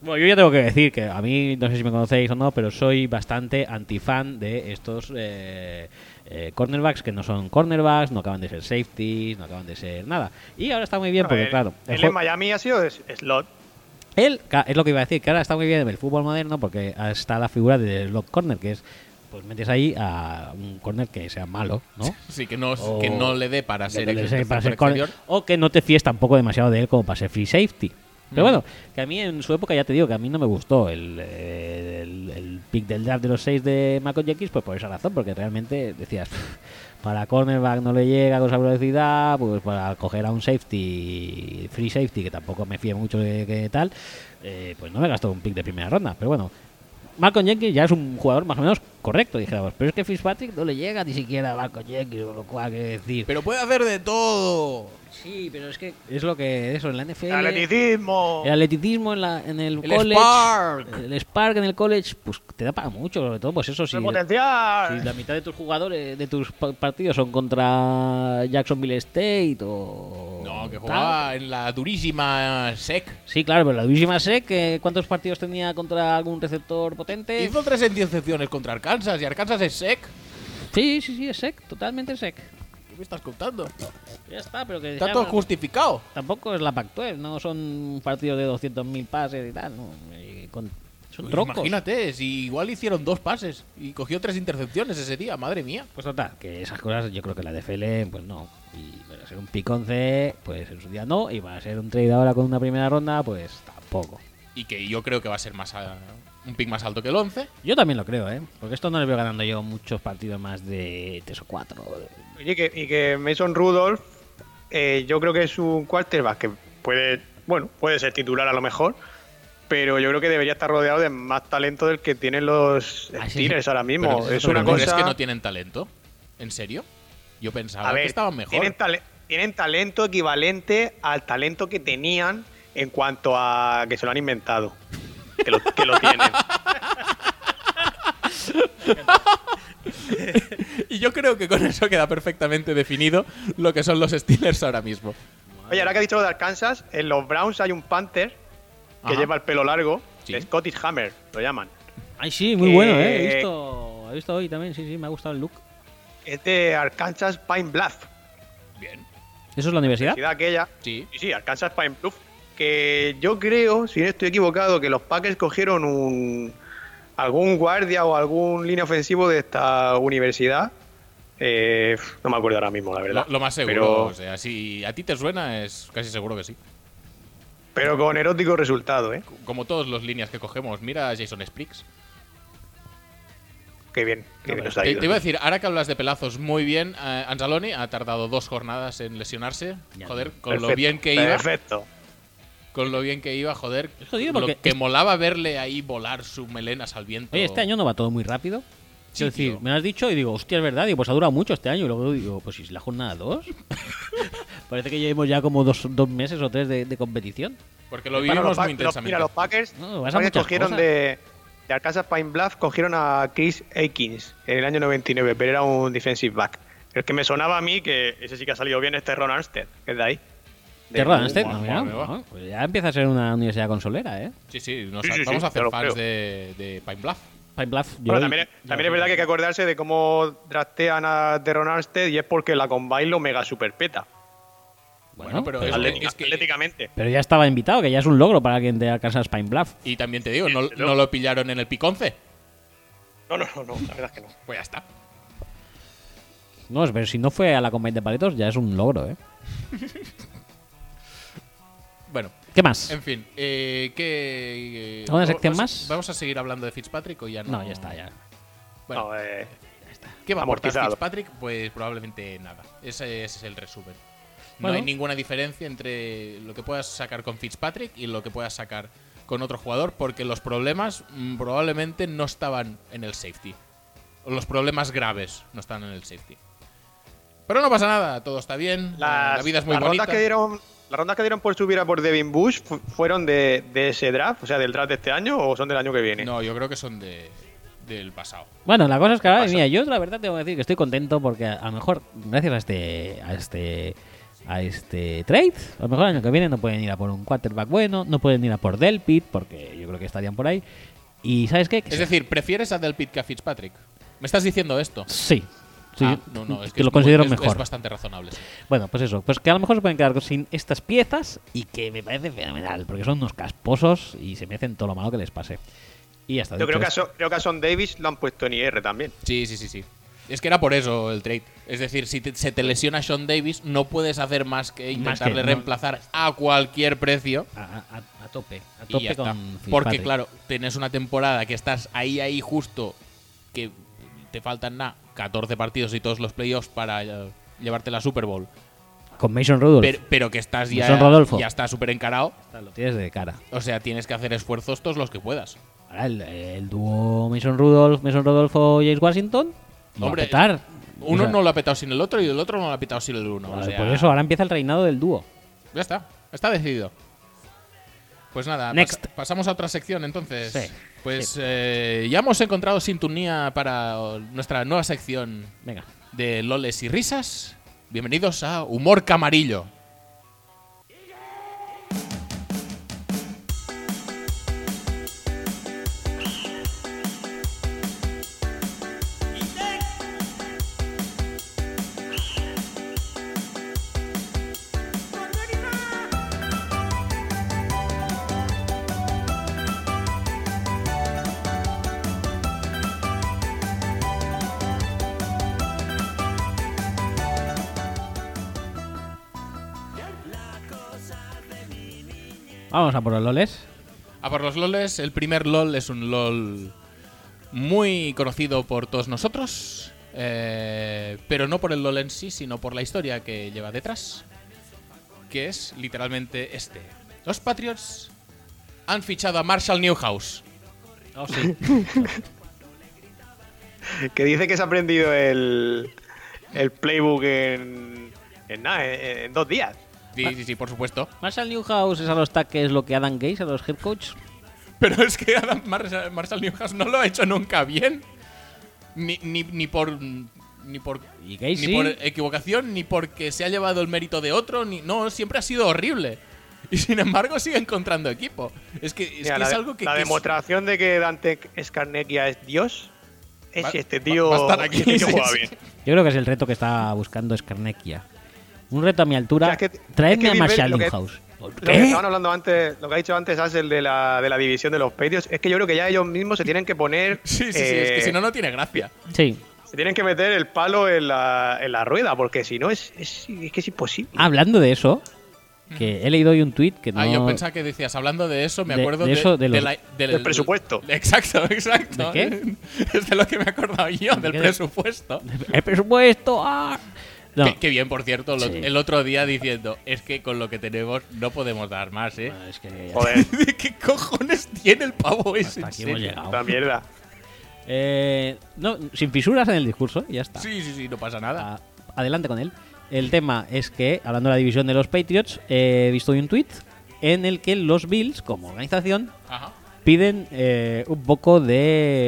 Speaker 1: Bueno, yo ya tengo que decir que a mí, no sé si me conocéis o no, pero soy bastante antifan de estos eh, eh, cornerbacks que no son cornerbacks, no acaban de ser safeties, no acaban de ser nada. Y ahora está muy bien porque,
Speaker 3: Él-
Speaker 1: claro, el
Speaker 3: Él
Speaker 1: jue-
Speaker 3: en Miami ha sido es- slot.
Speaker 1: él, ca- es lo que iba a decir, que ahora está muy bien en el fútbol moderno porque está la figura del slot corner, que es, pues metes ahí a un corner que sea malo, ¿no?
Speaker 2: Sí, que no,
Speaker 1: O-
Speaker 2: que no le dé para ser,
Speaker 1: Oh. Que no le
Speaker 2: ex-
Speaker 1: sé, para
Speaker 2: para
Speaker 1: ser
Speaker 2: exterior.
Speaker 1: corner, o que no te fíes tampoco demasiado de él como para ser free safety. Pero
Speaker 2: Mm.
Speaker 1: bueno, que a mí en su época ya te digo que a mí no me gustó el, eh, el, el pick del draft de los 6 de Michael Jenkins, pues por esa razón, porque realmente decías, para cornerback no le llega con esa velocidad, pues para coger a un safety, free safety, que tampoco me fíe mucho de que tal, eh, pues no me gastó un pick de primera ronda. Pero bueno, Malcolm Jenkins ya es un jugador más o menos correcto, dijéramos, pero es que Fitzpatrick no le llega ni siquiera a Malcolm Jenkins, con lo cual que decir.
Speaker 2: Pero puede hacer de todo.
Speaker 1: Sí, pero es que es lo que eso en la NFL.
Speaker 3: Atleticismo.
Speaker 1: El atleticismo en, la, en el,
Speaker 2: El
Speaker 1: college.
Speaker 2: spark.
Speaker 1: El spark en el college, pues te da para mucho, sobre todo, pues eso sí.
Speaker 3: el potencial.
Speaker 1: Si la mitad de tus jugadores, de tus pa- partidos son contra Jacksonville State o
Speaker 2: No, que
Speaker 1: Oh. tal.
Speaker 2: jugaba en la durísima SEC.
Speaker 1: Sí, claro, pero la durísima SEC, eh, ¿cuántos partidos tenía contra algún receptor potente?
Speaker 2: Hizo tres intercepciones contra Arkansas y Arkansas es SEC.
Speaker 1: Sí, sí, sí, es SEC, totalmente SEC.
Speaker 2: ¿Qué me estás contando?
Speaker 1: Ya está, pero que
Speaker 2: Está
Speaker 1: ya
Speaker 2: todo
Speaker 1: no-
Speaker 2: justificado.
Speaker 1: tampoco es la Pac-12, no son partidos de 200.000 pases y tal. no, eh, con- son
Speaker 2: Pues
Speaker 1: trocos.
Speaker 2: Imagínate, si igual hicieron dos pases y cogió tres intercepciones ese día, madre mía.
Speaker 1: Pues total, que esas cosas yo creo que la DFL, pues no. Y para ser un pick 11, pues en su día no. Y para ser un trade ahora con una primera ronda, pues tampoco.
Speaker 2: Y que yo creo que va a ser más a- un pick más alto que el 11.
Speaker 1: Yo también lo creo, ¿eh? Porque esto no le veo ganando yo muchos partidos más de 3 o 4.
Speaker 3: Oye, que, y que Mason Rudolph, eh, yo creo que es un quarterback que puede, bueno, puede ser titular a lo mejor, pero yo creo que debería estar rodeado de más talento del que tienen los
Speaker 1: Ah, sí,
Speaker 3: Steelers
Speaker 1: sí.
Speaker 3: ahora
Speaker 1: Pero
Speaker 3: mismo.
Speaker 1: ese es
Speaker 3: Es
Speaker 1: otro
Speaker 3: una
Speaker 2: ¿Tú crees
Speaker 3: cosa.
Speaker 2: que no tienen talento? ¿En serio? Yo pensaba
Speaker 3: a ver,
Speaker 2: que estaban mejor.
Speaker 3: Tienen, tale- tienen talento equivalente al talento que tenían en cuanto a que se lo han inventado. Que lo, que lo tienen.
Speaker 2: Y yo creo que con eso queda perfectamente definido lo que son los Steelers ahora mismo.
Speaker 3: Oye, ahora que has dicho lo de Arkansas, en los Browns hay un Panther que
Speaker 2: Ajá.
Speaker 3: lleva el pelo largo,
Speaker 2: Sí.
Speaker 3: Scottish Hammer, lo llaman.
Speaker 1: Ay, sí, muy bueno, ¿eh? He
Speaker 3: Eh,
Speaker 1: visto, he visto hoy también, sí, sí, me ha gustado el look.
Speaker 3: Es de Arkansas Pine Bluff,
Speaker 2: Bien.
Speaker 1: ¿Eso es la universidad?
Speaker 3: ciudad aquella.
Speaker 2: Sí.
Speaker 3: Sí, sí, Arkansas Pine Bluff. Que yo creo, si no estoy equivocado, que los Packers cogieron un algún guardia o algún línea ofensivo de esta universidad. Eh, no me acuerdo ahora mismo, la
Speaker 2: Lo,
Speaker 3: verdad.
Speaker 2: lo más seguro.
Speaker 3: Pero-
Speaker 2: O sea, si a ti te suena, es casi seguro que sí.
Speaker 3: Pero con erótico resultado, ¿eh?
Speaker 2: Como todos los líneas que cogemos, mira a Jason Spriggs.
Speaker 3: Qué bien, qué bien nos ha
Speaker 2: Te,
Speaker 3: ido.
Speaker 2: te iba a decir, ahora que hablas de pelazos muy bien, eh, Anzalone ha tardado dos jornadas en lesionarse.
Speaker 1: Ya.
Speaker 2: Joder, con lo
Speaker 3: Perfecto,
Speaker 2: bien que iba.
Speaker 3: Perfecto.
Speaker 2: Con lo bien que iba, joder.
Speaker 1: Es jodido
Speaker 2: lo
Speaker 1: porque-
Speaker 2: que molaba verle ahí volar su melena al viento.
Speaker 1: Oye, este año no va todo muy rápido.
Speaker 2: Sí,
Speaker 1: Quiero decir,
Speaker 2: tío.
Speaker 1: me lo has dicho y digo, hostia, es verdad. Digo, pues ha durado mucho este año. Y luego digo, pues si es la jornada 2. Parece que llevamos ya como dos, dos meses o tres de, de competición.
Speaker 2: Porque lo
Speaker 3: Bueno,
Speaker 2: vivimos
Speaker 3: los
Speaker 2: muy
Speaker 3: Pack- los-
Speaker 2: intensamente.
Speaker 3: mira, los Packers,
Speaker 1: No, vas a
Speaker 3: Packers
Speaker 1: muchas
Speaker 3: cogieron
Speaker 1: cosas.
Speaker 3: de, de Arkansas Pine Bluff, cogieron a Chris Aikins en el año 99, pero era un defensive back. El que me sonaba a mí, que ese sí que ha salido bien, este es Terron Armstead, que es de ahí. De-
Speaker 1: ¿Te roban este?
Speaker 2: guau,
Speaker 1: No, mira,
Speaker 2: guau,
Speaker 1: no,
Speaker 2: guau.
Speaker 1: pues ya empieza a ser una universidad consolera, ¿eh?
Speaker 2: Sí, sí, nos
Speaker 3: Sí, sí, sí,
Speaker 2: vamos a hacer
Speaker 3: te lo
Speaker 2: fans
Speaker 3: creo.
Speaker 2: de, de Pine Bluff.
Speaker 1: Pine Bluff, yo-
Speaker 3: Bueno, también, también es verdad que hay que acordarse de cómo draftean a Terron Armstead y es porque la combine lo mega superpeta,
Speaker 1: Bueno,
Speaker 2: Bueno, pero
Speaker 1: pero,
Speaker 2: es-
Speaker 3: atlética-
Speaker 2: que-
Speaker 3: atléticamente.
Speaker 1: pero ya estaba invitado, que ya es un logro para alguien de Arkansas Pine Bluff.
Speaker 2: Y también te digo,
Speaker 3: Sí,
Speaker 2: no,
Speaker 3: desde
Speaker 2: no
Speaker 3: luego.
Speaker 2: lo pillaron en el pick 11.
Speaker 3: No, no, no, no, la verdad es que no.
Speaker 2: Pues ya está.
Speaker 1: No, pero si no fue a la Combine de Paletos, ya es un logro, ¿eh?
Speaker 2: Bueno,
Speaker 1: ¿Qué más?
Speaker 2: en fin. Eh, ¿qué, eh,
Speaker 1: ¿Alguna sección
Speaker 2: vamos-
Speaker 1: más?
Speaker 2: ¿Vamos a seguir hablando de Fitzpatrick o ya no?
Speaker 1: No, ya está, ya.
Speaker 2: Bueno,
Speaker 3: No, eh,
Speaker 2: ¿Qué va a aportar
Speaker 3: Amortizado.
Speaker 2: Fitzpatrick? Pues probablemente nada. Ese, ese es el resumen.
Speaker 1: Bueno.
Speaker 2: No hay ninguna diferencia entre lo que puedas sacar con Fitzpatrick y lo que puedas sacar con otro jugador, porque los problemas mm, probablemente no estaban en el safety. O Los problemas graves no están en el safety. Pero no pasa nada, todo está bien,
Speaker 3: Las,
Speaker 2: la vida es muy
Speaker 3: las
Speaker 2: bonita.
Speaker 3: Rondas que dieron, las rondas que dieron por subir a por Devin Bush fu- fueron de, de ese draft, o sea, del draft de este año o son del año que viene.
Speaker 2: No, yo creo que son de, del pasado.
Speaker 1: Bueno, la cosa es que ahora,
Speaker 3: pasa?
Speaker 1: mira, yo la verdad tengo que decir que estoy contento porque a, a lo mejor, gracias a este, a este, a este trade, a lo mejor el año que viene no pueden ir a por un quarterback bueno, no pueden ir a por Delpit, porque yo creo que estarían por ahí. Y ¿sabes qué? Que
Speaker 2: Es
Speaker 1: se-
Speaker 2: decir, ¿prefieres a Del Pitt que a Fitzpatrick? ¿Me estás diciendo esto?
Speaker 1: sí. sí,
Speaker 2: Ah, no, no, es que,
Speaker 1: lo
Speaker 2: es muy-
Speaker 1: considero
Speaker 2: es-
Speaker 1: mejor.
Speaker 2: Es bastante razonable. sí.
Speaker 1: Bueno, pues eso, pues que a lo mejor se pueden quedar sin estas piezas y que me parece fenomenal, porque son unos casposos y se merecen todo lo malo que les pase. Y hasta
Speaker 3: Yo creo que, a Son, creo que a Son Davis lo han puesto en IR también.
Speaker 2: Sí, sí, sí, sí. Es que era por eso el trade. Es decir, si te- se te lesiona Sean Davis, no puedes hacer más que
Speaker 1: Más
Speaker 2: intentarle
Speaker 1: que no.
Speaker 2: reemplazar a cualquier precio.
Speaker 1: a, a- a tope, a
Speaker 2: Y
Speaker 1: tope
Speaker 2: ya está.
Speaker 1: con
Speaker 2: Porque,
Speaker 1: Fitzpatrick.
Speaker 2: claro, tenés una temporada que estás ahí, ahí justo, que te faltan nada, 14 partidos y todos los playoffs para eh, llevarte la Super Bowl.
Speaker 1: con Mason Rudolph.
Speaker 2: Pero, pero que estás ya,
Speaker 1: Son Pues, Rodolfo.
Speaker 2: ya está súper encarado.
Speaker 1: Lo tienes de cara.
Speaker 2: O sea, tienes que hacer esfuerzos todos los que puedas.
Speaker 1: Ahora el, el dúo Mason Rudolph, Mason Rodolfo, James Washington. lo
Speaker 2: Hombre,
Speaker 1: va a petar.
Speaker 2: Uno
Speaker 1: O sea,
Speaker 2: no lo ah. ha petado sin el otro y el otro no lo ha petado sin el uno. o
Speaker 1: vale,
Speaker 2: sea,
Speaker 1: Por eso ahora empieza el reinado del dúo.
Speaker 2: Ya está, está decidido. Pues nada,
Speaker 1: Next.
Speaker 2: pasa- pasamos a otra sección entonces.
Speaker 1: Sí,
Speaker 2: Pues eh, ya hemos encontrado sintonía para oh, nuestra nueva sección
Speaker 1: Venga.
Speaker 2: de loles y risas. Bienvenidos a Humor Camarillo.
Speaker 1: Vamos a por los loles.
Speaker 2: A por los loles, el primer lol es un lol muy conocido por todos nosotros, eh, pero no por el lol en sí, sino por la historia que lleva detrás, que es literalmente este. Los Patriots han fichado a Marshall Newhouse.
Speaker 1: Oh, sí.
Speaker 3: Que dice que se ha aprendido el, el playbook en, en, nada, en- en dos días.
Speaker 2: Sí, sí, sí, por supuesto.
Speaker 1: Marshall Newhouse es a los taques lo que Adam Gates, a los head coach.
Speaker 2: Pero es que Adam Marshall, Marshall Newhouse no lo ha hecho nunca bien. Ni, ni, ni por. Ni por.
Speaker 1: Y Gates
Speaker 2: ni
Speaker 1: sí.
Speaker 2: por equivocación, ni porque se ha llevado el mérito de otro, ni. No, siempre ha sido horrible. Y sin embargo sigue encontrando equipo. Es que es,
Speaker 3: Mira,
Speaker 2: que
Speaker 3: la
Speaker 2: es
Speaker 3: de-
Speaker 2: algo que.
Speaker 3: la
Speaker 2: que es-
Speaker 3: demostración de que Dante Scarnecchia es Dios es
Speaker 2: Va-
Speaker 3: este
Speaker 2: va-
Speaker 3: tío
Speaker 2: va a estar aquí,
Speaker 3: este tío
Speaker 2: sí,
Speaker 3: juega
Speaker 2: sí.
Speaker 3: bien.
Speaker 1: Yo creo que es el reto que está buscando Skarnekia. Un reto a mi altura.
Speaker 3: O sea, es que-
Speaker 1: traedme
Speaker 3: es que
Speaker 1: a Marshall
Speaker 3: lo que-
Speaker 1: Newhouse.
Speaker 3: Lo que estaban hablando antes, lo que ha dicho antes Axel de la, de la división de los Patriots, es que yo creo que ya ellos mismos se tienen que poner.
Speaker 2: Sí, sí, sí, es
Speaker 3: eh,
Speaker 2: que si no, no tiene gracia.
Speaker 1: Sí.
Speaker 3: Se tienen que meter el palo en la, en la rueda, porque si no es, es, es que es imposible.
Speaker 1: Hablando de eso, que he leído hoy un tuit que no.
Speaker 2: Ah, yo pensaba que decías, hablando de eso, me
Speaker 1: De-
Speaker 2: acuerdo
Speaker 1: de eso, de los-
Speaker 2: del,
Speaker 3: del presupuesto.
Speaker 2: Exacto,
Speaker 1: ¿De
Speaker 2: exacto.
Speaker 1: qué?
Speaker 2: Es de lo que me he acordado yo, del
Speaker 1: qué?
Speaker 2: presupuesto.
Speaker 1: El presupuesto. ¡ah! No.
Speaker 2: Que, que bien, por cierto, lo-
Speaker 1: Sí.
Speaker 2: el otro día diciendo, es que con lo que tenemos no podemos dar más, ¿eh?
Speaker 1: Es que ya-
Speaker 3: Joder,
Speaker 2: ¿De qué cojones tiene el pavo ese?
Speaker 1: hasta
Speaker 2: en
Speaker 1: aquí hemos
Speaker 2: serio?
Speaker 1: llegado.
Speaker 3: la mierda.
Speaker 1: Eh, no, sin fisuras en el discurso, ya está.
Speaker 2: Sí, sí, sí, no pasa nada.
Speaker 1: A- adelante con él. El tema es que, hablando de la división de los Patriots, he visto hoy un tweet en el que los Bills, como organización,
Speaker 2: Ajá.
Speaker 1: piden eh, un poco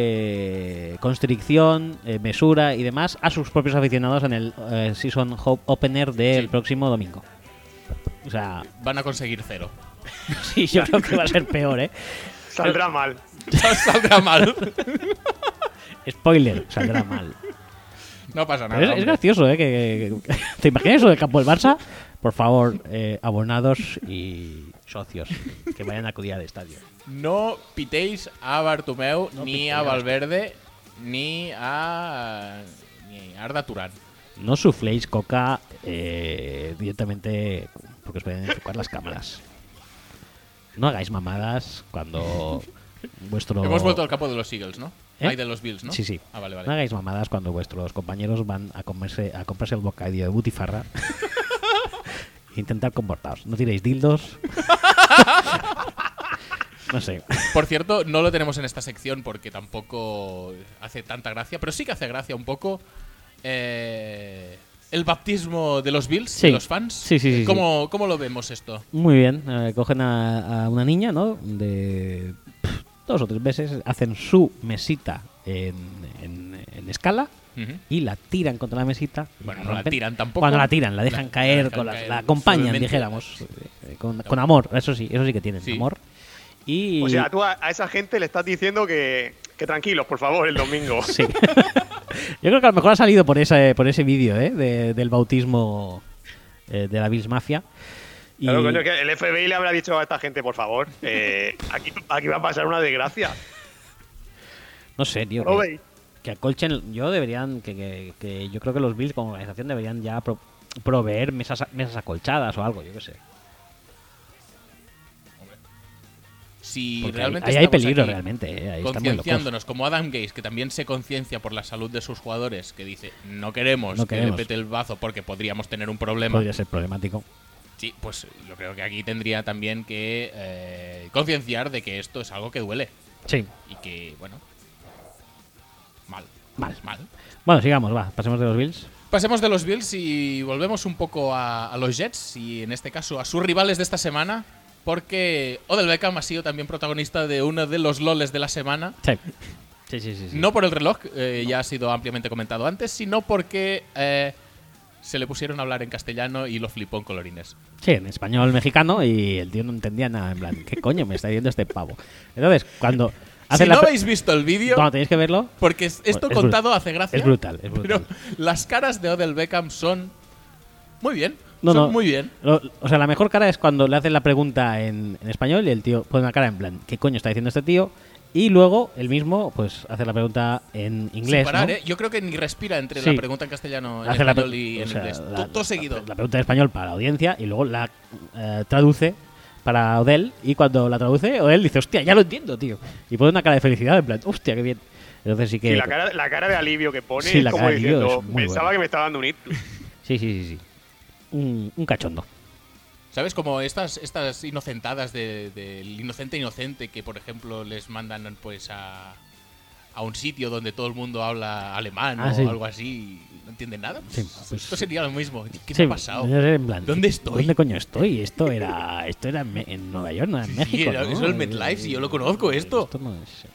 Speaker 1: de constricción, eh, mesura y demás a sus propios aficionados en el eh, Season Hope Opener del
Speaker 2: Sí.
Speaker 1: próximo domingo. O sea,
Speaker 2: Van a conseguir cero.
Speaker 1: sí, yo creo que va a ser peor, ¿eh?
Speaker 3: Saldrá mal.
Speaker 2: Saldrá mal.
Speaker 1: Spoiler, saldrá mal.
Speaker 2: No pasa
Speaker 1: Pero
Speaker 2: nada.
Speaker 1: es, es
Speaker 2: hombre.
Speaker 1: gracioso, ¿eh? Que, que- que- ¿Te imaginas eso del campo del Barça? Por favor, eh, abonados y socios que vayan a acudir al estadio.
Speaker 2: No pitéis a Bartomeu, ni
Speaker 1: pitéis
Speaker 2: a
Speaker 1: a
Speaker 2: Valverde, ni a, ni a Arda Turán.
Speaker 1: No sufléis coca eh, directamente porque os pueden enfocar las cámaras. No hagáis mamadas cuando vuestro...
Speaker 2: Hemos vuelto al campo de los Eagles, ¿no?
Speaker 1: Oh. ¿Eh?
Speaker 2: Hay de los Bills, ¿no?
Speaker 1: Sí, sí.
Speaker 2: Ah, vale,
Speaker 1: No
Speaker 2: vale.
Speaker 1: hagáis mamadas cuando vuestros compañeros van a comerse a comprarse el bocadillo de butifarra. Intentar comportaros. No tiréis dildos. no sé.
Speaker 2: Por cierto, no lo tenemos en esta sección porque tampoco hace tanta gracia, pero sí que hace gracia un poco eh, el baptismo de los Bills,
Speaker 1: Sí.
Speaker 2: de los fans.
Speaker 1: Sí, sí, sí,
Speaker 2: ¿Cómo, ¿Cómo lo vemos esto?
Speaker 1: Muy bien, eh, cogen a, a una niña, ¿no? De pf, dos o tres veces, hacen su mesita en, en- en escala
Speaker 2: Ujú.
Speaker 1: y la tiran contra la mesita. y
Speaker 2: Bueno, no la
Speaker 1: rompen.
Speaker 2: tiran tampoco.
Speaker 1: Cuando la tiran, la dejan
Speaker 2: La- la
Speaker 1: caer,
Speaker 2: dejan
Speaker 1: con las-
Speaker 2: caer
Speaker 1: la acompañan,
Speaker 2: suavemente.
Speaker 1: dijéramos. eh, con, con amor, eso sí, eso sí que tienen,
Speaker 2: Sí.
Speaker 1: amor. Y
Speaker 3: O sea, tú a, a esa gente le estás diciendo que, que tranquilos, por favor, el domingo.
Speaker 1: Sí. Yo creo que a lo mejor ha salido por ese, por ese vídeo ¿eh? de- del bautismo eh, de la Bills Mafia. Y-
Speaker 3: Claro, coño, que el FBI le habrá dicho a esta gente, por favor, eh, aquí, aquí va a pasar una desgracia.
Speaker 1: no sé, tío.
Speaker 3: ¿No lo
Speaker 1: que-
Speaker 3: veis?
Speaker 1: que acolchen yo deberían que, que- que yo creo que los Bills como organización deberían ya pro- proveer mesas mesas acolchadas o algo yo qué sé
Speaker 2: Si
Speaker 1: Porque ahí,
Speaker 2: realmente
Speaker 1: ahí hay
Speaker 2: estamos
Speaker 1: peligro
Speaker 2: aquí
Speaker 1: realmente eh, ahí están muy locos
Speaker 2: concienciándonos como Adam Gates, que también se conciencia por la salud de sus jugadores, que dice, no queremos,
Speaker 1: No
Speaker 2: que
Speaker 1: queremos.
Speaker 2: le pete el bazo porque podríamos tener un problema.
Speaker 1: podría ser problemático
Speaker 2: Sí, pues yo creo que aquí tendría también que eh, concienciar de que esto es algo que duele
Speaker 1: sí
Speaker 2: y que, bueno, mal.
Speaker 1: Mal.
Speaker 2: mal.
Speaker 1: bueno sigamos va pasemos de los Bills
Speaker 2: Pasemos de los Bills y volvemos un poco a, a los Jets y en este caso a sus rivales de esta semana, porque Odell Beckham ha sido también protagonista de uno de los loles de la semana.
Speaker 1: sí sí sí, sí, sí.
Speaker 2: No por el reloj, eh, ya ha sido ampliamente comentado antes, sino porque eh, se le pusieron a hablar en castellano y lo flipó en colorines.
Speaker 1: Sí, en español mexicano y el tío no entendía nada en plan qué coño me está diciendo este pavo entonces cuando
Speaker 2: Si
Speaker 1: hacen
Speaker 2: no
Speaker 1: la pre-
Speaker 2: habéis visto el vídeo,
Speaker 1: no tenéis que verlo
Speaker 2: porque es- esto
Speaker 1: es brutal.
Speaker 2: contado hace gracia.
Speaker 1: es brutal es brutal
Speaker 2: Pero las caras de Odell Beckham son muy bien.
Speaker 1: No,
Speaker 2: son
Speaker 1: no.
Speaker 2: muy bien.
Speaker 1: Lo- o sea, la mejor cara es cuando le hacen la pregunta en, en español y el tío pone una cara en plan, ¿qué coño está diciendo este tío? Y luego el mismo, pues, hace la pregunta en inglés.
Speaker 2: Sin parar,
Speaker 1: ¿no?
Speaker 2: ¿eh? Yo creo que ni respira entre
Speaker 1: Sí.
Speaker 2: la pregunta en castellano, en
Speaker 1: Hace la
Speaker 2: español
Speaker 1: pre-
Speaker 2: y
Speaker 1: o
Speaker 2: en
Speaker 1: sea,
Speaker 2: inglés.
Speaker 1: la-
Speaker 2: todo, todo
Speaker 1: la-
Speaker 2: seguido.
Speaker 1: La pregunta en español para la audiencia y luego la eh, traduce para Odell y cuando la traduce, Odell dice, hostia, ya lo entiendo, tío. Y pone una cara de felicidad en plan, hostia, qué bien. Entonces sí que...
Speaker 3: Y la cara, la cara de alivio que pone
Speaker 1: Sí, la
Speaker 3: es como
Speaker 1: cara de alivio
Speaker 3: diciendo,
Speaker 1: es muy
Speaker 3: pensaba
Speaker 1: buena.
Speaker 3: que me estaba dando un ictus.
Speaker 1: Sí, sí, sí, sí. Un, un cachondo.
Speaker 2: ¿Sabes? Como estas, estas inocentadas del de, del inocente inocente que, por ejemplo, les mandan pues a, a un sitio donde todo el mundo habla alemán
Speaker 1: Ah,
Speaker 2: o
Speaker 1: sí.
Speaker 2: algo así y no entienden nada.
Speaker 1: Sí, pues-
Speaker 2: Esto sería lo mismo. ¿Qué
Speaker 1: Sí, eh,
Speaker 2: me ha pasado?
Speaker 1: no sé, en plan,
Speaker 2: ¿Dónde estoy?
Speaker 1: ¿Dónde coño estoy? Esto era, esto era en, Me- en Nueva York, no era en
Speaker 2: Sí,
Speaker 1: México.
Speaker 2: sí, era-
Speaker 1: ¿no?
Speaker 2: eso es el MetLife, sí, yo lo conozco, esto.
Speaker 1: no es-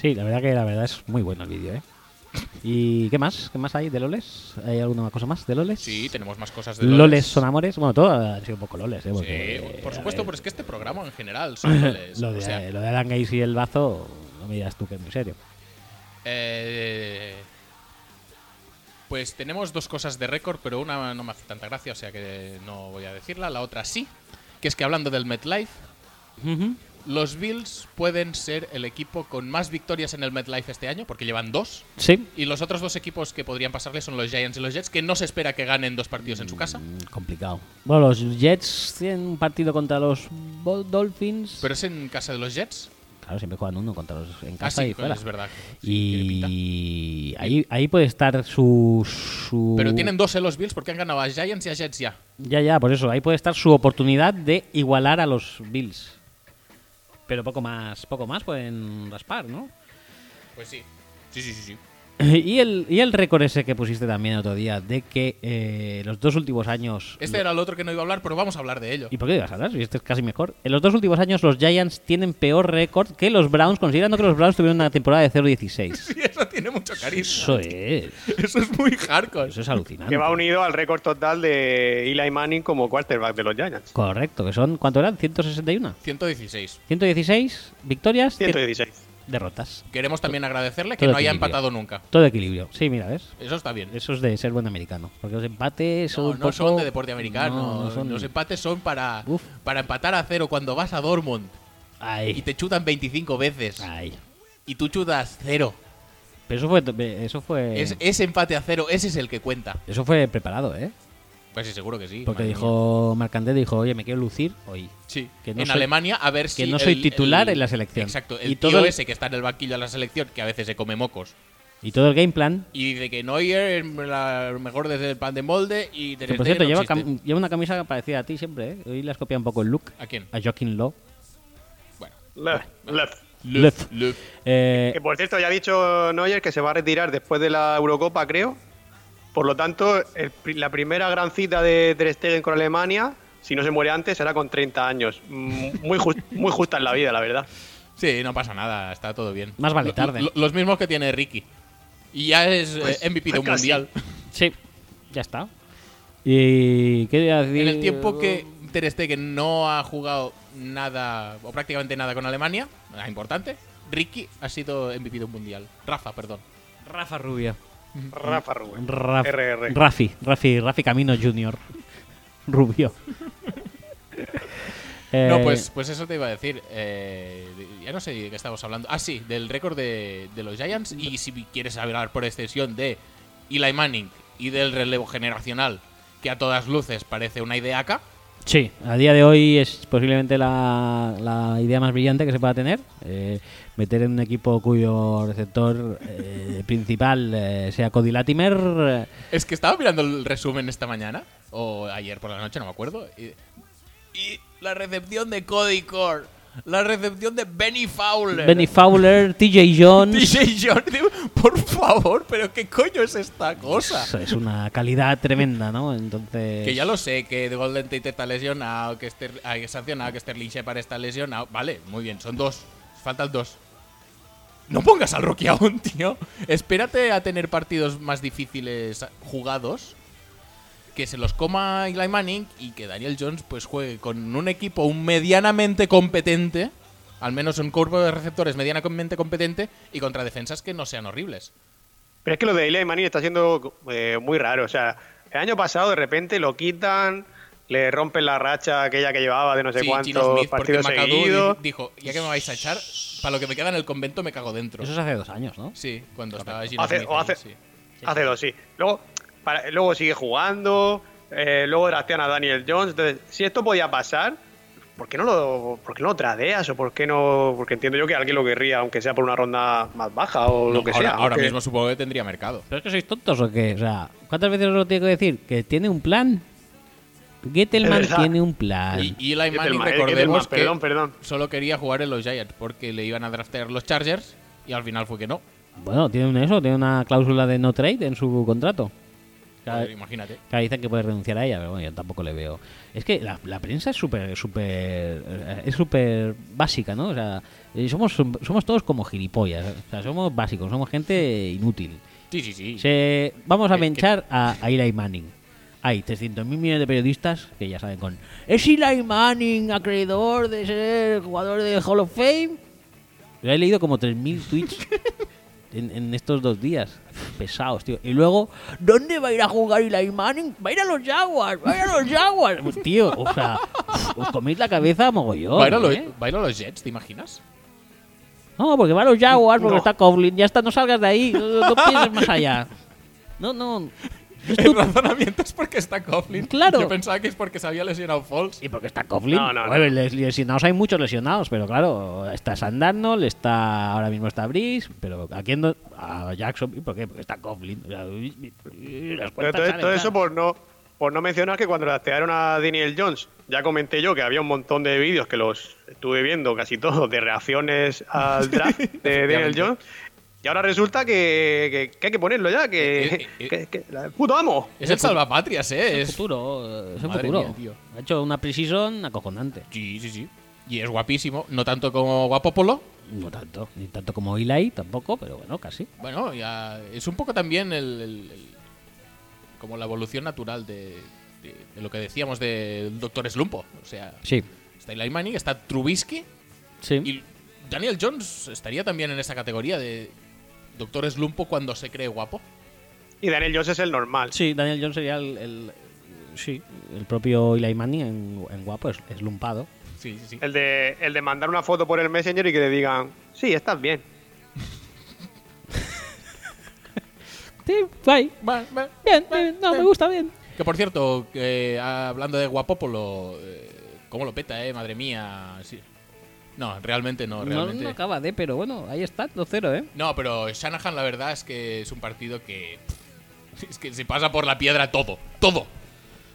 Speaker 1: Sí, la verdad que la verdad es muy bueno el vídeo, ¿eh? ¿Y qué más? ¿Qué más hay de Loles? ¿Hay alguna cosa más de Loles?
Speaker 2: Sí, tenemos más cosas de
Speaker 1: Loles.
Speaker 2: Loles.
Speaker 1: son amores. Bueno, todo ha sido un poco Loles, ¿eh?
Speaker 2: Sí,
Speaker 1: Porque,
Speaker 2: por
Speaker 1: a
Speaker 2: supuesto,
Speaker 1: ver,
Speaker 2: pero es que este programa en general son Loles.
Speaker 1: Lo de,
Speaker 2: O sea,
Speaker 1: lo de Alan Gates y el bazo, no me digas tú que es muy serio.
Speaker 2: eh, pues tenemos dos cosas de récord, pero una no me hace tanta gracia, o sea que no voy a decirla. La otra sí, que es que hablando del MetLife, Los Bills pueden ser el equipo con más victorias en el MetLife este año, porque llevan dos.
Speaker 1: Sí,
Speaker 2: Y los otros dos equipos que podrían pasarle son los Giants y los Jets, que no se espera que ganen dos partidos en su casa.
Speaker 1: Mm, complicado. Bueno, los Jets tienen un partido contra los Bo- Dolphins.
Speaker 2: Pero es en casa de los Jets.
Speaker 1: claro, siempre juegan uno contra los en
Speaker 2: Ah,
Speaker 1: casa
Speaker 2: sí,
Speaker 1: y fuera.
Speaker 2: es verdad. Sí, tiene pinta.
Speaker 1: Y ahí, ahí puede estar su, su-
Speaker 2: Pero tienen dos en los Bills porque han ganado a Giants y a Jets ya.
Speaker 1: Ya, ya, por eso. Ahí puede estar su oportunidad de igualar a los Bills. Pero poco más, poco más pueden raspar, ¿no?
Speaker 2: Pues sí. Sí, sí, sí, sí.
Speaker 1: y, el, y el récord ese que pusiste también otro día de que eh, los dos últimos años...
Speaker 2: Este era el otro que no iba a hablar, pero vamos a hablar de ello.
Speaker 1: ¿Y por qué ibas a hablar? Si este es casi mejor. En los dos últimos años los Giants tienen peor récord que los Browns, considerando que los Browns tuvieron una temporada de 0-16.
Speaker 2: Sí, eso tiene mucho carisma.
Speaker 1: Eso es.
Speaker 2: Eso es muy hardcore.
Speaker 1: Eso es alucinante.
Speaker 3: Que va unido al récord total de Eli Manning como quarterback de los Giants.
Speaker 1: Correcto, que son... ¿Cuánto eran? 161.
Speaker 2: 116.
Speaker 1: 116 victorias, 100
Speaker 3: 116.
Speaker 1: derrotas.
Speaker 2: Queremos también agradecerle que
Speaker 1: todo
Speaker 2: no haya
Speaker 1: equilibrio.
Speaker 2: empatado nunca.
Speaker 1: Todo equilibrio. Sí, mira, ¿ves?
Speaker 2: Eso está bien.
Speaker 1: Eso es de ser buen americano. Porque los empates son.
Speaker 2: No,
Speaker 1: un
Speaker 2: no son
Speaker 1: poco-
Speaker 2: de deporte americano.
Speaker 1: No, no son-
Speaker 2: Los empates son para,
Speaker 1: Uf.
Speaker 2: para empatar a cero cuando vas a Dortmund y
Speaker 1: Ay,
Speaker 2: te chutan 25 veces
Speaker 1: ay.
Speaker 2: y tú chutas cero.
Speaker 1: Pero eso fue. Eso fue.
Speaker 2: Es, ese empate a cero, ese es el que cuenta.
Speaker 1: Eso fue preparado, ¿eh?
Speaker 2: Pues sí, seguro que sí.
Speaker 1: Porque
Speaker 2: madre mía.
Speaker 1: dijo Marcandé, dijo, oye, me quiero lucir hoy.
Speaker 2: Sí,
Speaker 1: que no
Speaker 2: en
Speaker 1: soy-
Speaker 2: Alemania a ver si
Speaker 1: no soy
Speaker 2: el-
Speaker 1: titular
Speaker 2: el-
Speaker 1: en la selección.
Speaker 2: Exacto,
Speaker 1: Y
Speaker 2: el
Speaker 1: todo
Speaker 2: tío
Speaker 1: el-
Speaker 2: ese que está en el banquillo de la selección, que a veces se come mocos,
Speaker 1: Y todo el game plan.
Speaker 2: y dice que Neuer es la mejor desde el pan de molde y Ter
Speaker 1: Que por
Speaker 2: Stegen
Speaker 1: cierto,
Speaker 2: no
Speaker 1: lleva,
Speaker 2: existe.
Speaker 1: cam- lleva una camisa parecida a ti siempre, ¿eh? Hoy le has copiado un poco el look.
Speaker 2: ¿A quién?
Speaker 1: A Joaquín Lowe.
Speaker 2: Bueno,
Speaker 3: Left, left.
Speaker 1: Lef.
Speaker 2: Lef.
Speaker 1: Eh,
Speaker 3: Que por cierto, ya ha dicho Neuer que se va a retirar después de la Eurocopa, creo. Por lo tanto, el pri- la primera gran cita de Ter Stegen con Alemania, si no se muere antes, será con 30 años. Mm, Muy, jus- muy justa en la vida, la verdad.
Speaker 2: Sí, no pasa nada, está todo bien.
Speaker 1: Más vale
Speaker 2: Lo-
Speaker 1: tarde.
Speaker 2: lo- los mismos que tiene Ricky. Y ya es eh,
Speaker 3: Pues,
Speaker 2: MVP de un
Speaker 3: casi.
Speaker 2: mundial.
Speaker 1: sí, ya está. ¿Y qué iba a decir?
Speaker 2: En el tiempo que Ter Stegen no ha jugado nada, o prácticamente nada con Alemania, nada importante, Ricky ha sido MVP de un mundial. Rafa, perdón.
Speaker 1: Rafa Rubio.
Speaker 3: Rafa Rubén.
Speaker 1: Raf-
Speaker 3: RR.
Speaker 1: Rafi, Rafi, Rafi Camino Junior. Rubio. Eh,
Speaker 2: No, pues, pues eso te iba a decir. eh, ya no sé de qué estamos hablando. Ah, sí, del récord de, de los Giants. Y si quieres hablar por extensión de Eli Manning y del relevo generacional, que a todas luces parece una idea acá.
Speaker 1: Sí, a día de hoy es posiblemente la, la idea más brillante que se pueda tener. eh, meter en un equipo cuyo receptor eh, principal eh, sea Cody Latimer. eh,
Speaker 2: Es que estaba mirando el resumen esta mañana, o ayer por la noche, no me acuerdo. Y, y la recepción de Cody Core, la recepción de Benny Fowler.
Speaker 1: eh, Benny Fowler, TJ Jones.
Speaker 2: DJ Jordi, por favor, pero ¿qué coño es esta cosa?
Speaker 1: Es es una calidad tremenda, ¿no? Entonces.
Speaker 2: Que ya lo sé, que de Golden Tate está lesionado, que Ster ah, que sancionado, que Sterling Shepard está lesionado. Vale, muy bien, son dos. Faltan dos. No pongas al Rocky aún, tío. Espérate a tener partidos más difíciles jugados. Que se los coma Eli Manning y que Daniel Jones pues juegue con un equipo un medianamente competente. Al menos un cuerpo de receptores medianamente competente y contra defensas que no sean horribles.
Speaker 3: Pero es que lo de Eli Manning está siendo eh, muy raro. O sea, el año pasado de repente lo quitan, le rompen la racha aquella que llevaba de no sé
Speaker 2: Sí, Gino
Speaker 3: cuántos
Speaker 2: Smith, porque
Speaker 3: partidos
Speaker 2: McAdoo
Speaker 3: seguidos.
Speaker 2: di- dijo, ya que me vais a echar, para lo que me queda en el convento me cago dentro.
Speaker 1: Eso es hace dos años, ¿no?
Speaker 2: Sí, cuando estaba Gino
Speaker 3: Hace-
Speaker 2: Smith
Speaker 3: o
Speaker 2: ahí,
Speaker 3: hace-
Speaker 2: sí.
Speaker 3: Hace dos, sí. Luego, para- luego sigue jugando, eh, luego draftean a Daniel Jones. Entonces, si esto podía pasar, ¿por qué no lo, por qué no lo tradeas? ¿O por qué no? Porque entiendo yo que alguien lo querría, aunque sea por una ronda más baja o
Speaker 2: No,
Speaker 3: lo que
Speaker 2: ahora,
Speaker 3: sea.
Speaker 2: ahora
Speaker 3: aunque-
Speaker 2: mismo supongo que tendría mercado.
Speaker 1: ¿Pero es que sois tontos o qué? O sea, ¿cuántas veces os lo tengo que decir? Que tiene un plan. Gettleman
Speaker 3: Es verdad.
Speaker 1: tiene un plan.
Speaker 2: Y, y Eli Manning,
Speaker 3: Gettleman, eh,
Speaker 2: recordemos
Speaker 3: Gettleman,
Speaker 2: que
Speaker 3: perdón, perdón.
Speaker 2: solo quería jugar en los Giants porque le iban a draftear los Chargers y al final fue que no.
Speaker 1: Bueno, tiene un eso, tiene una cláusula de no trade en su contrato. Claro,
Speaker 2: Joder, imagínate.
Speaker 1: claro, dicen que puede renunciar a ella, pero bueno, yo tampoco le veo. Es que la, la prensa es súper, súper, eh, es súper básica, ¿no? O sea, eh, somos, somos todos como gilipollas. O sea, somos básicos, somos gente inútil.
Speaker 2: Sí, sí, sí.
Speaker 1: Se- vamos a
Speaker 2: Eh, que-
Speaker 1: menchar a, a Eli Manning. Hay 300.000 millones de periodistas que ya saben con... ¿Es Eli Manning acreedor de ser jugador de Hall of Fame? Yo he leído como 3.000 tweets en, en estos dos días. Pesados, tío. Y luego, ¿dónde va a ir a jugar Eli Manning? Va a ir a los Jaguars, va a ir a los Jaguars. Pues, tío, o sea, os coméis la cabeza mogollón.
Speaker 2: Va a ir a los-
Speaker 1: ¿eh?
Speaker 2: va a ir a los Jets, ¿te imaginas?
Speaker 1: No, porque va a los Jaguars, porque
Speaker 3: No.
Speaker 1: está Coughlin. Ya está, no salgas de ahí. No, no- no pienses más allá. No, no.
Speaker 2: El razonamiento es porque está Coughlin.
Speaker 1: Claro.
Speaker 2: Yo pensaba que es porque se había lesionado Falls.
Speaker 1: Y porque está Coughlin.
Speaker 3: No, no, no.
Speaker 1: Joder, les- lesionados hay muchos lesionados, pero claro, está Sandarnold, está ahora mismo está Brice, pero ¿a quién? no- A Jackson. ¿Y por qué? Porque está Coughlin. O sea, uy, uy, las
Speaker 3: Pero
Speaker 1: cuentas
Speaker 3: todo,
Speaker 1: salen,
Speaker 3: todo eso
Speaker 1: claro.
Speaker 3: por no, por no mencionar que cuando draftearon a Daniel Jones, ya comenté yo que había un montón de vídeos que los estuve viendo casi todos de reacciones al draft de Daniel Jones. Y ahora resulta que, que- que hay que ponerlo ya,
Speaker 2: Eh,
Speaker 3: que,
Speaker 2: eh, eh.
Speaker 3: que- que- la- puto amo.
Speaker 2: Es el salvapatrias, ¿eh?
Speaker 1: Es
Speaker 2: Es...
Speaker 1: futuro, eh, es un
Speaker 2: Madre
Speaker 1: futuro.
Speaker 2: mía, tío.
Speaker 1: ha hecho una precision acojonante.
Speaker 2: Sí, sí, sí. Y es guapísimo. No tanto como Guapopolo.
Speaker 1: No tanto, ni tanto como Eli tampoco, pero bueno, casi.
Speaker 2: Bueno, ya es un poco también el, el- el- como la evolución natural de, de- de lo que decíamos del Doctor Slumpo. O sea,
Speaker 1: Sí,
Speaker 2: está Eli Manning, está Trubisky
Speaker 1: sí.
Speaker 2: y Daniel Jones estaría también en esa categoría de Doctor Slumpo cuando se cree guapo.
Speaker 3: Y Daniel Jones es el normal.
Speaker 1: Sí, Daniel Jones sería el, el- sí, el propio Eli Manning en, en guapo, es, es lumpado.
Speaker 2: Sí, sí, sí.
Speaker 3: El de, el de mandar una foto por el Messenger y que le digan, sí, estás bien.
Speaker 1: Sí, guay.
Speaker 2: Va, va,
Speaker 1: Bien,
Speaker 2: va,
Speaker 1: bien, no,
Speaker 2: va.
Speaker 1: me gusta bien.
Speaker 2: Que por cierto, que, ah, hablando de Guapopolo, eh, ¿cómo lo peta, eh? Madre mía. Sí. No, realmente
Speaker 1: No,
Speaker 2: no, realmente.
Speaker 1: no acaba de, pero bueno, ahí está, 2-0, ¿eh?
Speaker 2: No, pero Shanahan la verdad es que es un partido que pff, es que se pasa por la piedra todo, todo.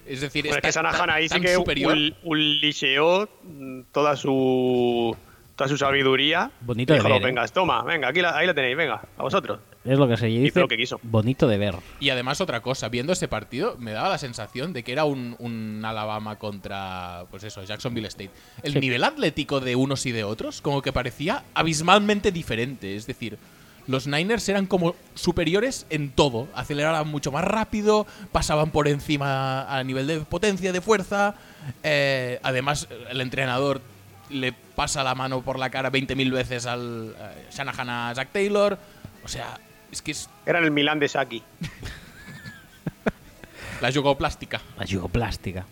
Speaker 2: Es decir,
Speaker 3: Pero es
Speaker 2: está
Speaker 3: que Sanahan
Speaker 2: tan-
Speaker 3: ahí sí
Speaker 2: tan
Speaker 3: que
Speaker 2: superior.
Speaker 3: ul- uliseó mm, toda su toda su sabiduría.
Speaker 1: Bonito
Speaker 3: Dijo,
Speaker 1: de
Speaker 2: ¿eh?
Speaker 1: ver,
Speaker 3: "No, venga, toma, venga, aquí la- ahí la tenéis, venga, a vosotros.
Speaker 1: Es lo que se dice.
Speaker 3: lo que quiso.
Speaker 1: Bonito de ver.
Speaker 2: Y además otra cosa, viendo este partido me daba la sensación de que era un, un Alabama contra, pues eso, Jacksonville State. El
Speaker 1: Sí.
Speaker 2: nivel atlético de unos y de otros como que parecía abismalmente diferente. Es decir, los Niners eran como superiores en todo. Aceleraban mucho más rápido, pasaban por encima a nivel de potencia, de fuerza. Eh, además, el entrenador le pasa la mano por la cara 20.000 veces al eh, Shanahan a Jack Taylor. O sea, es que es
Speaker 3: Era el Milán de Saki.
Speaker 2: la yugoplástica.
Speaker 1: La yugoplástica.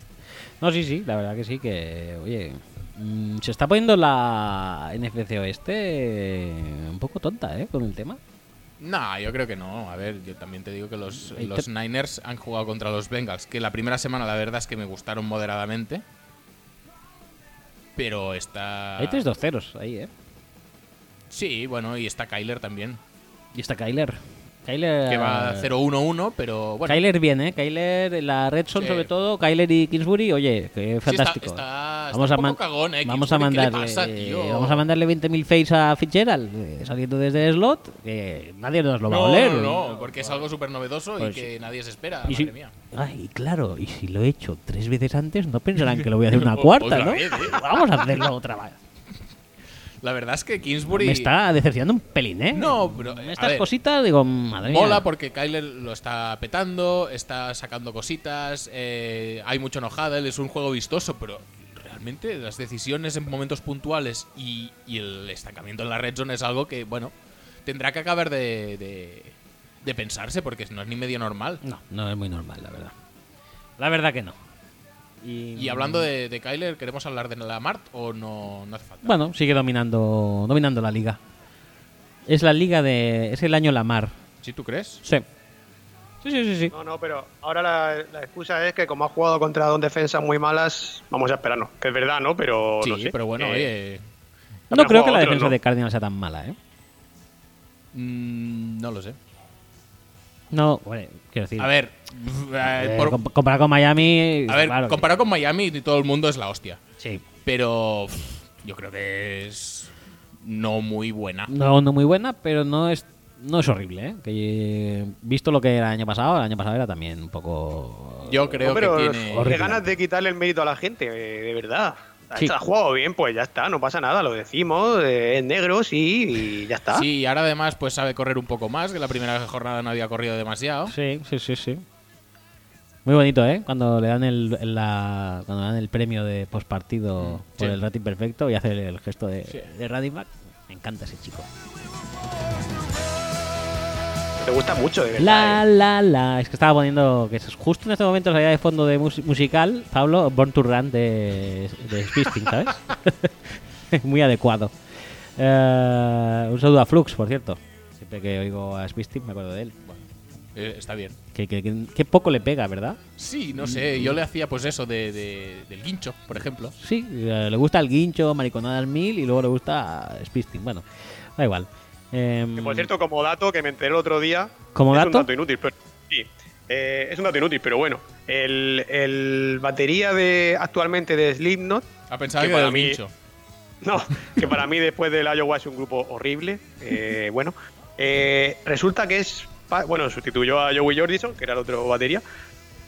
Speaker 1: No, sí, sí, la verdad que sí, que, oye, mm, se está poniendo la NFC Oeste eh, un poco tonta, ¿eh? Con el tema.
Speaker 2: No, yo creo que no. A ver, yo también te digo que los,
Speaker 1: Hay
Speaker 2: los
Speaker 1: tre-
Speaker 2: Niners han jugado contra los Bengals, que la primera semana la verdad es que me gustaron moderadamente. Pero está...
Speaker 1: Hay 3-2-0 ahí, ¿eh?
Speaker 2: Sí, bueno, y está Kyler también,
Speaker 1: Y está Kyler. Kyler...
Speaker 2: que va 0-1-1, pero bueno...
Speaker 1: Kyler bien, ¿eh? Kyler, en la Redson
Speaker 2: Sí.
Speaker 1: sobre todo, Kyler y Kingsbury, oye, qué
Speaker 2: Sí, está-
Speaker 1: fantástico.
Speaker 2: está- está
Speaker 1: vamos,
Speaker 2: un
Speaker 1: a man-
Speaker 2: poco cagón, ¿eh?
Speaker 1: vamos a
Speaker 2: Kingsbury, ¿qué le
Speaker 1: mandarle,
Speaker 2: pasa, tío?
Speaker 1: vamos a mandarle 20.000 face a Fitzgerald, eh, saliendo desde slot, que nadie nos lo va a
Speaker 2: No,
Speaker 1: oler.
Speaker 2: no, no, porque es algo súper novedoso
Speaker 1: Pues
Speaker 2: y que nadie se espera,
Speaker 1: Y
Speaker 2: madre
Speaker 1: si-
Speaker 2: mía.
Speaker 1: Ay, claro, y si lo he hecho tres veces antes, no pensarán que lo voy a hacer una cuarta,
Speaker 2: Otra
Speaker 1: ¿no?
Speaker 2: vez, ¿eh?
Speaker 1: Vamos a hacerlo otra vez.
Speaker 2: La verdad es que Kingsbury...
Speaker 1: Me está decepcionando un pelín, ¿eh?
Speaker 2: No, pero... eh, a
Speaker 1: Estas
Speaker 2: ver,
Speaker 1: cositas, digo, madre mía.
Speaker 2: Mola porque Kyler lo está petando, está sacando cositas, eh, hay mucho enojada, él es un juego vistoso, pero realmente las decisiones en momentos puntuales y, y el estancamiento en la red zone es algo que, bueno, tendrá que acabar de, de- de pensarse porque no es ni medio normal.
Speaker 1: No, no es muy normal, la verdad. La verdad que no.
Speaker 2: Y hablando de, de Kyler, ¿queremos hablar de la Mart o no, no hace falta?
Speaker 1: Bueno, sigue dominando, dominando la liga. Es la liga de. Es el año Lamar.
Speaker 2: ¿Sí tú crees?
Speaker 1: Sí. Sí, sí, sí. sí.
Speaker 3: No, no, pero ahora la, la excusa es que como ha jugado contra dos defensas muy malas, vamos a esperarnos. Que es verdad, ¿no? Pero
Speaker 2: sí,
Speaker 3: no sé,
Speaker 2: pero bueno,
Speaker 3: eh,
Speaker 2: oye.
Speaker 1: No
Speaker 3: También
Speaker 1: creo que
Speaker 3: ha jugado
Speaker 1: la
Speaker 3: otros,
Speaker 1: defensa
Speaker 3: ¿no?
Speaker 1: de Cardinals sea tan mala, ¿eh?
Speaker 2: mm, no lo sé.
Speaker 1: No, bueno, quiero decir.
Speaker 2: A ver, eh,
Speaker 1: eh,
Speaker 2: por-
Speaker 1: comp- comparado con Miami.
Speaker 2: a ver
Speaker 1: claro que-
Speaker 2: comparado con Miami, todo el mundo es la hostia.
Speaker 1: Sí.
Speaker 2: Pero pff, yo creo que es no muy buena.
Speaker 1: No, no muy buena, pero no es no es horrible, ¿eh? Que eh, visto lo que era el año pasado, el año pasado era también un poco
Speaker 2: Yo creo
Speaker 3: no, pero
Speaker 2: que
Speaker 3: qué
Speaker 2: tiene.
Speaker 1: Horrible.
Speaker 3: ganas de quitarle el mérito a la gente, eh, de verdad. Ha
Speaker 1: Sí.
Speaker 3: hecho- ha jugado bien, pues ya está, no pasa nada, lo decimos, eh, es negro, sí, y ya está.
Speaker 2: Sí, y ahora además pues sabe correr un poco más, que la primera jornada no había corrido demasiado.
Speaker 1: Sí, sí, sí, sí. Muy bonito, ¿eh? Cuando le dan el, el- la- cuando le dan el premio de postpartido
Speaker 2: Mm,
Speaker 1: por
Speaker 2: sí.
Speaker 1: el rating perfecto y hace el, el gesto de,
Speaker 2: Sí.
Speaker 1: de running back. Me encanta ese chico.
Speaker 3: Te gusta mucho, de verdad.
Speaker 1: La,
Speaker 3: eh.
Speaker 1: la, la. Es que estaba poniendo. que es Justo en este momento salía de fondo de mus- musical, Pablo, Born to Run de, de Springsteen, ¿sabes? Muy adecuado. Eh, un saludo a Flux, por cierto. Siempre que oigo a Springsteen me acuerdo de él.
Speaker 2: Eh, está bien. Mm.
Speaker 1: Que, que- que- que poco le pega, ¿verdad?
Speaker 2: Sí, no sé, yo le hacía pues eso de, de- del guincho, por ejemplo.
Speaker 1: Sí, eh, le gusta el guincho, mariconadas mil y luego le gusta Springsteen. Bueno, da igual. Em,
Speaker 3: Que,
Speaker 2: Mm.
Speaker 3: por cierto, como dato que me enteré el otro día.
Speaker 1: ¿Como
Speaker 3: es
Speaker 1: dato?
Speaker 3: un dato inútil, pero. Sí. eh, es un dato inútil, pero bueno. El, el batería de actualmente de Slipknot.
Speaker 2: Ah, pensaba
Speaker 3: Que
Speaker 2: que,
Speaker 3: para
Speaker 2: del
Speaker 3: mí-
Speaker 2: guincho.
Speaker 3: No, que para mí después del Iowa es un grupo horrible. eh, bueno. eh, resulta que es. pa- Bueno, sustituyó a Joey Jordison, que era el otro batería.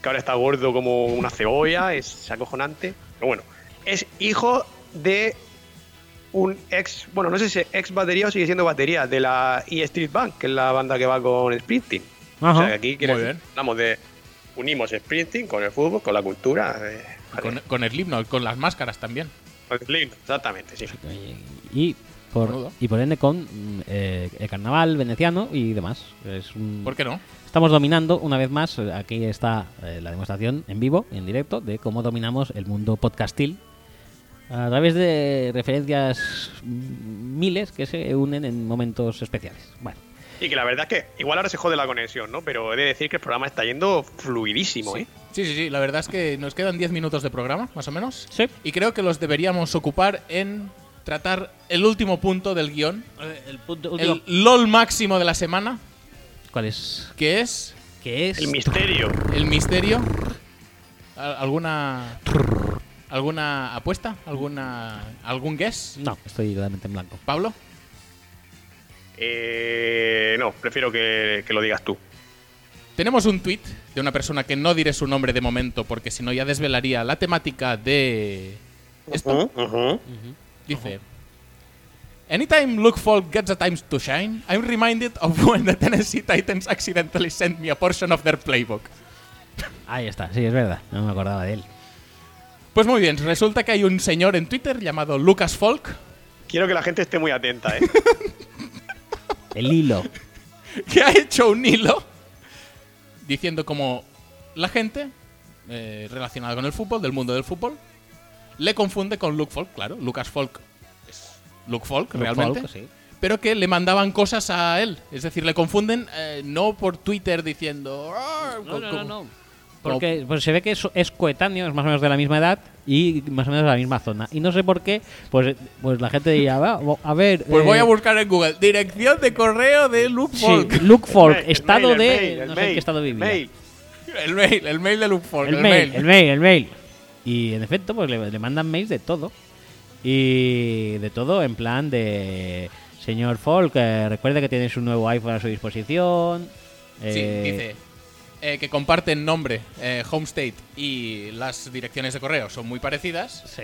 Speaker 3: Que ahora está gordo como una cebolla. Es acojonante. Pero bueno. Es hijo de un ex, bueno, no sé si ex batería o sigue siendo batería de la E Street Band, que es la banda que va con Springsteen.
Speaker 1: Ajá.
Speaker 3: O sea, que aquí quiere
Speaker 2: Muy
Speaker 3: decir,
Speaker 2: bien.
Speaker 3: hablamos de unimos Springsteen con el fútbol, con la cultura, eh,
Speaker 2: Y Con, con el himno, con las máscaras también.
Speaker 3: con el clima. exactamente, sí.
Speaker 1: y por,
Speaker 2: Menudo.
Speaker 1: y por ende con mm, eh, el carnaval veneciano y demás. Es
Speaker 3: Mm.
Speaker 1: un-
Speaker 2: ¿Por qué no?
Speaker 1: Estamos dominando una vez más. eh, Aquí está eh, la demostración en vivo, en directo, de cómo dominamos el mundo podcastil a través de referencias mm, miles que se unen en momentos especiales. Bueno,
Speaker 3: Y que la verdad es que igual ahora se jode la conexión, ¿no? Pero he de decir que el programa está yendo fluidísimo, ¿eh?
Speaker 2: Sí, sí, sí, la verdad es que nos quedan 10 minutos de programa, más o menos.
Speaker 1: sí.
Speaker 2: Y creo que los deberíamos ocupar en tratar el último punto del guión,
Speaker 1: El punto
Speaker 2: el LOL máximo de la semana,
Speaker 1: ¿Cuál es?
Speaker 2: que es
Speaker 1: ¿Qué es?
Speaker 3: El misterio.
Speaker 2: el misterio. ¿Al- ¿Alguna alguna apuesta? ¿Alguna algún guess?
Speaker 1: No, estoy totalmente en blanco.
Speaker 2: Pablo,
Speaker 3: Eh, no, prefiero que, que lo digas tú.
Speaker 2: tenemos un tweet de una persona que no diré su nombre de momento porque si no ya desvelaría la temática de esto.
Speaker 3: Ujú.
Speaker 2: Dice: Anytime Luke Falk gets a time to shine, I'm reminded of when the Tennessee Titans accidentally sent me a portion of their playbook.
Speaker 1: Ahí está, sí, es verdad. No me acordaba de él.
Speaker 2: Pues muy bien, resulta que hay un señor en Twitter llamado Lucas Folk
Speaker 3: Quiero que la gente esté muy atenta, ¿eh?
Speaker 1: El hilo.
Speaker 2: que ha hecho un hilo diciendo como la gente eh, relacionada con el fútbol, del mundo del fútbol, le confunde con Luke Folk, claro. Lucas Folk es Luke Folk, realmente.
Speaker 1: Folk, sí.
Speaker 2: pero que le mandaban cosas a él. Es decir, le confunden eh, no por Twitter diciendo. "Ah,
Speaker 1: No, no,
Speaker 2: como-
Speaker 1: no, no. Porque pues, se ve que es, es coetáneo, es más o menos de la misma edad y más o menos de la misma zona. Y no sé por qué, pues, pues la gente diría, "Va, bo- a ver.
Speaker 2: Pues
Speaker 1: eh,
Speaker 2: voy a buscar en Google. Dirección de correo de Luke
Speaker 1: Sí,
Speaker 2: Folk.
Speaker 1: Luke Folk,
Speaker 3: El mail, el
Speaker 1: estado
Speaker 3: mail,
Speaker 1: de.
Speaker 3: el mail, el
Speaker 1: no sé en
Speaker 3: mail,
Speaker 1: qué estado
Speaker 3: el
Speaker 1: vivía.
Speaker 3: mail.
Speaker 2: El mail, el mail de Luke Folk.
Speaker 1: El, mail, el mail, el mail. Y en efecto, pues le, le mandan mails de todo. Y de todo en plan de. Señor Folk, eh, recuerde que tienes un nuevo iPhone a su disposición.
Speaker 2: Sí,
Speaker 1: eh,
Speaker 2: dice. eh, que comparten nombre, eh, home state y las direcciones de correo son muy parecidas.
Speaker 1: sí.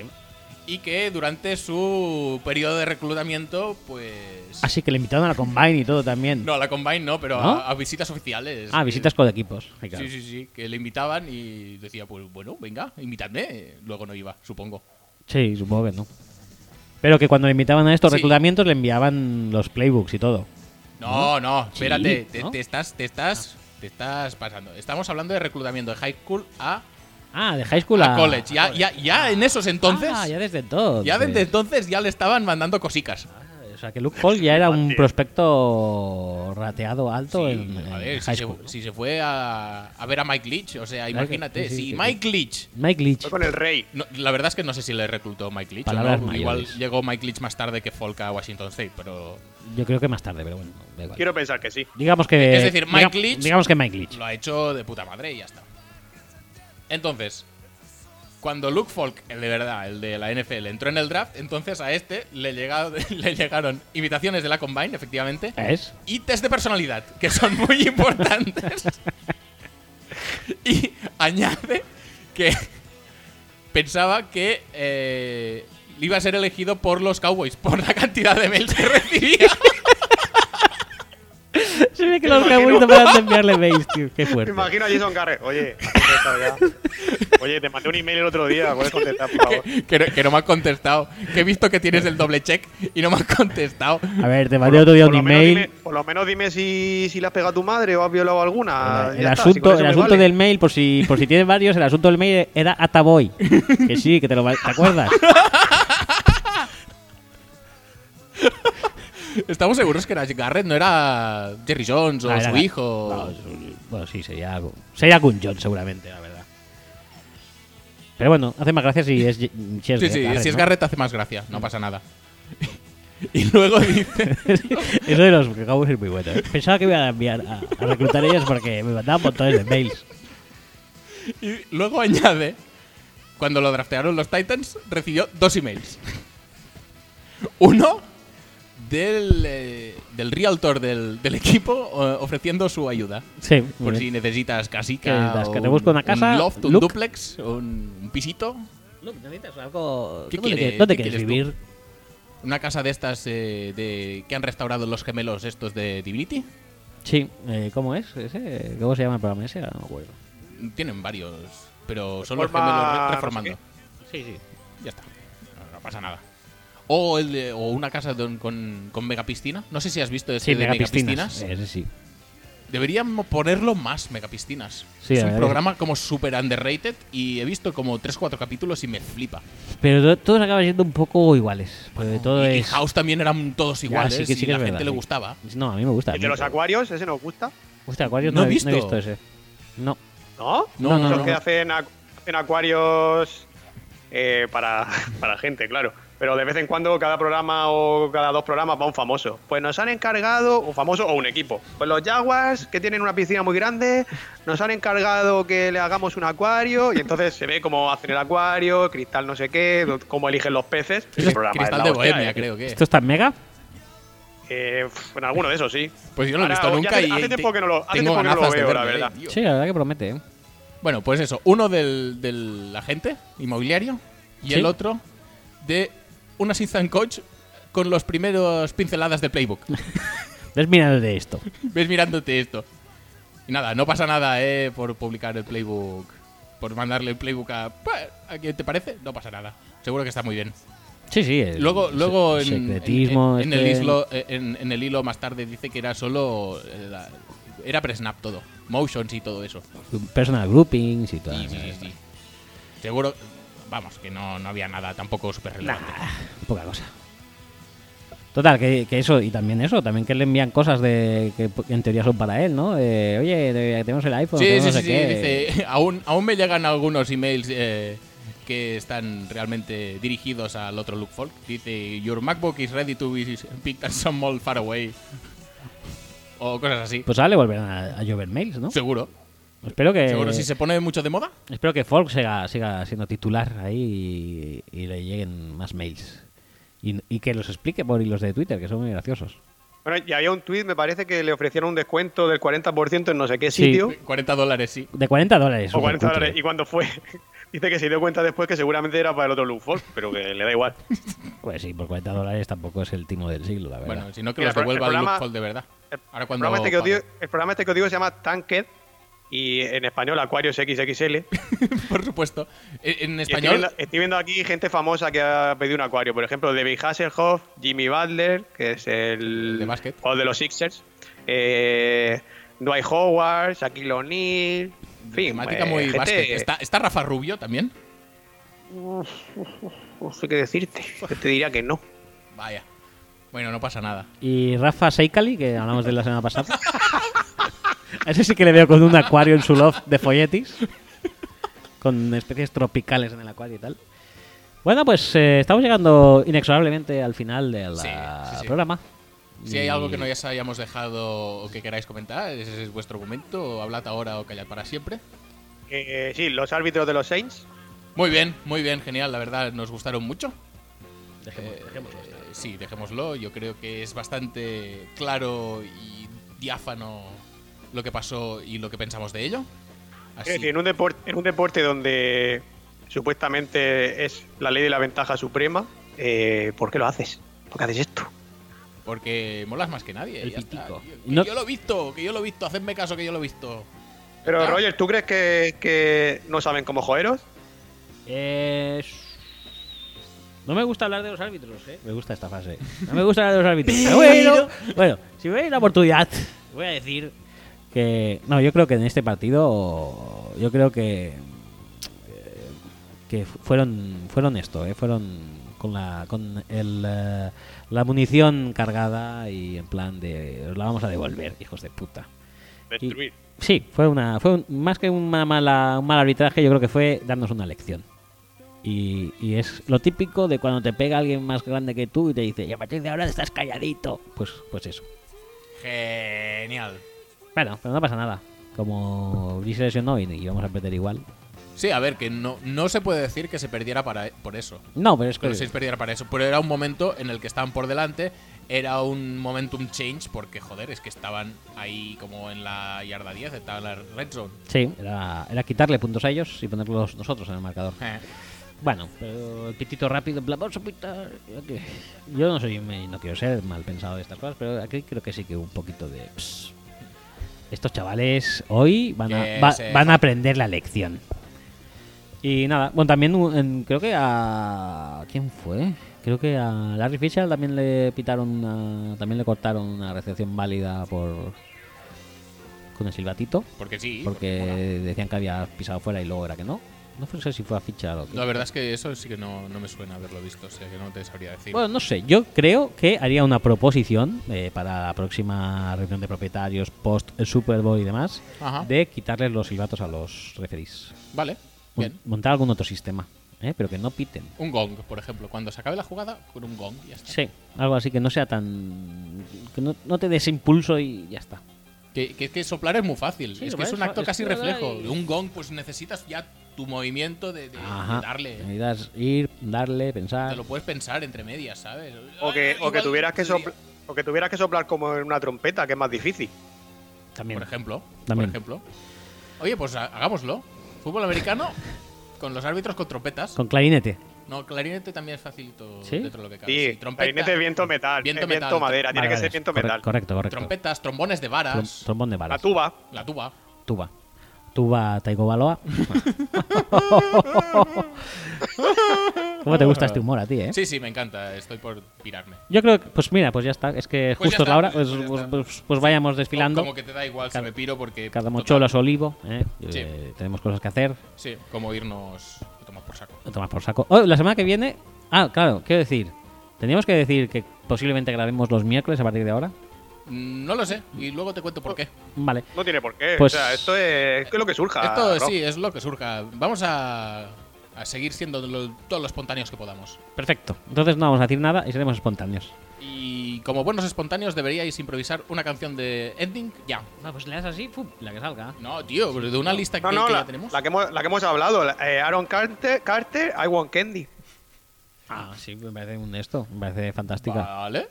Speaker 2: Y que durante su periodo de reclutamiento, pues.
Speaker 1: Así que le invitaron a la Combine y todo también.
Speaker 2: No, a la Combine no, pero
Speaker 1: Ah, ¿No?
Speaker 2: A, a visitas oficiales.
Speaker 1: ah,
Speaker 2: Eh,
Speaker 1: visitas con equipos. Ay, claro.
Speaker 2: Sí, sí, sí, que le invitaban y decía, pues bueno, venga, invitadme. eh, Luego no iba, supongo.
Speaker 1: Sí, supongo que no. Pero que cuando le invitaban a estos
Speaker 2: Sí.
Speaker 1: reclutamientos le enviaban los playbooks y todo.
Speaker 2: No, no,
Speaker 1: Sí,
Speaker 2: espérate, te,
Speaker 1: ¿no? Ah.
Speaker 2: te estás, te estás, te estás pasando. Estamos hablando de reclutamiento de high school a,
Speaker 1: Ah, de high school
Speaker 2: a
Speaker 1: a,
Speaker 2: college. Ya, ya, ya en esos entonces,
Speaker 1: Ah, ya desde entonces.
Speaker 2: ya desde entonces ya le estaban mandando cosicas.
Speaker 1: Ah, es sea que Luke Paul ya era un
Speaker 3: Tío.
Speaker 1: prospecto rateado alto
Speaker 2: Sí,
Speaker 1: en, en
Speaker 2: a ver, si
Speaker 1: high
Speaker 2: se,
Speaker 1: school, ¿no?
Speaker 2: si se fue a, a ver a Mike Leach, o sea,
Speaker 1: Claro que-
Speaker 2: imagínate,
Speaker 1: sí, sí,
Speaker 2: si
Speaker 1: que-
Speaker 2: Mike Leach.
Speaker 1: Mike Leach.
Speaker 3: Fue con el rey.
Speaker 2: no, la verdad es que no sé si le reclutó Mike Leach. o
Speaker 1: Palabras
Speaker 2: no, Igual
Speaker 1: mayores.
Speaker 2: llegó Mike Leach más tarde que Folk a Washington State, pero
Speaker 1: Yo creo que más tarde, pero bueno, da igual.
Speaker 3: Quiero pensar que sí.
Speaker 1: Digamos que.
Speaker 2: Es decir, Mike
Speaker 1: diga-
Speaker 2: Leach-
Speaker 1: Digamos que Mike Leach.
Speaker 2: lo ha hecho de puta madre y ya está. Entonces, cuando Luke Folk, el de verdad, el de la NFL, entró en el draft, entonces a este le, llega- le llegaron invitaciones de la Combine, efectivamente,
Speaker 1: ¿Es?
Speaker 2: y test de personalidad, que son muy importantes. y añade que pensaba que eh, iba a ser elegido por los Cowboys, por la cantidad de mails que recibía.
Speaker 1: Se ve que los Cowboys no paran de enviarle mails, tío. Qué
Speaker 3: Me
Speaker 1: fuerte.
Speaker 3: imagino a Jason Garrett. Oye, contesta ya. Oye, te mandé un email el otro día. ¿Puedes contestar, por favor?
Speaker 2: que, que no- que no me has contestado. Que he visto que tienes el doble check y no me has contestado.
Speaker 1: A ver, te mandé otro día
Speaker 3: Por
Speaker 1: un
Speaker 3: lo menos
Speaker 1: email.
Speaker 3: dime- por lo menos dime si, si la has pegado a tu madre o has violado alguna.
Speaker 1: Eh, El
Speaker 3: Ah, Ya está, si
Speaker 1: asunto,
Speaker 3: con eso
Speaker 1: el
Speaker 3: me
Speaker 1: asunto
Speaker 3: vale.
Speaker 1: del mail, por si, por si tienes varios, el asunto del mail era Ataboy. Que sí, que te lo va- ¿te acuerdas.
Speaker 2: Estamos seguros que era Garrett, no era Jerry Jones o
Speaker 1: Ah, era-
Speaker 2: su hijo.
Speaker 1: no, su- bueno, sí, sería algo. Sería Gun John, seguramente, la verdad. Pero bueno, hace más gracia si es, si es
Speaker 2: sí, sí,
Speaker 1: Garrett,
Speaker 2: si es
Speaker 1: ¿no?
Speaker 2: Garrett hace más gracia, no pasa nada. Y luego dice.
Speaker 1: Eso de los Cowboys es muy bueno. ¿eh? Pensaba que me iban a enviar a, a reclutar ellos porque me mandaban montones de mails.
Speaker 2: Y luego añade, cuando lo draftearon los Titans, recibió dos emails. Uno del, eh, del realtor del, del equipo eh, ofreciendo su ayuda.
Speaker 1: Sí, muy
Speaker 2: Por
Speaker 1: bien.
Speaker 2: si necesitas casica,
Speaker 1: Necesitas
Speaker 2: o
Speaker 1: que te busque una casa,
Speaker 2: un loft, un
Speaker 1: look.
Speaker 2: duplex, un, un pisito,
Speaker 1: Luke, necesitas algo.
Speaker 2: ¿Qué
Speaker 1: ¿Dónde,
Speaker 2: quiere-
Speaker 1: quieres- dónde
Speaker 2: qué
Speaker 1: quieres
Speaker 2: quieres tú?
Speaker 1: vivir?
Speaker 2: una casa de estas eh, de, que han restaurado los gemelos estos de Divinity.
Speaker 1: Sí, eh, ¿cómo es? ese? ¿Cómo se llama el programa ese? Ahora No me acuerdo.
Speaker 2: Tienen varios, pero son los
Speaker 3: Reforma-
Speaker 2: gemelos
Speaker 3: Pues no
Speaker 2: re-
Speaker 3: sé
Speaker 2: reformando.
Speaker 1: Sí, sí.
Speaker 2: Ya está, no, no pasa nada. O, el de- o una casa don- con, con megapiscina. No sé si has visto este
Speaker 1: Sí, eh.
Speaker 2: de
Speaker 1: megapiscinas.
Speaker 2: megapiscinas.
Speaker 1: Ese sí.
Speaker 2: Deberíamos ponerlo más megapiscinas.
Speaker 1: Sí,
Speaker 2: es
Speaker 1: la
Speaker 2: un
Speaker 1: verdad
Speaker 2: programa como super underrated y he visto como 3 4 capítulos y me flipa.
Speaker 1: Pero to- todos acaban siendo un poco iguales. Porque todo
Speaker 2: y, y
Speaker 1: es.
Speaker 2: House también eran todos
Speaker 1: Ya,
Speaker 2: iguales
Speaker 1: sí que- sí
Speaker 2: y
Speaker 1: que
Speaker 2: la
Speaker 1: es
Speaker 2: gente
Speaker 1: verdad,
Speaker 2: le
Speaker 1: sí.
Speaker 2: gustaba.
Speaker 1: No, a mí me gusta.
Speaker 3: El de los acuarios, ese nos gusta.
Speaker 1: Hostia, Acuarios
Speaker 2: No
Speaker 1: no,
Speaker 2: he
Speaker 1: he no he
Speaker 2: visto.
Speaker 1: visto ese. No.
Speaker 3: ¿No?
Speaker 2: No,
Speaker 1: No,
Speaker 2: no,
Speaker 3: Esos
Speaker 2: no.
Speaker 3: que hacen, acu- hacen acuarios eh, para, para gente, claro. Pero de vez en cuando, cada programa o cada dos programas va un famoso. Pues nos han encargado, un famoso o un equipo. Pues los Jaguars, que tienen una piscina muy grande, nos han encargado que le hagamos un acuario. Y entonces se ve cómo hacen el acuario, cristal no sé qué, do- cómo eligen los peces. Ese programa
Speaker 2: Cristal de
Speaker 3: es la hostia,
Speaker 2: Bohemia,
Speaker 3: eh.
Speaker 2: creo que.
Speaker 1: ¿Esto está en mega?
Speaker 3: Eh, pf, en alguno de esos, sí.
Speaker 2: Pues yo no lo he visto
Speaker 3: Ahora, ya
Speaker 2: nunca
Speaker 3: hace-
Speaker 2: y
Speaker 3: hace
Speaker 2: te-
Speaker 3: tiempo que no lo- hace
Speaker 2: tengo
Speaker 3: tiempo que no lo
Speaker 2: ganazas de
Speaker 3: veo, la
Speaker 2: verlo, eh,
Speaker 3: verdad.
Speaker 2: tío.
Speaker 1: Sí, la verdad que promete. ¿eh?
Speaker 2: Bueno, pues eso, uno del, del agente inmobiliario y
Speaker 1: Sí.
Speaker 2: el otro de un assistant coach con los primeros pinceladas del playbook.
Speaker 1: Ves mirando de esto.
Speaker 2: Ves mirándote esto. Y nada, no pasa nada, eh, por publicar el playbook, por mandarle el playbook a "Pues, a quien te parece, no pasa nada. Seguro que está muy bien.
Speaker 1: Sí, sí. el
Speaker 2: Luego, luego
Speaker 1: se-
Speaker 2: en, en-
Speaker 1: secretismo.
Speaker 2: en- en el
Speaker 1: este-
Speaker 2: hilo, en, en el hilo más tarde dice que era solo eh, la- era pre-snap todo, motions y todo eso.
Speaker 1: Personal groupings y todo.
Speaker 2: Sí, sí, sí, sí. Seguro, vamos, que no, no había nada tampoco súper relevante.
Speaker 1: Poca cosa. Total, que, que eso, y también eso, también que le envían cosas de que p- en teoría son para él, ¿no? De, oye, de- tenemos el iPhone,
Speaker 2: Sí,
Speaker 1: tenemos
Speaker 2: sí,
Speaker 1: no sé
Speaker 2: sí, sí,
Speaker 1: qué.
Speaker 2: dice, aún, aún me llegan algunos emails eh, que están realmente dirigidos al otro Luke Folk. Dice, your MacBook is ready to be picked at some mall far away. O cosas así.
Speaker 1: Pues ahora le volverán a, a llover mails, ¿no? Eh.
Speaker 2: Seguro.
Speaker 1: Espero que
Speaker 2: Seguro, si se pone mucho de moda.
Speaker 1: espero que Folk siga, siga siendo titular ahí y, y le lleguen más mails. Y, y que los explique por hilos de Twitter, que son muy graciosos.
Speaker 3: Bueno, y había un tuit, me parece que le ofrecieron un descuento del 40% en no sé qué
Speaker 1: Sí.
Speaker 3: sitio.
Speaker 2: 40 dólares, sí.
Speaker 1: De 40 dólares.
Speaker 3: O 40
Speaker 1: supercutre.
Speaker 3: dólares. Y cuando fue, dice que se dio cuenta después que seguramente era para el otro Luke Folk, pero que le da igual.
Speaker 1: Pues sí, por 40 dólares tampoco es el timo del siglo, la verdad.
Speaker 2: Bueno, si no que
Speaker 3: Mira,
Speaker 2: los
Speaker 3: el pro-
Speaker 2: devuelva
Speaker 3: el
Speaker 2: el Luke
Speaker 3: programa-
Speaker 2: Folk de verdad.
Speaker 3: El,
Speaker 2: Ahora cuando
Speaker 3: programa este que os digo,
Speaker 2: pague.
Speaker 3: el programa este que os digo se llama Tanked y en español Aquarius XXL.
Speaker 2: Por supuesto. En, en
Speaker 3: Y estoy,
Speaker 2: español,
Speaker 3: viendo, estoy viendo aquí gente famosa que ha pedido un acuario. Por ejemplo, David Hasselhoff, Jimmy Butler, que es el.
Speaker 2: El de básquet.
Speaker 3: O de los Sixers. Eh, Dwight Howard, Shaquille O'Neal. En fin,
Speaker 2: temática
Speaker 3: eh,
Speaker 2: muy
Speaker 3: gente-
Speaker 2: básquet. Está, está Rafa Rubio también.
Speaker 3: No sé qué decirte. Yo te diría que no.
Speaker 2: Vaya. Bueno, no pasa nada.
Speaker 1: Y Rafa Seikali, que hablamos de él la semana pasada. A ese sí que le veo con un acuario en su loft de folletis. Con especies tropicales en el acuario y tal. Bueno, pues eh, estamos llegando inexorablemente al final del
Speaker 2: Sí, sí,
Speaker 1: ah,
Speaker 2: sí.
Speaker 1: programa.
Speaker 2: Si hay algo que no
Speaker 1: Y-
Speaker 2: ya os hayamos dejado o que queráis comentar, ese es vuestro momento. Hablad ahora o callad para siempre.
Speaker 3: Eh, sí, los árbitros de los Saints.
Speaker 2: Muy bien, muy bien, genial. La verdad, nos gustaron mucho.
Speaker 1: Dejémoslo,
Speaker 2: Eh, eh, sí, dejémoslo. Yo creo que es bastante claro y diáfano lo que pasó y lo que pensamos de ello. Así-
Speaker 3: Quiero decir, en un, deporte, en un deporte donde supuestamente es la ley de la ventaja suprema, eh, ¿por qué lo haces? ¿Por qué haces esto?
Speaker 2: porque molas más que nadie.
Speaker 1: El
Speaker 2: ya está,
Speaker 1: pitico.
Speaker 2: tío.
Speaker 1: Y
Speaker 2: Que
Speaker 1: no-
Speaker 2: Yo lo he visto, que yo lo he visto. Hacedme caso que yo lo he visto.
Speaker 3: Pero,
Speaker 2: Claro.
Speaker 3: Roger, ¿tú crees que, que no saben cómo joderos?
Speaker 1: Eh, No me gusta hablar de los árbitros, ¿eh? Me gusta esta frase. No me gusta hablar de los árbitros. Pero bueno, bueno, si veis la oportunidad, voy a decir que... No, yo creo que en este partido... Yo creo que... eh, Que fu- fueron, fueron esto, ¿eh? Fueron con la, con el, eh, la munición cargada y en plan de... "Os La vamos a devolver, hijos de puta. Destruir. Sí, fue una fue un- más que una mala, un mal arbitraje, yo creo que fue darnos una lección. Y, y es lo típico de cuando te pega alguien más grande que tú y te dice, y a partir de ahora estás calladito. Pues, pues eso.
Speaker 2: Genial.
Speaker 1: Bueno, pero no pasa nada. Como Brice se lesionó y íbamos a perder igual.
Speaker 2: Sí, a ver, que no, no se puede decir que se perdiera para, e, por eso.
Speaker 1: No, pero es que...
Speaker 2: Pero si se perdiera para eso. Pero era un momento en el que estaban por delante. Era un momentum change porque, joder, es que estaban ahí como en la yarda 10, estaba en la red zone.
Speaker 1: Sí, era, era quitarle puntos a ellos y ponerlos nosotros en el marcador.
Speaker 2: Eh,
Speaker 1: Bueno, pero el pitito rápido, en plan, vamos a pitar. Yo, que- yo no soy, me- no quiero ser mal pensado de estas cosas, pero aquí creo que sí que hubo un poquito de. "Ps". Estos chavales hoy van a,
Speaker 2: Que
Speaker 1: va-
Speaker 2: se
Speaker 1: van a aprender la lección. Y nada, bueno, también hu- en- creo que a. ¿Quién fue? Creo que a Larry Fisher también le pitaron una- también le cortaron una recepción válida por. con el silbatito.
Speaker 2: Porque sí.
Speaker 1: Porque decían que había pisado fuera y luego era que no. No sé si fue a fichar o qué.
Speaker 2: La verdad es que eso sí que no, no me suena haberlo visto, o sea que no te sabría decir.
Speaker 1: Bueno, no sé, yo creo que haría una proposición eh, para la próxima reunión de propietarios post eh, Super Bowl y demás
Speaker 2: Ajá.
Speaker 1: de quitarles los silbatos a los referís.
Speaker 2: Vale,
Speaker 1: Mon-
Speaker 2: bien.
Speaker 1: Montar algún otro sistema, ¿eh? pero que no piten.
Speaker 2: Un gong, por ejemplo. Cuando se acabe la jugada, con un gong, ya está.
Speaker 1: Sí, algo así que no sea tan. que no, no te des impulso y ya está.
Speaker 2: Que, que, que soplar es muy fácil.
Speaker 1: Sí,
Speaker 2: es que
Speaker 1: vale,
Speaker 2: es un acto
Speaker 1: es-
Speaker 2: casi
Speaker 1: es-
Speaker 2: reflejo.
Speaker 1: y-
Speaker 2: Un gong, pues necesitas ya tu movimiento de, de- de
Speaker 1: Ajá.
Speaker 2: darle.
Speaker 1: Necesitas ir, darle,
Speaker 2: Te
Speaker 1: pensar.
Speaker 2: lo puedes pensar entre medias, ¿sabes?
Speaker 3: O que, o que
Speaker 2: Igual
Speaker 3: tuvieras que
Speaker 2: podría-
Speaker 3: sopla- o que tuvieras que soplar como en una trompeta, que es más difícil.
Speaker 1: También.
Speaker 2: Por ejemplo.
Speaker 1: También.
Speaker 2: Por ejemplo. Oye, pues ha- hagámoslo. Fútbol americano con los árbitros con trompetas.
Speaker 1: Con clarinete.
Speaker 2: No, clarinete también es facilito
Speaker 1: ¿Sí?
Speaker 2: dentro de lo que cabe.
Speaker 3: Sí,
Speaker 2: Sí, trompeta-
Speaker 3: clarinete es viento metal,
Speaker 2: Viento
Speaker 3: es viento
Speaker 2: metal.
Speaker 3: madera, Ah, tiene
Speaker 1: Vale,
Speaker 3: que
Speaker 1: vale,
Speaker 3: ser viento
Speaker 1: corre-
Speaker 3: metal.
Speaker 1: Correcto, correcto.
Speaker 2: Trompetas, trombones de varas,
Speaker 1: Trom- trombón de
Speaker 3: La
Speaker 1: balas.
Speaker 3: tuba,
Speaker 2: la tuba.
Speaker 1: Tuba. Tuba Taigo Baloa. ¿Cómo te gusta este humor a ti, eh?
Speaker 2: Sí, sí, me encanta. Estoy por pirarme.
Speaker 1: Yo creo que, pues mira, pues ya está. Es que
Speaker 2: Pues ya
Speaker 1: justo es
Speaker 2: está,
Speaker 1: la hora. Pues,
Speaker 2: pues ya
Speaker 1: pues-
Speaker 2: está.
Speaker 1: pues- pues vayamos desfilando.
Speaker 2: Como que te da igual
Speaker 1: Cada-
Speaker 2: si me piro porque.
Speaker 1: Cada mocholo
Speaker 2: mochola
Speaker 1: a su olivo. ¿eh?
Speaker 2: Sí.
Speaker 1: Eh, tenemos cosas que hacer.
Speaker 2: Sí, como irnos a tomar por saco.
Speaker 1: No tomas por saco. Oh, la semana que viene. Ah, claro, quiero decir. Teníamos que decir que posiblemente grabemos los miércoles a partir de ahora.
Speaker 2: Mm, No lo sé, y luego te cuento por
Speaker 3: Pues
Speaker 2: qué.
Speaker 1: Vale.
Speaker 3: no tiene por qué.
Speaker 1: Pues-
Speaker 3: o sea, esto es, esto es lo que surja.
Speaker 2: Esto
Speaker 3: Rob.
Speaker 2: sí, es lo que surja. Vamos a, a seguir siendo lo- todos los espontáneos que podamos.
Speaker 1: Perfecto. Entonces no vamos a decir nada y seremos espontáneos.
Speaker 2: Y como buenos espontáneos, deberíais improvisar una canción de ending ya.
Speaker 1: No, pues le das así, la que salga.
Speaker 2: No, tío, pero de una lista
Speaker 3: No,
Speaker 2: que,
Speaker 3: no,
Speaker 2: que
Speaker 3: la,
Speaker 2: ya tenemos.
Speaker 3: la que hemos, la que hemos hablado, la- eh, Aaron Carter, Carter, I want candy.
Speaker 1: Ah, sí, me parece un esto. Me parece fantástica.
Speaker 2: Vale.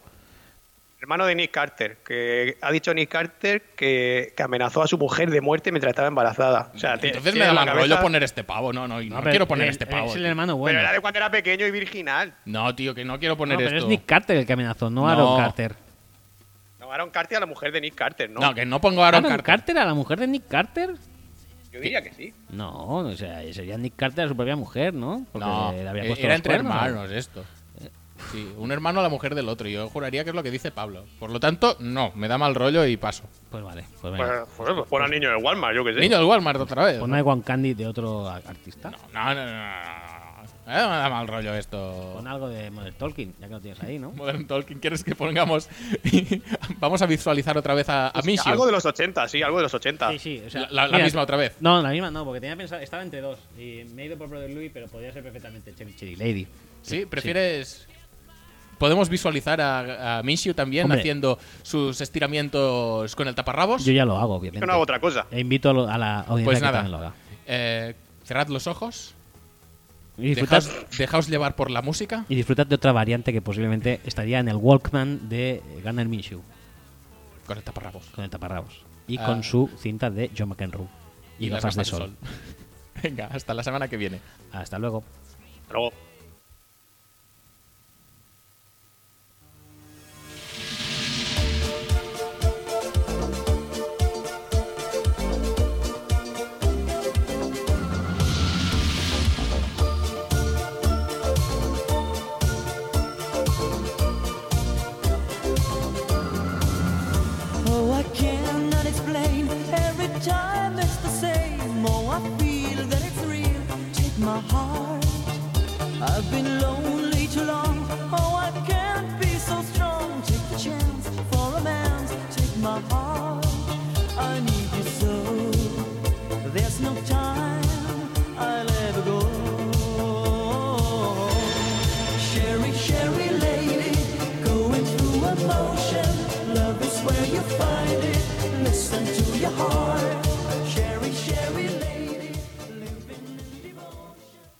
Speaker 3: Hermano de Nick Carter, que ha dicho Nick Carter que, que amenazó a su mujer de muerte mientras estaba embarazada. O sea, te-
Speaker 2: Entonces me
Speaker 3: tiene
Speaker 2: da
Speaker 3: la
Speaker 2: mal rollo
Speaker 3: cabeza-
Speaker 2: poner este pavo. No, no, y no,
Speaker 1: pero
Speaker 2: quiero poner
Speaker 1: el-
Speaker 2: este pavo.
Speaker 1: Es el
Speaker 2: tío.
Speaker 1: hermano
Speaker 3: Pero
Speaker 1: bueno.
Speaker 3: era de cuando era pequeño y virginal.
Speaker 2: No, tío, que no quiero
Speaker 1: No,
Speaker 2: poner
Speaker 1: pero
Speaker 2: esto.
Speaker 1: es Nick Carter el que amenazó, no,
Speaker 2: No.
Speaker 1: Aaron Carter.
Speaker 3: No, Aaron Carter a la mujer de Nick Carter, ¿no?
Speaker 2: no. que no pongo Aaron,
Speaker 1: ¿Aaron
Speaker 2: Carter.
Speaker 1: Carter a la mujer de Nick Carter?
Speaker 3: Yo diría que sí.
Speaker 1: No, o sea, sería Nick Carter a su propia mujer, ¿no? Porque
Speaker 2: No,
Speaker 1: le había
Speaker 2: eh,
Speaker 1: puesto
Speaker 2: era
Speaker 1: los
Speaker 2: entre
Speaker 1: cuernos, ¿no?
Speaker 2: hermanos esto. Sí, un hermano a la mujer del otro. Yo juraría que es lo que dice Pablo. Por lo tanto, no, me da mal rollo y paso.
Speaker 1: Pues vale, pues
Speaker 3: Pues,
Speaker 1: venga.
Speaker 3: pues, pues, pon al niño de Walmart, yo que sé.
Speaker 1: Pues
Speaker 2: Niño del Walmart otra vez.
Speaker 1: Pon a Juan Candy de otro a- artista.
Speaker 2: No, no, no, no, no, no. Me da mal rollo esto.
Speaker 1: Con algo de Modern Talking, ya que lo tienes ahí, ¿no?
Speaker 2: Modern Talking, ¿quieres que pongamos? Vamos a visualizar otra vez a, a Mishio.
Speaker 3: Algo de los 80, sí, algo de los 80.
Speaker 1: Sí, sí. o sea,
Speaker 2: Ah, La- la- la
Speaker 1: mira,
Speaker 2: misma otra vez.
Speaker 1: No, la misma no, porque tenía pensado, estaba entre dos. Y me he ido por Brother Louis, pero podría ser perfectamente Chevy Lady.
Speaker 2: Sí, prefieres. Podemos visualizar a, a Minshew también
Speaker 1: Hombre.
Speaker 2: haciendo sus estiramientos con el taparrabos.
Speaker 1: Yo ya lo hago, obviamente.
Speaker 3: Yo no hago otra cosa.
Speaker 1: E invito a, lo- a la audiencia
Speaker 2: Pues
Speaker 1: que
Speaker 2: nada.
Speaker 1: también lo haga.
Speaker 2: Eh, cerrad los ojos.
Speaker 1: Y disfrutad,
Speaker 2: Dejaos, dejaos llevar por la música.
Speaker 1: y disfrutad de otra variante que posiblemente estaría en el Walkman de Gunnar Minshew,
Speaker 2: Con el taparrabos.
Speaker 1: con el taparrabos. Y
Speaker 2: Ah.
Speaker 1: con su cinta de John McEnroe. Y,
Speaker 2: las
Speaker 1: gafas de
Speaker 2: gafas
Speaker 1: sol.
Speaker 2: Venga, hasta la semana que viene.
Speaker 1: Hasta luego.
Speaker 3: Luego.
Speaker 4: Oh, I cannot explain. Every time it's the same. Oh, I feel that it's real. Take my heart. I've been lonely too long. Oh, I can't be so strong. Take the chance for a man. Take my heart. I need you so. There's no time I'll ever go. Sherry, Sherry lady, going through emotion. Love is where you find it. Listen